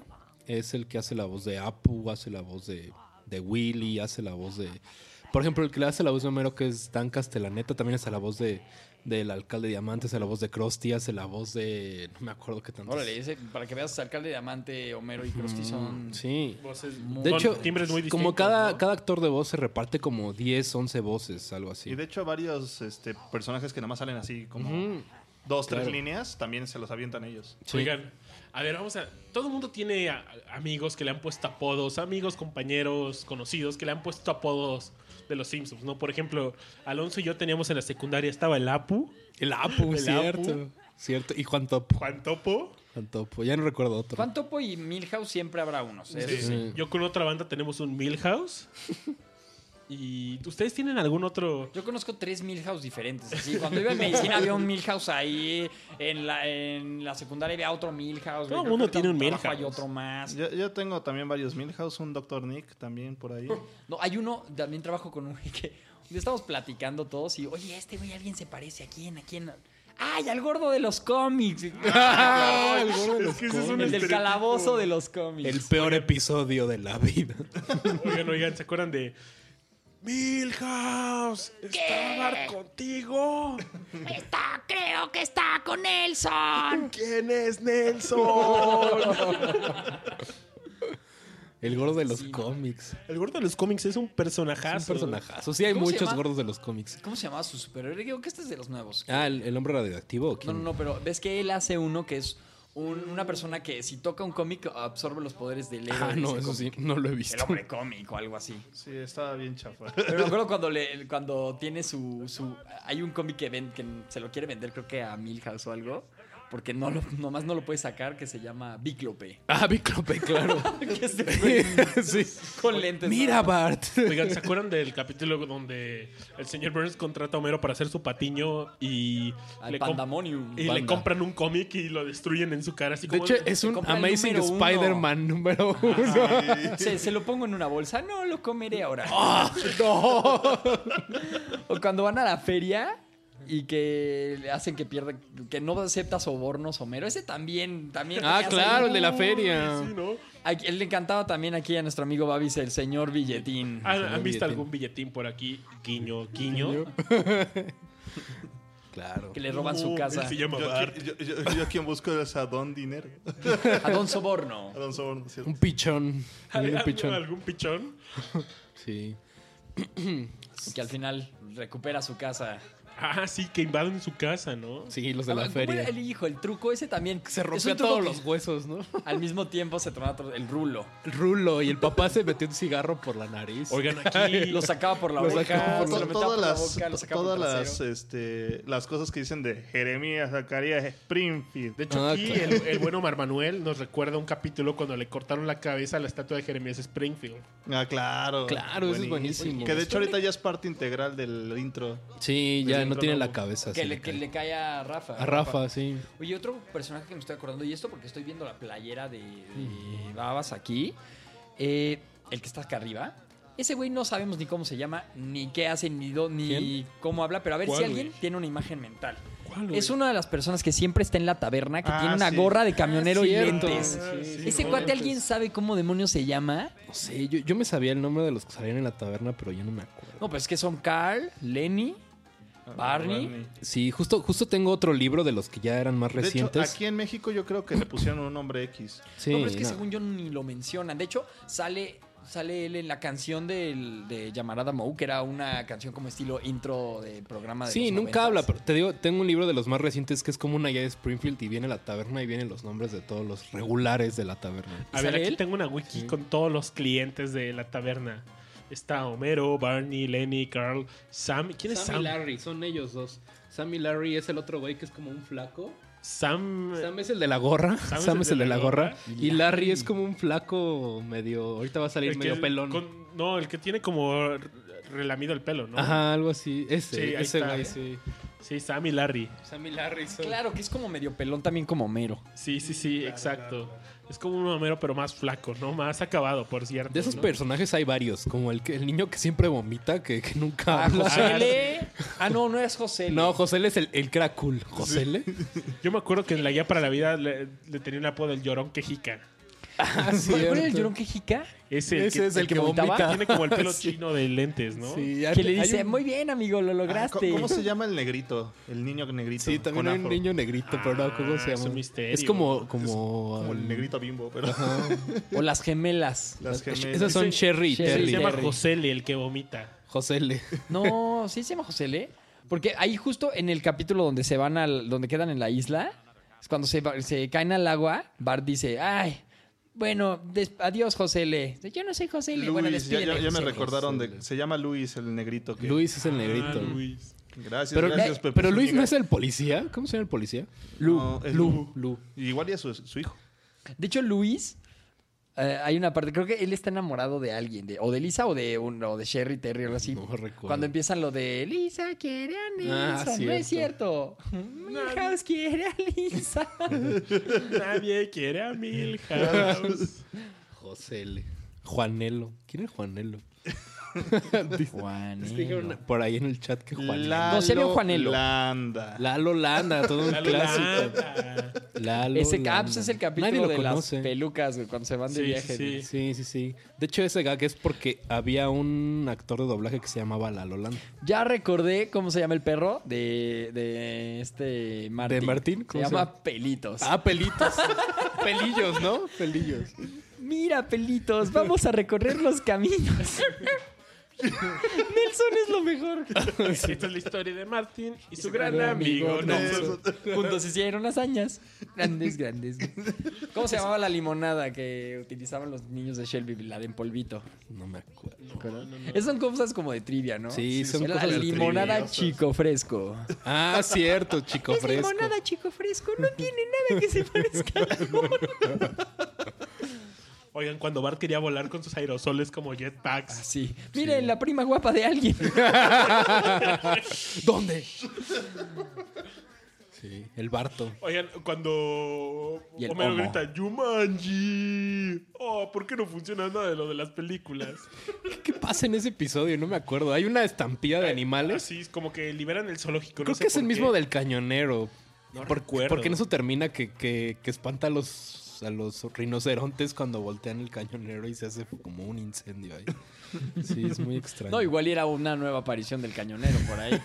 es el que hace la voz de Apu, hace la voz de, de Willy, hace la voz de... Por ejemplo, el que le hace la voz de Homero, que es Dan Castellaneta, también hace la voz de del alcalde Diamante, hace la voz de Krusty, hace la voz de... No me acuerdo qué tanto. Órale, ese, para que veas, Alcalde de Amante, Homero y Krusty son. Mm, Sí. Voces De Son hecho, timbres muy como distintos, cada, cada actor de voz se reparte como 10, 11 voces, algo así. Y de hecho, varios este, personajes que nada más salen así como Ujú. dos, tres Claro. líneas, también se los avientan ellos. Oigan, a ver, vamos a. Todo el mundo tiene a- amigos que le han puesto apodos, amigos, compañeros, conocidos que le han puesto apodos de los Simpsons, ¿no? Por ejemplo, Alonso y yo teníamos en la secundaria, estaba el Apu. El Apu, El cierto. Apu. Cierto. Y Juan Topo. Juan Topo. Juan Topo. Ya no recuerdo otro. Juan Topo y Milhouse siempre habrá unos. ¿eh? Sí, sí. Yo con otra banda tenemos un Milhouse. Y ustedes tienen algún otro. Yo conozco tres Milhouse diferentes. así. Cuando iba en medicina había un Milhouse ahí. En la, en la secundaria había otro Milhouse. güey. Creo que ahorita en trabajo Hay otro más. Yo, yo tengo también varios Milhouse, un Dr. Nick también por ahí. No, hay uno, también trabajo con un güey que un día estamos platicando todos y, oye, este güey, alguien se parece a quién, a quién. ¡Ay, al gordo de los cómics! Ah, el gordo de los ese cómics. El del calabozo de los cómics. El peor episodio de la vida. Oigan, oigan, ¿se acuerdan de. Milhouse, está Marco contigo. Está, creo que está con Nelson. ¿Quién es Nelson? Nelson? El gordo de los cómics. El gordo de los cómics es un personajazo. Es un personajazo. Pues Sí, hay ¿Cómo se muchos llama? gordos de los cómics. ¿Cómo se llamaba su superhéroe? Digo que este es de los nuevos. Ah, ¿el, el hombre radioactivo? ¿o No, quién? no, no, pero ves que él hace uno que es un- una persona que si toca un cómic absorbe los poderes del héroe. Ah, de no, ese eso sí, cómic. no lo he visto. El hombre cómico, algo así. Sí, estaba bien chafa. Pero me acuerdo cuando, le, cuando tiene su, su- Hay un cómic que, ven, que se lo quiere vender, creo que a Milhouse o algo. Porque no lo, nomás no lo puede sacar, que se llama Bíclope. Ah, Bíclope, claro. que es de- Con lentes. Mira, Bart. Oigan, ¿se acuerdan del capítulo donde el señor Burns contrata a Homero para hacer su patiño y. Al com- Pandamonium. Y le Panda. compran un cómic y lo destruyen en su cara. Así De como hecho, es un Amazing Spider-Man Ah, número uno. Se, se lo pongo en una bolsa. No, lo comeré ahora. Ah, no. O cuando van a la feria y que le hacen que pierda, que no acepta sobornos Homero. Ese también, también. Ah, tenías claro, ahí. el de la feria. Sí, ¿no? A él le encantaba también aquí a nuestro amigo Babis, el señor billetín. Ah, ¿Han, han visto algún billetín por aquí? Guiño, guiño. claro. Que le roban su Uh, casa. él se llama Yo Bart. Yo, yo- yo a quien busco es a Don Dinero. A Don Soborno. A Don Soborno, cierto. Un pichón. Un pichón. ¿Algún pichón? Sí. que al final recupera su casa. Ah, sí, que invaden su casa, ¿no? Sí, los Ah, ¿cómo era El hijo, el truco ese también. Se Es un rompía truco todos que los huesos, ¿no? Al mismo tiempo se tronaba todo- el rulo. El rulo y el papá se metió un cigarro por la nariz. Oigan, aquí- Lo sacaba por la Lo boca, sacaba por se la- lo metía todas por la las, boca, lo sacaba por todas el las, este, las cosas que dicen de Jeremías, Zacarías, Springfield. Ah, De hecho, Ah, aquí el, el bueno Mar Manuel nos recuerda un capítulo cuando le cortaron la cabeza a la estatua de Jeremías Springfield. Ah, claro. Claro, eso es buenísimo. Que de hecho ahorita ya es parte integral del intro. Sí, Del ya no intro tiene la nuevo. cabeza. Que sí, le, la que cabeza. le cae a Rafa. A Rafa, sí. Oye, otro personaje que me estoy acordando, y esto porque estoy viendo la playera de, de Babas aquí, eh, el que está acá arriba. Ese güey no sabemos ni cómo se llama, ni qué hace, ni, do- ni ¿Quién? cómo habla, pero a ver ¿Cuál, si alguien güey? tiene una imagen mental. güey? es una de las personas que siempre está en la taberna, que Ah, tiene una sí. gorra de camionero Ah, y cierto. lentes. Ah, sí, Ese no cuate, lentes. ¿alguien sabe cómo demonios se llama? No sé, yo, yo me sabía el nombre de los que salían en la taberna, pero yo no me acuerdo. No, pues es que son Carl, Lenny, Ah, Ah, Barney. Sí, justo, justo tengo otro libro de los que ya eran más De hecho, recientes. aquí en México yo creo que le pusieron un nombre X. Sí, no, pero es que no. según yo ni lo mencionan. De hecho, sale, sale él en la canción del, de Yamarada Mou, que era una canción como estilo intro de programa de Sí, los nunca 90. habla, pero te digo, tengo un libro de los más recientes que es como una guía de Springfield y viene la taberna y vienen los nombres de todos los regulares de la taberna. A ver, aquí tengo una wiki con todos los clientes de la taberna. Está Homero, Barney, Lenny, Carl, Sam. ¿Quién es Sam y Sam? Larry, son ellos dos. Sam y Larry es el otro güey que es como un flaco. Sam. Sam es el de la gorra. Sam, es el de la gorra. Y Larry es como un flaco medio. Ahorita va a salir El que- medio pelón. con- no, el que tiene como r- relamido el pelo, ¿no? Ajá, algo así. Ese, Sí, ahí ese está. güey, sí. Sí, Sam y Larry. Sam y Larry son. Claro, que es como medio pelón también como Homero. Sí, sí, sí, exacto. Es como un Homero, pero más flaco, ¿no? Más acabado, por cierto. De esos ¿no? personajes hay varios, como el, que- el niño que siempre vomita, que, que nunca Ah, habla. José L. Ah, no, no es José L. No, José L es el, el que era cool. José L. Yo me acuerdo que en la guía para la vida le, le tenía un apodo del llorón quejica. ¿Cuál era el llorón quejica? Ese, Ese es el que vomitaba. Tiene como el pelo Sí. chino de lentes, ¿no? Sí, Que le dice, muy bien, amigo, lo lograste. ¿Cómo se llama el negrito? El niño negrito. Sí, también con hay un afro. niño negrito, pero no, ¿cómo se es Ah, llama? un misterio. Es como. como, Como el al- negrito bimbo, pero. Ajá. O las gemelas. Las gemelas. Esas son Ese- Sherry y ese Terry. Se llama Joseli, el que vomita. José L. No, sí se llama José L. Porque ahí justo en el capítulo donde se van al, donde quedan en la isla, es cuando se, va- se caen al agua, Bart dice, ay, bueno, des- adiós José L. Yo no soy José L. bueno, Luis, ya, despídeme, ya- ya me José L. recordaron de. Se llama Luis el negrito. Que... Luis es el negrito. Gracias, pero gracias, eh, Pepe pero Luis Zúñiga. no es el policía. ¿Cómo se llama el policía? No, es Lu. Lu. Igual y es su, su hijo. De hecho, Luis Eh, hay una parte, creo que él está enamorado de alguien, de, o de Lisa o de un, o de Sherry Terry o algo así. Cuando empiezan lo de Lisa quiere a Ah, Nelson, no es cierto. Milhouse quiere a Lisa. Nadie quiere a Milhouse. José L. Juanelo. ¿Quién es Juanelo? Juanelo. Dijeron por ahí en el chat que Juanelo. Lalo No, sería Juanelo. Landa. Lalo Landa, todo un Lalo clásico. Lalo Ese Landa. caps es el capítulo Nadie lo de conoce. las pelucas, güey, cuando se van de viaje. sí. güey. sí, sí, sí. De hecho, ese gag es porque había un actor de doblaje que se llamaba Lalo Landa. Ya recordé cómo se llama el perro de, de este Martín. ¿De Martín? Se ¿Cómo se llama llama? Pelitos. Ah, Pelitos. Pelillos, ¿no? Pelillos. Mira, Pelitos, vamos a recorrer los caminos. Nelson es lo mejor. Esta es la historia de Martin y, su gran, amigo, Nelson. Juntos hicieron hazañas. Grandes, grandes. ¿Cómo se llamaba la limonada que utilizaban los niños de Shelby? La de en polvito. No me acuerdo. Esas son cosas como de trivia, ¿no? Sí, son Era cosas La de limonada triviosas. chico fresco. Ah, cierto, chico Es fresco. limonada chico fresco. No tiene nada que se parezca a Oigan, cuando Bart quería volar con sus aerosoles como jetpacks. Ah, sí. Miren, la prima guapa de alguien. ¿Dónde? Sí, el Barto. Oigan, cuando Y el Homero homo. grita Yumanji, oh, ¿por qué no funciona nada de lo de las películas? ¿Qué pasa en ese episodio? No me acuerdo. Hay una estampida de animales. Así es como que liberan el zoológico. Creo que es el mismo del cañonero. No Por- recuerdo. Porque en eso termina que, que- que espanta a los, a los rinocerontes cuando voltean el cañonero y se hace como un incendio ahí. Sí, es muy extraño. No, igual era una nueva aparición del cañonero por ahí.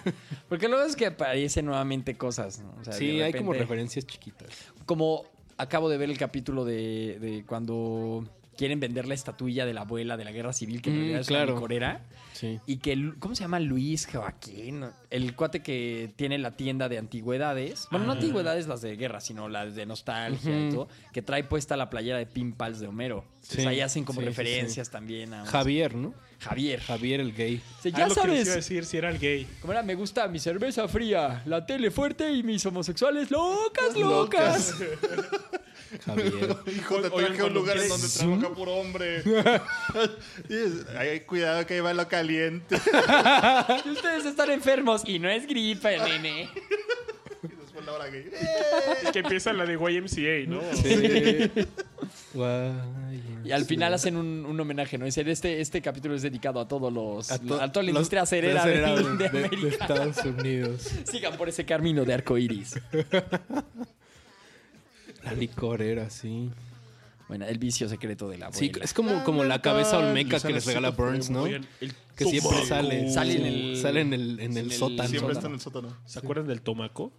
Porque luego es que aparecen nuevamente cosas, ¿no? O sea, sí, de hay como repente- referencias chiquitas. Como acabo de ver el capítulo de, de cuando quieren vender la estatuilla de la abuela de la guerra civil, que en Mm, realidad es claro. una licorera. Sí. Y que, Lu- ¿cómo se llama? Luis Joaquín. El cuate que tiene la tienda de antigüedades. Bueno, no Ah. antigüedades las de guerra, sino las de nostalgia y Ujú. todo. Que trae puesta la playera de Pin Pals de Homero. Sí, Entonces, ahí hacen como sí, sí, sí. referencias también a... Javier, ¿no? Javier. Javier el gay. Sí, ya Ah, lo que les sabes. iba a decir si era el gay. Como era, me gusta mi cerveza fría, la tele fuerte y mis homosexuales locas, locas. Javier. Hijo, te Oigan, traje a un cuando lugar en quieres- donde ¿Zoom? trabaja puro hombre. Y es, Ay, cuidado que ahí va lo caliente. Y Ustedes están enfermos y no es gripe, nene. Después la hora gay. Que empieza la de YMCA, ¿no? Y al final hacen un, un homenaje, ¿no? Es decir, este, este capítulo es dedicado a todos los. A, to- toda la los- industria acerera de, acerera de de- de América. Estados Unidos. Sigan por ese camino de arco iris. La licorera, sí. Bueno, el vicio secreto de la abuela. Sí, es como, como la cabeza olmeca que les regala Burns, ¿no? Oigan, el que siempre tomaco. sale. Sale en sí, el- sale en el, en el en el- sótano. siempre está en el sótano. ¿Se acuerdan del tomaco?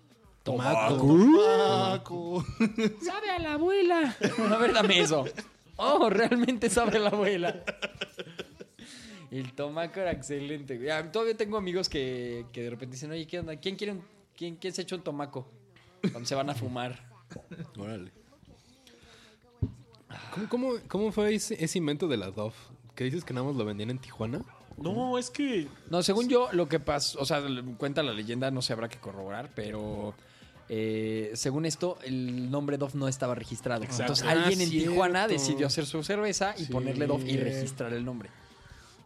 Tomaco. Tomaco. Sabe a la abuela. A ver, dame eso. Oh, realmente sabe la abuela. El tomaco era excelente. güey. Ah, Todavía tengo amigos que, que de repente dicen, oye, ¿qué onda? ¿Quién, quiere un- quién, quién se echó un tomaco? Cuando se van a fumar. Órale. ¿Cómo, cómo, cómo fue ese, ese invento de la Dove? Que dices que nada más lo vendían en Tijuana. No, es que. No, según yo, lo que pasó, o sea, l- cuenta la leyenda, no se habrá que corroborar, pero eh, según esto, el nombre Dove no estaba registrado. Exacto. Entonces Ah, alguien en cierto. Tijuana decidió hacer su cerveza y Sí. ponerle Dove y registrar el nombre.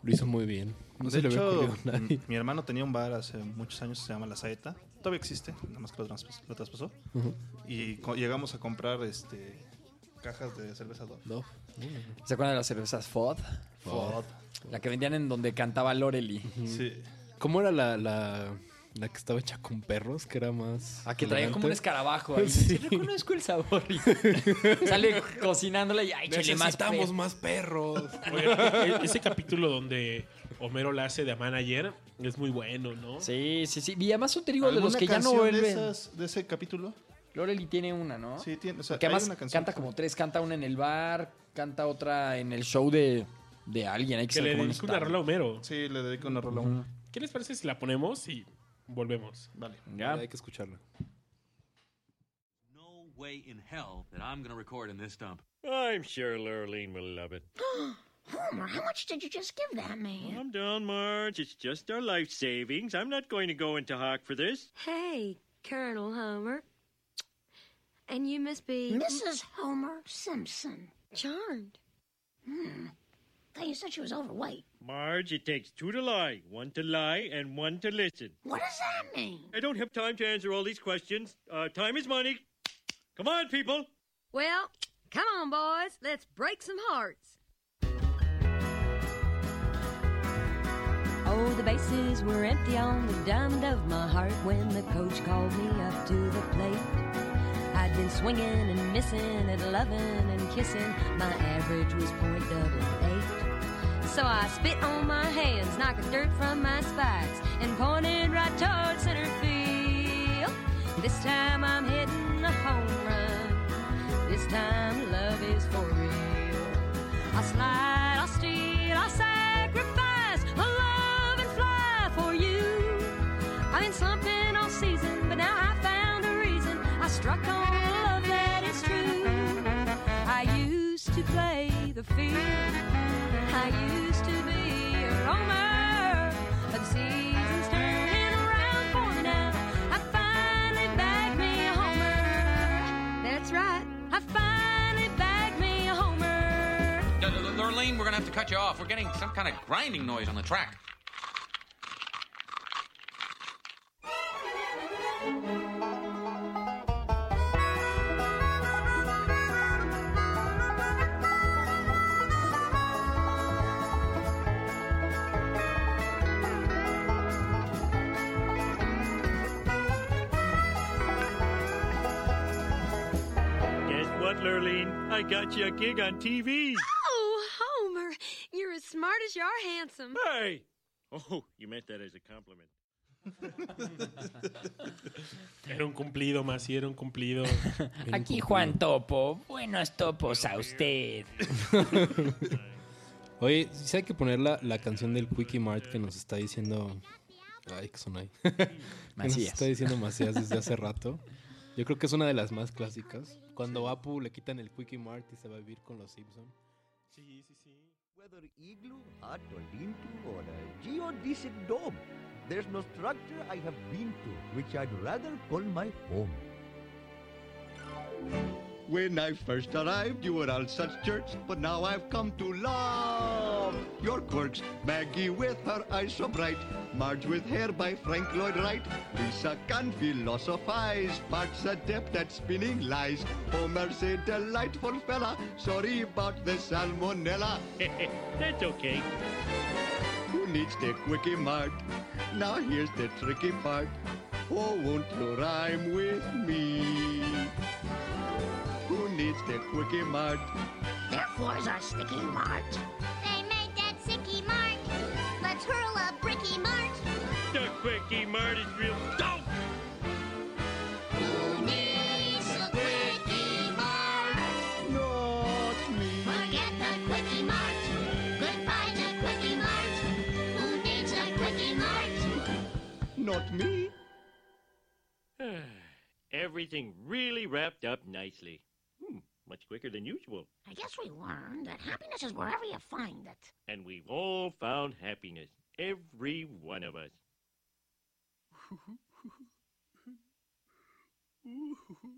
Lo hizo muy bien. Eh. No se de le había hecho, ocurrido a nadie. mi hermano tenía un bar hace muchos años, se llama La Saeta. Todavía existe, nada más que lo, trans- lo traspasó. Ujú. Y co- llegamos a comprar este, cajas de cerveza Dove. Dove. ¿Se acuerdan de las cervezas FOD? Fod. La que vendían en donde cantaba Loreli. Sí. ¿Cómo era la, la, la que estaba hecha con perros? Que era más. Ah, que traía elegante? como un escarabajo ahí. Sí. Sí, reconozco el sabor. Sale cocinándola y ay, chile más. Necesitamos pe- más perros. Oigan, e- ese capítulo donde Homero la hace de manager es muy bueno, ¿no? Sí, sí, sí. Y además un trigo de ¿Alguna los que ya no canción de vuelven. esas- de ese capítulo? Loreli tiene una, ¿no? Sí, tiene. O sea, Porque hay además una canción. canta como tres, canta una en el bar, canta otra en el show de, de alguien. Hay que Que saber le cómo dedica no una está. rola a Homero. Sí, le dedico una rola a Ujú. ¿Qué les parece si la ponemos y volvemos? Vale. Ya. Hay que escucharla. way in hell that I'm gonna record in this dump. I'm sure Lurleen will love it. Homer, how much did you just give that man? Calm down, Marge. It's just our life savings. I'm not going to go into hock for this. Hey, Colonel Homer. And you must be. Mrs. Homer Simpson. Charmed. Hmm. Guy, you said she was overweight. Marge, it takes two to lie, one to lie, and one to listen. What does that mean? I don't have time to answer all these questions. Uh, time is money. Come on, people. Well, come on, boys. Let's break some hearts. Oh, the bases were empty on the diamond of my heart when the coach called me up to the plate. I'd been swinging and missing and loving and kissing. My average was point double eight. So I spit on my hands, knocked the dirt from my spikes, and pointed right towards center field. This time I'm hitting a home run. This time love is for real. I slide, I steal, I sacrifice, I love and fly for you. I've been slumping all season, but now I found a reason. I struck on a love that is true. I used to play the field. I used to be a roamer, but the season's turning around for me now. I finally bagged me a homer. That's right. I finally bagged me a homer. Lurleen, we're gonna have to cut you off. We're getting some kind of grinding noise on the track. Guess what, Lurleen? I got you a gig on TV. Oh, Homer, you're as smart as you are handsome. Hey! Oh, you meant that as a compliment. Era un cumplido, más era un cumplido. Aquí Juan Topo. Buenos topos a usted. Oye, si hay que poner la, la canción del Quickie Mart que nos está diciendo. Ay, que son ahí. que nos Macías. está diciendo Macías desde hace rato. Yo creo que es una de las más clásicas. Cuando Apu le quitan el Quickie Mart y se va a vivir con los Simpson. Sí, sí, sí. Whether igloo, hut, or lean-to, or a geodesic dome, there's no structure I have been to which I'd rather call my home. When I first arrived, you were all such jerks, but now I've come to love your quirks. Maggie with her eyes so bright, Marge with hair by Frank Lloyd Wright, Lisa can philosophize, Bart's adept at spinning lies, Homer's a delightful fella, sorry about the salmonella. That's okay. Who needs the quickie mart? Now here's the tricky part. Oh, won't you rhyme with me? Who needs the quickie mart? That was a sticky mart. They made that sicky mark. Let's hurl a bricky mark. The quickie mart is real dope. Who needs a quickie mart? Not me. Forget the quickie mart. Goodbye to quickie mart. Who needs a quickie mart? Not me. Everything really wrapped up nicely. Hmm, much quicker than usual. I guess we learned that happiness is wherever you find it. And we've all found happiness. Every one of us.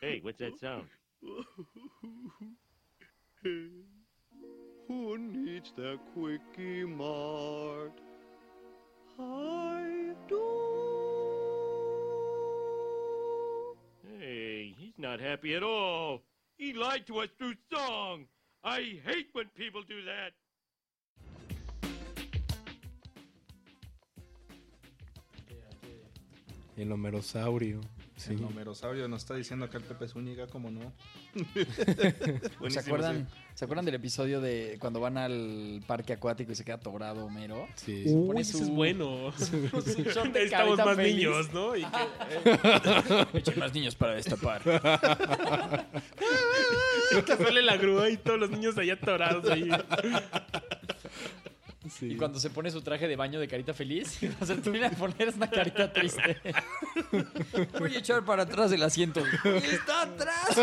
Hey, what's that sound? Who needs the quickie mart? I Hey, he's not happy at all. He lied to us through song. I hate when people do that. El Homerosaurio. Sí. El homerosaurio nos está diciendo acá el Pepe Zúñiga, ¿cómo no? ¿Se Buenísimo, acuerdan, sí. ¿Se acuerdan del episodio de cuando van al parque acuático y se queda atorado Homero? Sí. Se pone Uy, ese es su- bueno. su- su short de Necesitamos carita más feliz. niños, ¿no? Y que- Echen más niños para destapar. que sale la grúa y todos los niños allá atorados ahí. Y cuando se pone su traje de baño de carita feliz, cuando se termina de poner es una carita triste. Voy a echar para atrás del asiento. ¡Está atrás!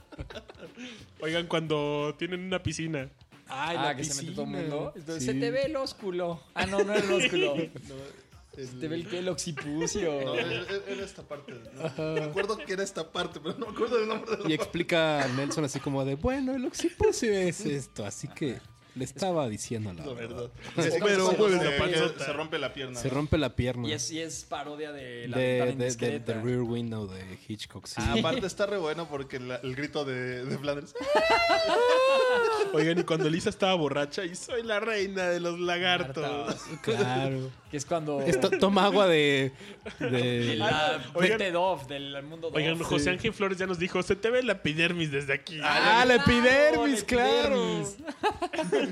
Oigan, cuando tienen una piscina. Ah, que se mete todo el mundo. Entonces, Se te ve el ósculo. Ah, no, no era el ósculo. Se te ve el queloxipucio. No, era, era esta parte. ¿no? Ajá. Me acuerdo que era esta parte, pero no me acuerdo del nombre del Y explica a Nelson así como de, bueno, el occipucio es esto, así que le estaba diciendo la La verdad. verdad. Sí, Pero pero se, mueve la panzota. Se rompe la pierna. Se rompe la pierna. Y es, y es parodia de la de, ventana de- de- indiscreta. de Rear Window de Hitchcock. sí. Ah, Aparte está re bueno porque la- el grito de, de Flanders. Oigan, y cuando Lisa estaba borracha, y soy la reina de los lagartos. Claro. Que es cuando. Esto- toma agua de. de- de la Ah, oigan- vete Dove, del mundo Dove. Oigan, José Ángel Flores ya nos dijo, se te ve la epidermis desde aquí. Ah, la epidermis, claro. Epidermis.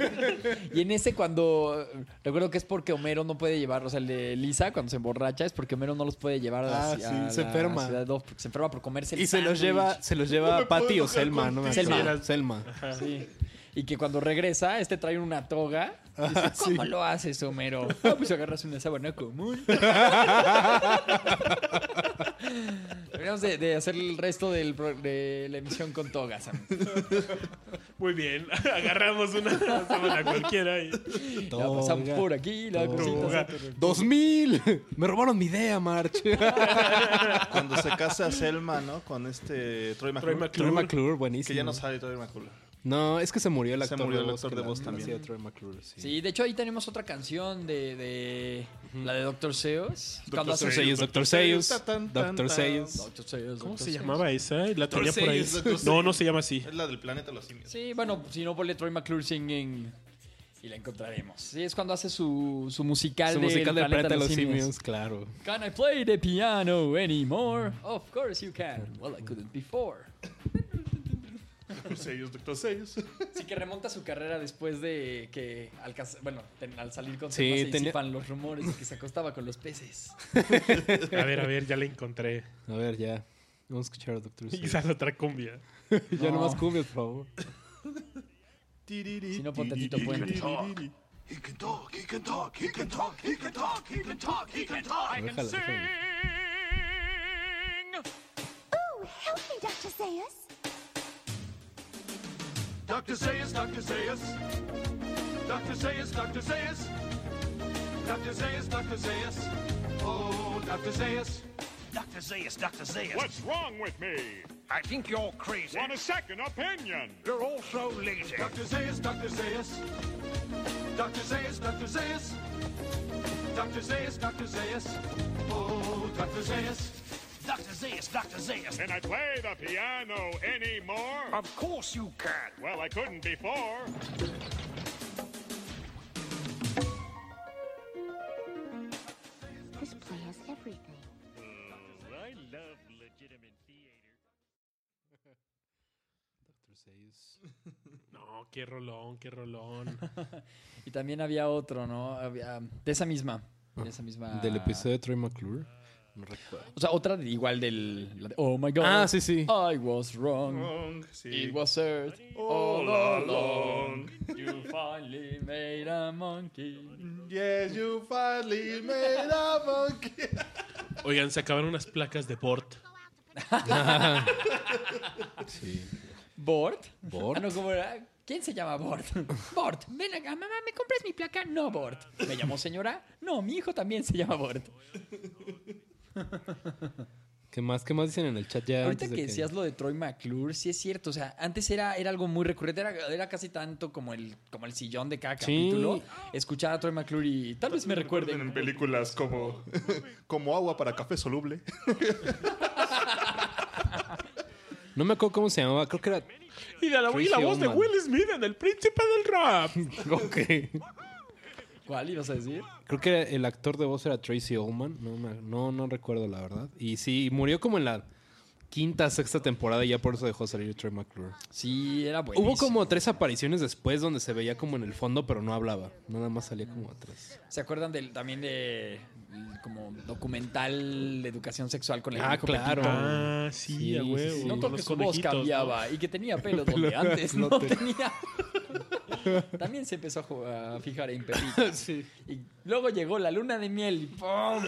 y en ese cuando recuerdo que es porque Homero no puede llevar, o sea, el de Lisa cuando se emborracha es porque Homero no los puede llevar a la, Ah, ci- sí, a se la enferma. ciudad de Dove, porque se enferma por comerse el Y se los sándwich. lleva, se los lleva Patty o Selma, ¿no? me Selma. acuerdo. Selma. Sí. Y que cuando regresa, este trae una toga. Y dice, Ah, ¿Cómo sí. lo haces, Homero? Ah, pues agarras una sábana común. Deberíamos de, de hacer el resto del pro- de la emisión con togas. Sam. Muy bien, agarramos una sábana cualquiera y... La pasamos Toga. por aquí, la Toga. cosita. ¡Dos mil! Me robaron mi idea, March. Cuando se casa Selma, ¿no? Con este Troy McClure. McClure. Troy McClure, buenísimo. Que ya no sale Troy McClure. No, es que se murió el Se actor murió el voz actor que de la- voz que también. hacía Troy McClure, sí. Sí, de hecho ahí tenemos otra canción de, de- la de Dr. Seuss. Dr. hace- Seuss, Dr. Seuss, Dr. Seuss. Dr. Seuss, ¿Cómo Dr. se Seuss. llamaba esa? La Dr. tenía por ahí. Seuss, Dr. No, Seuss. no se llama así. Es la del planeta de los simios. Sí, bueno, si no, ponle Troy McClure singing y la encontraremos. Sí, es cuando hace su, su musical Su de musical del planeta de los simios, Simios. claro. Can I play the piano anymore? Of course you can. Well, I couldn't before. Dr. Seuss, Dr. Seuss. Sí, que remonta su carrera después de que alcanz- bueno, ten- al salir con Sí, Selma se tenía- disipan los rumores de que se acostaba con los peces. A ver, a ver, ya la encontré. A ver, ya. Vamos a escuchar a Dr. Y Seuss. sale otra cumbia. ya No. nomás cumbias, por favor. Si no, ponte Tito Puente. He can talk, he can talk, he can talk, he can talk, he can talk, he can talk. I can Déjala, sing. déjala. Ooh, help me, Dr. Sayers. Dr. Sayers, Dr. Sayers. Dr. Sayers, Dr. Sayers. Dr. Sayers, Dr. Sayers. Oh, Dr. Sayers. Dr. Zayas, Dr. Zayas. What's wrong with me? I think you're crazy. Want a second opinion? You're also lazy. Dr. Zayas, Dr. Zayas. Dr. Zayas, Dr. Zayas. Dr. Zayas, Dr. Zayas. Oh, Dr. Zayas. Dr. Zayas, Dr. Zayas. Can I play the piano anymore? Of course you can. Well, I couldn't before. This play has everything. oh, I love legitimate theater. No, qué rolón, qué rolón. Y también había otro, ¿no? Había- um, de esa misma. De esa misma. Del episodio de Troy McClure. No recuerdo. O sea, otra de- igual del. la de, oh my god. Ah, sí, sí. I was wrong. It was Earth. Oh, All along. You finally made a monkey. Yes, you finally made a monkey. Oigan, se acabaron unas placas de Bort. Sí. ¿Bort? Bort. Ah, no, ¿cómo era? ¿Quién se llama Bort? Bort, ven acá, mamá, ¿me compras mi placa? No, Bort. ¿Me llamó señora? No, mi hijo también se llama Bort. ¿Qué más? ¿Qué más dicen en el chat ya? Ahorita antes de que decías lo de Troy McClure, sí es cierto. O sea, antes era, era algo muy recurrente, era, era casi tanto como el, como el sillón de cada Sí. capítulo. Escuchar a Troy McClure y tal vez me recuerden. En películas como, como agua para café soluble. No me acuerdo cómo se llamaba, creo que era. Y de la, y la Tracy voz de Ullman. Will Smith en El Príncipe del Rap. Ok. ¿Cuál ibas a decir? Creo que el actor de voz era Tracy Ullman. No, me- no, no recuerdo la verdad. Y sí, murió como en la quinta, sexta temporada y ya por eso dejó salir Troy McClure. Sí, era bueno. Hubo como tres apariciones después donde se veía como en el fondo, pero no hablaba. Nada más salía como atrás. ¿Se acuerdan del, también de el como documental de educación sexual con el Ah, hijo claro. Pepito? Ah, sí, Sí, a huevo, sí, sí. No con que los su voz conejitos, cambiaba ¿no? y que tenía pelo Pelo donde antes no no tenía. tenía. también se empezó a ju- a, fijar en Pepito. Y luego llegó la luna de miel y ¡pum!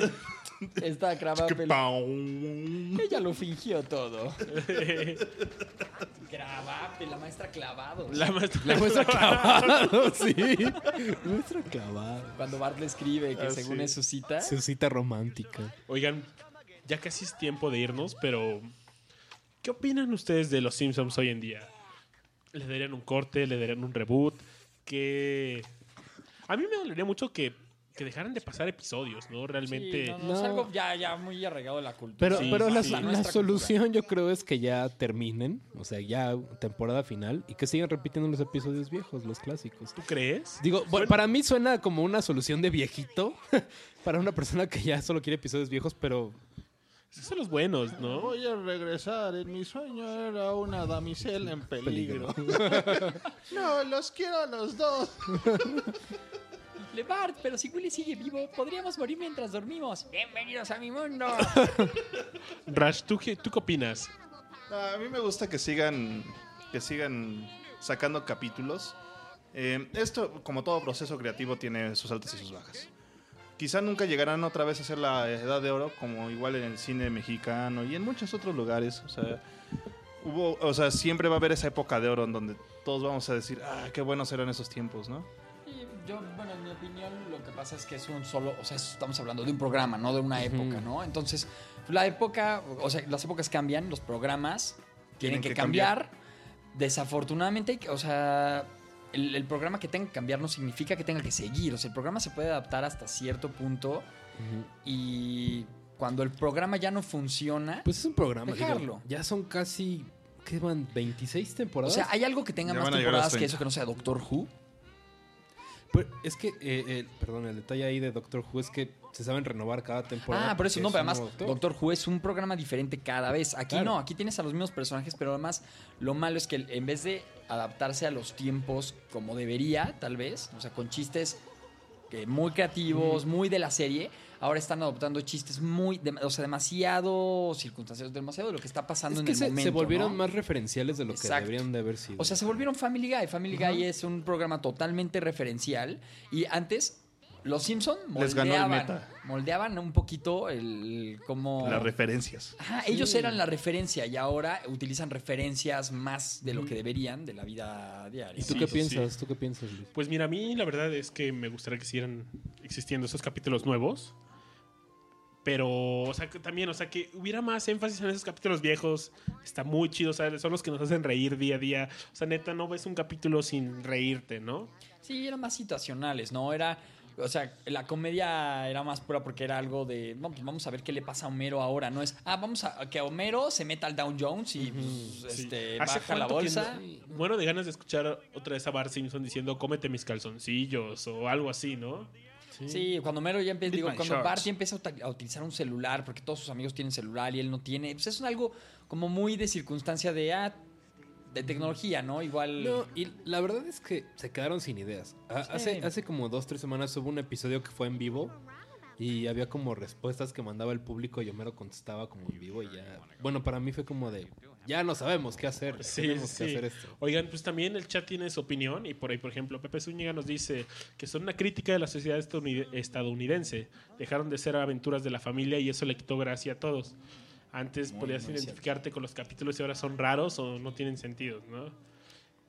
Está grabada pelo. Ella lo fingió todo. Cravate, la maestra clavado. La maestra- La muestra Oh, clavado, sí. Muestra clavado. Cuando Bart le escribe que Ah, según sí. es su cita. Su cita romántica. Oigan, ya casi es tiempo de irnos, pero ¿qué opinan ustedes de los Simpsons hoy en día? ¿Le darían un corte? ¿Le darían un reboot? Que a mí me dolería mucho que, que dejaran de pasar episodios, ¿no? Realmente. Sí, no, no, Es algo ya, ya muy arraigado de la cultura. Pero, Sí, pero sí, la, sí. la Nuestra solución yo creo es que ya terminen, o sea, ya temporada final y que sigan repitiendo los episodios viejos, los clásicos. ¿Tú crees? Digo, bu- para mí suena como una solución de viejito para una persona que ya solo quiere episodios viejos, pero Esos son los buenos, ¿no? Voy a regresar. En mi sueño era una damisela en peligro. no, los quiero a los dos. Le Bart, pero si Willy sigue vivo, podríamos morir mientras dormimos. Bienvenidos a mi mundo. Rash, ¿tú qué, tú qué opinas? A mí me gusta que sigan, que sigan sacando capítulos. Eh, esto, como todo proceso creativo, tiene sus altas y sus bajas. Quizá nunca llegarán otra vez a ser la edad de oro, como igual en el cine mexicano y en muchos otros lugares. O sea, hubo, o sea, siempre va a haber esa época de oro en donde todos vamos a decir, ah, qué buenos eran esos tiempos, ¿no? Y yo, bueno, en mi opinión, lo que pasa es que es un solo, o sea, estamos hablando de un programa, no de una época, ¿no? Entonces, la época, o sea, las épocas cambian, los programas tienen, Tienen que, que cambiar. Desafortunadamente, o sea, el, el programa que tenga que cambiar no significa que tenga que seguir. O sea, el programa se puede adaptar hasta cierto punto y cuando el programa ya no funciona, pues es un programa. digo, dejarlo. ya son casi, ¿qué van? 26 O temporadas. sea, ¿hay algo que tenga más temporadas que eso que no sea Doctor Who? Pero es que, eh, el- perdón, el detalle ahí de Doctor Who es que se saben renovar cada temporada. Ah, por porque eso no, pero es un además nuevo Doctor. doctor. Who es un programa diferente cada vez. Aquí Claro. no, aquí tienes a los mismos personajes, pero además lo malo es que en vez de adaptarse a los tiempos como debería, tal vez, o sea, con chistes que muy creativos, muy de la serie, ahora están adoptando chistes muy, de- o sea, demasiado circunstancias, demasiado de lo que está pasando Es en que el se, se momento. volvieron ¿no? más referenciales de lo que Exacto. deberían de haber sido. O sea, se volvieron Family Guy. Family Guy es un programa totalmente referencial. Y antes, los Simpson Les ganó el moldeaban, meta. moldeaban un poquito el cómo. Las referencias. Ajá, Sí. Ah, ellos eran la referencia y ahora utilizan referencias más de lo que deberían de la vida diaria. ¿Y tú ¿no? qué piensas? ¿Tú qué piensas, Luis? Pues mira, a mí la verdad es que me gustaría que siguieran existiendo esos capítulos nuevos. Pero, o sea, que también, o sea, que hubiera más énfasis en esos capítulos viejos. Está muy chido, o sea, son los que nos hacen reír día a día. O sea, neta, no ves un capítulo sin reírte, ¿no? Sí, eran más situacionales, ¿no? Era. O sea, la comedia era más pura porque era algo de. Vamos, vamos a ver qué le pasa a Homero ahora. No es. Ah, vamos a que Homero se meta al Down Jones y pues, este, ¿Hace baja la cuánto que bolsa. no- Bueno, de ganas de escuchar otra vez a Bart Simpson diciendo, cómete mis calzoncillos o algo así, ¿no? Sí, cuando Mero ya empieza, Big digo, Man cuando Shorts. Bart ya empieza a uta- a utilizar un celular, porque todos sus amigos tienen celular y él no tiene, pues es algo como muy de circunstancia de, ah, de tecnología, ¿no? Igual... No, y la verdad es que se quedaron sin ideas. A- Sí. Ah, Hace, hace como dos, tres semanas hubo un episodio que fue en vivo y había como respuestas que mandaba el público y Homero contestaba como en vivo y ya... Bueno, para mí fue como de, ya no sabemos qué hacer, Sí, tenemos sí. que hacer esto. Oigan, pues también el chat tiene su opinión y por ahí, por ejemplo, Pepe Zúñiga nos dice que son una crítica de la sociedad estadounid- estadounidense. Dejaron de ser aventuras de la familia y eso le quitó gracia a todos. Antes Muy, podías muy identificarte con los capítulos y ahora son raros o no tienen sentido, ¿no?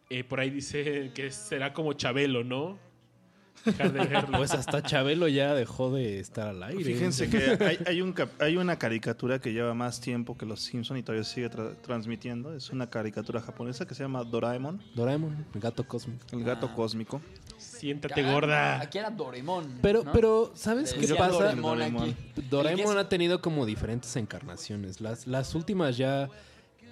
Eh, por ahí dice que será como Chabelo, ¿no? Dejar de verlo. Pues hasta Chabelo ya dejó de estar al aire. Fíjense que hay, hay un cap- hay una caricatura que lleva más tiempo que los Simpson y todavía sigue tra- transmitiendo. Es una caricatura japonesa que se llama Doraemon. Doraemon, el gato cósmico. El gato Ah. cósmico. Siéntate Ah, gorda. Aquí era Doremón. Pero, ¿no? pero, ¿sabes Le qué decían pasa? Doremón aquí. El Doraemon que ha tenido como diferentes encarnaciones. Las, las últimas ya.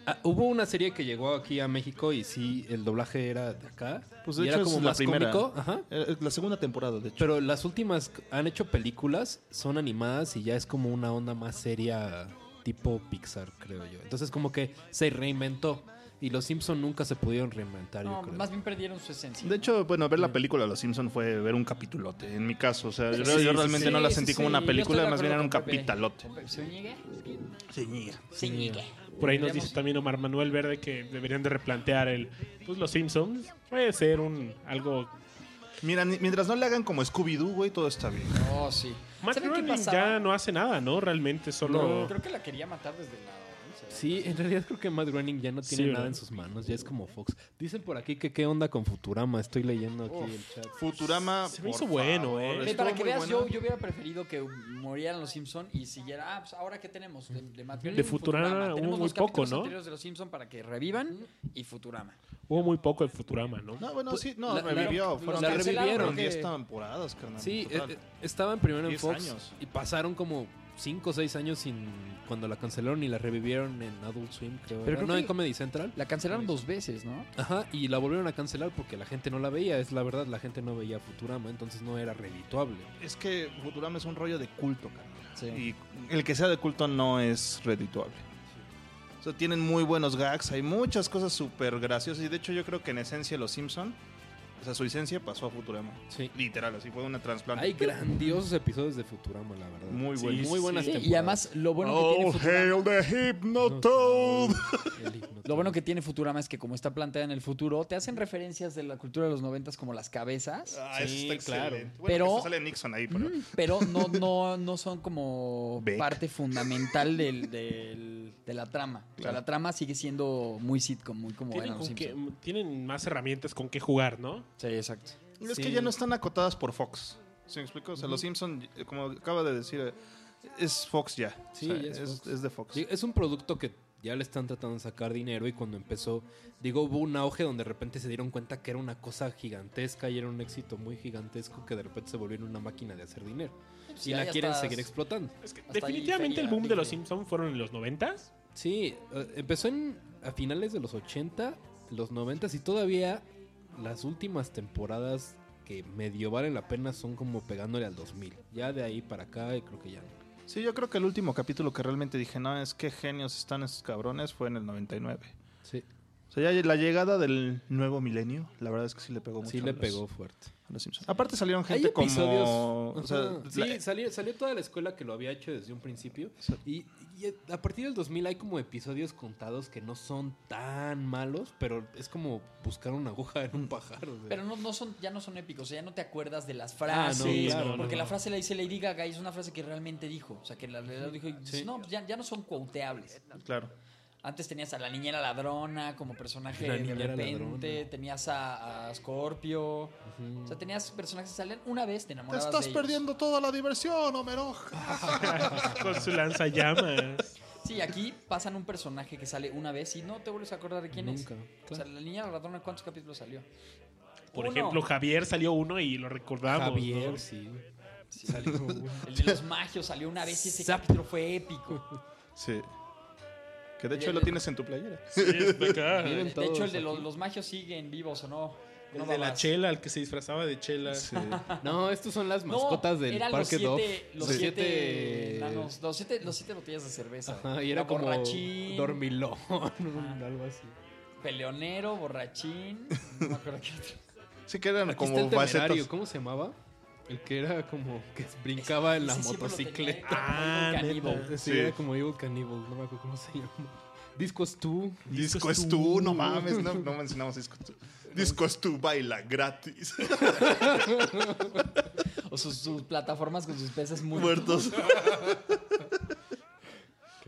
ah, hubo una serie que llegó aquí a México y sí, el doblaje era de acá. Pues de y hecho era es la primera. Eh, Ajá. La segunda temporada, de hecho. Pero las últimas han hecho películas, son animadas y ya es como una onda más seria tipo Pixar, creo yo. Entonces como que se reinventó. Y los Simpson nunca se pudieron reinventar, yo No, creo. más bien perdieron su esencia. De hecho, bueno, ver la película de Los Simpson fue ver un capitulote. En mi caso, o sea, yo, Sí, yo sí, realmente sí. no la Sí, sentí sí, como sí. una Yo película, estoy de más bien era un acuerdo con Pepe. capitalote. ¿Se niegue? Sí, Por ahí nos dice también Omar Manuel Verde que deberían de replantear el, pues los Simpsons. Puede ser un algo. Mira, ni- mientras no le hagan como Scooby-Doo, güey, todo está bien. Oh, sí. Matt ¿Saben qué Groening pasaba? ya no hace nada, ¿no? Realmente solo. Creo que la quería matar desde la Sí, en realidad creo que Matt Groening ya no tiene Sí, nada ¿verdad? en sus manos, ya es como Fox. Dicen por aquí que qué onda con Futurama, estoy leyendo aquí el chat. Futurama. Se me hizo bueno, eh. Ve, para que veas, yo, yo hubiera preferido que murieran los Simpson y siguiera. Ah, pues ahora qué tenemos de, de Matt Groening, De Futurama hubo Tenemos muy los capítulos poco, ¿no? anteriores de los Simpson para que revivan y Futurama. Hubo muy poco de Futurama, ¿no? No, bueno, Pues, sí, no, la- la- revivió. los fueron la diez- revivieron. fueron que- 10 temporadas, carnal. Sí, total. eh, eh, estaban primero en 10 Fox años. y pasaron como 5 o 6 años sin cuando la cancelaron y la revivieron en Adult Swim, creo. Pero ¿verdad? creo no que en Comedy Central. La cancelaron dos veces, ¿no? Ajá, y la volvieron a cancelar porque la gente no la veía, es la verdad, la gente no veía Futurama, entonces no era redituable. Es que Futurama es un rollo de culto, carnal. Sí. Y el que sea de culto no es redituable. O sea, tienen muy buenos gags, hay muchas cosas súper graciosas. Y de hecho, yo creo que en esencia Los Simpson, o sea, su esencia pasó a Futurama. Sí. Literal, así fue una trasplante. Hay grandiosos episodios de Futurama, la verdad. Muy Oh, Sí, buenos. muy buenas Sí, temporadas. y además, lo bueno que tiene Futurama. Lo bueno que tiene Futurama es que como está planteada en el futuro, te hacen referencias de la cultura de los noventas como las cabezas. Ah, eso está excelente. Bueno, pero que se sale Nixon ahí, pero. Mm, pero no, no, no son como Beck. parte fundamental del, del- de la trama. O sea, Claro. la trama sigue siendo muy sitcom, muy como Tienen, eran los con qué- Simpsons. tienen más herramientas con qué jugar, ¿no? Sí, exacto. Es que ya no están acotadas por Fox. ¿Se me explico? O sea, Los Simpson, eh, como acaba de decir, eh, es Fox ya. Sí, O sea, ya es es, Fox. es de Fox. Sí, Es un producto que ya le están tratando de sacar dinero y cuando empezó, digo, hubo un auge donde de repente se dieron cuenta que era una cosa gigantesca y era un éxito muy gigantesco que de repente se volvió en una máquina de hacer dinero. Sí, y ya la quieren estás- seguir explotando. Es que definitivamente el boom de los Simpsons fueron en los 90s. Sí, eh, empezó en, a finales de los 80, los 90 y todavía las últimas temporadas que medio valen la pena son como pegándole al 2000. Ya de ahí para acá eh, creo que ya no. Sí, yo creo que el último capítulo que realmente dije, no, es que genios están esos cabrones, fue en el 99. Sí. O sea, ya la llegada del nuevo milenio, la verdad es que sí le pegó mucho. Sí a le los- pegó fuerte. a los Simpsons. Aparte salieron Hay gente episodios- como... o sea, Ajá. sí, la- salió, salió toda la escuela que lo había hecho desde un principio. Y, y e, a partir del 2000 hay como episodios contados que no son tan malos, pero es como buscar una aguja Mm. en un pajar. o sea. Pero no, no son, ya no son épicos, o sea, ya no te acuerdas de las frases. Ah, no, claro, no, porque no. la frase la dice Lady Gaga y es una frase que realmente dijo. O sea, que la, la dijo y dices, no, pues ya, ya no son cuauteables. Claro. Antes tenías a la niñera ladrona como personaje La de niñera repente, ladrona. tenías a, a Scorpio. O sea, tenías personajes que salían una vez, te Te enamorabas estás de ellos. perdiendo toda la diversión, Homero. Con su lanzallamas. Sí, aquí pasan un personaje que sale una vez y no te vuelves a acordar de quién Nunca, es. O sea, la niñera ladrona, ¿cuántos capítulos salió? Por Uno. ejemplo, Javier salió uno y lo recordamos. Javier, ¿no? sí. El de los magios salió una vez y ese capítulo fue épico. Sí. Que de hecho El- lo tienes en tu playera. De de hecho, el de los, los magios siguen vivos o no. El No de la babas. chela, el que se disfrazaba de chela. No, estos son las No, mascotas del eran parque los Dove. siete, los, Sí. siete Siete- enanos, Ah, los siete los siete botellas de cerveza. Ajá, y era Era como borrachín. dormilón, algo así. Peleonero, borrachín. No me acuerdo qué otro. Sí que eran Aquí está como el temerario, vacetos. ¿cómo se llamaba? El que era como que brincaba en la Ese siempre lo motocicleta. tenía, Ah, era como Evil Caníbal. neta. Sí, Sí. era como Evil Caníbal, no me acuerdo cómo se llama. Disco es tú. Disco es tú, no mames, no, no mencionamos disco es tú. Disco es tú, baila gratis. O sus, sus plataformas con sus peces Muertos. muertos.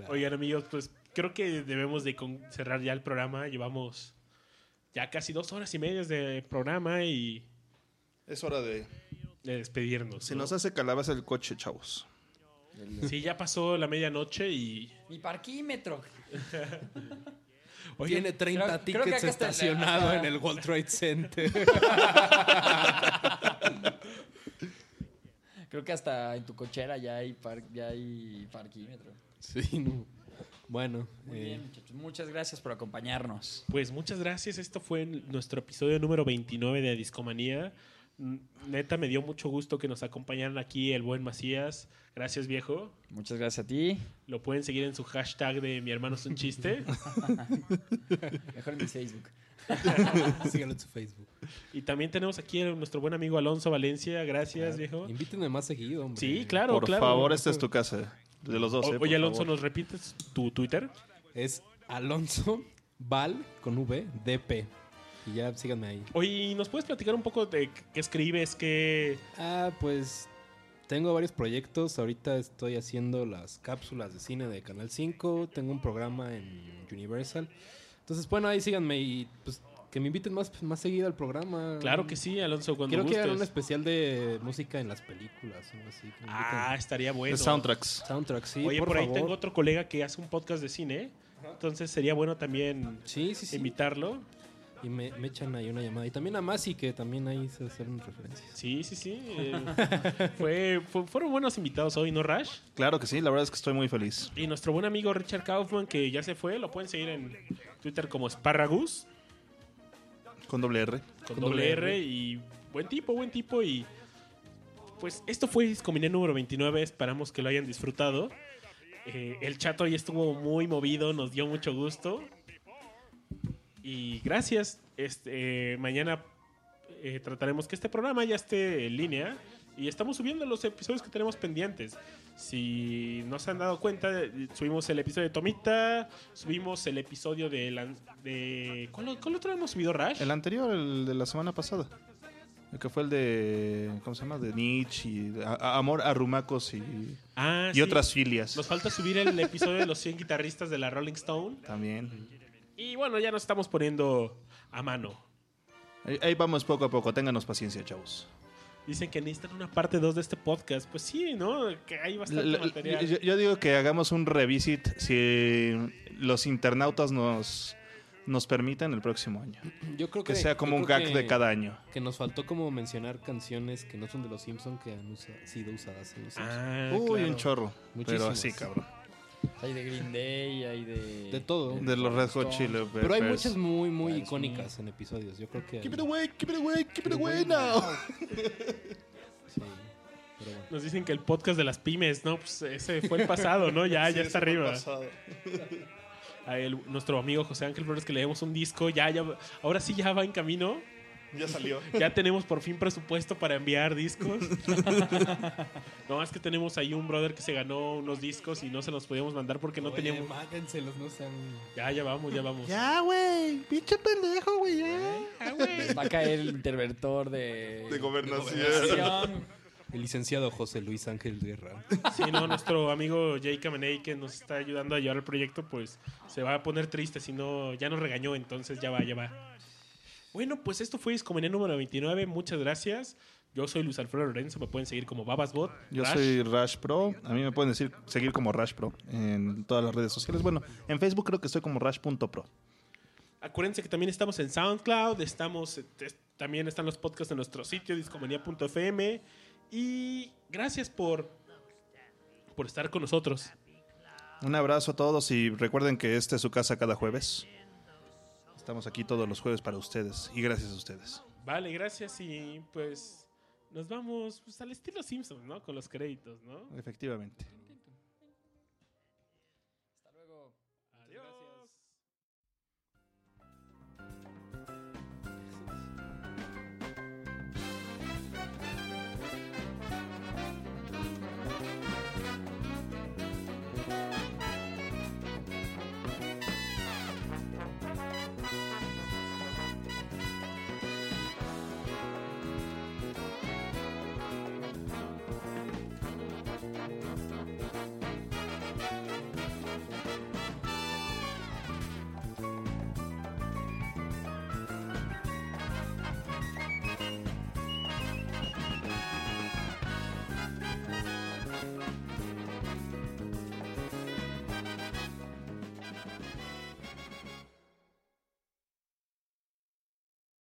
Oigan, amigos, pues creo que debemos de con- cerrar ya el programa. Llevamos ya casi dos horas y media de programa y Es hora de... de despedirnos. Se ¿no? nos hace calabaza el coche, chavos. Sí, ya pasó la medianoche y... Mi parquímetro. Oigan, Tiene 30 creo- tickets creo que acá está el- estacionado ajá. en el World Trade Center. Creo que hasta en tu cochera ya hay, par- ya hay parquímetro. sí, no. Bueno, Muy eh, bien, muchachos. Muchas gracias por acompañarnos. Pues muchas gracias. Esto fue en nuestro episodio número 29 de Discomanía. N- Neta, me dio mucho gusto que nos acompañaran aquí el buen Macías. Gracias, viejo. Muchas gracias a ti. Lo pueden seguir en su hashtag de Mi hermano es un chiste. Mejor en mi Facebook. síganlo en su Facebook. Y también tenemos aquí a nuestro buen amigo Alonso Valencia. Gracias, viejo. Invítenme más seguido, hombre. Sí, claro, por claro. favor, esta es tu casa. De los dos, O- eh, por Oye, Alonso, favor. ¿nos repites tu Twitter? Es Alonso Val con V DP. Y ya síganme ahí. Oye, ¿y ¿nos puedes platicar un poco de qué escribes? ¿Qué...? Ah, pues Tengo varios proyectos. Ahorita estoy haciendo las cápsulas de cine de Canal 5. Tengo un programa en Universal. Entonces, bueno, ahí síganme y pues que me inviten más, más seguido al programa. Claro que sí, Alonso, cuando mm, Quiero que hagan gustes. un especial de música en las películas. algo así, que me Ah, inviten. estaría bueno. De soundtracks. Soundtracks, sí, Oye, por, por ahí favor. tengo otro colega que hace un podcast de cine. Entonces sería bueno también invitarlo. Y me, me echan ahí una llamada. Y también a Masi, que también ahí se hacen referencias. Sí, sí, sí. eh, fue, fue- fueron buenos invitados hoy, ¿no, Rash? Claro que sí, la verdad es que estoy muy feliz. Y nuestro buen amigo Richard Kaufman, que ya se fue, lo pueden seguir en Twitter como Sparragus, Con doble R. con doble R. Y buen tipo, buen tipo. Y pues esto fue Discominé número 29. Esperamos que lo hayan disfrutado. Eh, el chat hoy estuvo muy movido, nos dio mucho gusto. Y gracias. Este, eh, mañana eh, trataremos que este programa ya esté en línea. Y estamos subiendo los episodios que tenemos pendientes. Si no se han dado cuenta, eh, subimos el episodio de Tomita, subimos el episodio de... lan- de ¿cuál, cuál otro hemos subido, Rash? El anterior, el de la semana pasada. El que fue el de. ¿Cómo se llama? De Nietzsche. y de- a- a- amor a rumacos y. Ah, y sí. otras filias. Nos falta subir el episodio de los 100 guitarristas de la Rolling Stone. También. Y bueno, ya nos estamos poniendo a mano. Ahí, ahí vamos poco a poco. Ténganos paciencia, chavos. Dicen que necesitan una parte 2 de este podcast. Pues sí, ¿no? Que hay bastante La- la- material. yo, yo digo que hagamos un revisit si los internautas nos, nos permiten el próximo año. Yo creo que, sea como yo un creo gag que- de cada año. Que nos faltó como mencionar canciones que no son de los Simpsons que han usa- sido usadas en los Simpsons. Ah, Uy, un chorro. Pero así, cabrón. Hay de Green Day, hay de. De todo. De los Red Hot Chili Pero, Peppers. hay muchas muy, muy icónicas en episodios. Yo creo que. Keep it hay- away, keep it away, keep it away now. Nos dicen que el podcast de las pymes, ¿no? Pues ese fue el pasado, ¿no? Ya, Sí, ya está ese fue el arriba. pasado. A él, nuestro amigo José Ángel Flores que le demos un disco, ya, ya, ahora sí ya va en camino. Ya salió. Ya tenemos por fin presupuesto para enviar discos. no, es que tenemos ahí un brother que se ganó unos discos y no se los podíamos mandar porque no Oye, teníamos. mándenselos, no sean- Ya, ya vamos, ya vamos. Ya, güey. Pinche pendejo, güey. Ya, Va a caer el interventor de. De gobernación. El licenciado José Luis Ángel Guerra. Sí, no, nuestro amigo Jay Kamenei que nos está ayudando a llevar el proyecto, pues se va a poner triste si no, ya nos regañó, entonces ya va, ya va. Bueno, pues esto fue Discomanía número 29, muchas gracias. Yo soy Luis Alfredo Lorenzo, me pueden seguir como Babasbot. Yo Rash. soy Rash Pro. A mí me pueden decir, seguir como Rash Pro en todas las redes sociales. Bueno, en Facebook creo que estoy como Rash.pro. Acuérdense que también estamos en SoundCloud, estamos, eh, es- también están los podcasts en nuestro sitio, discomanía.fm. Y gracias por, por estar con nosotros. Un abrazo a todos y recuerden que esta es su casa cada jueves. Estamos aquí todos los jueves para ustedes y gracias a ustedes. Vale, gracias y pues nos vamos pues, al estilo Simpsons, ¿no? Con los créditos, ¿no? Efectivamente.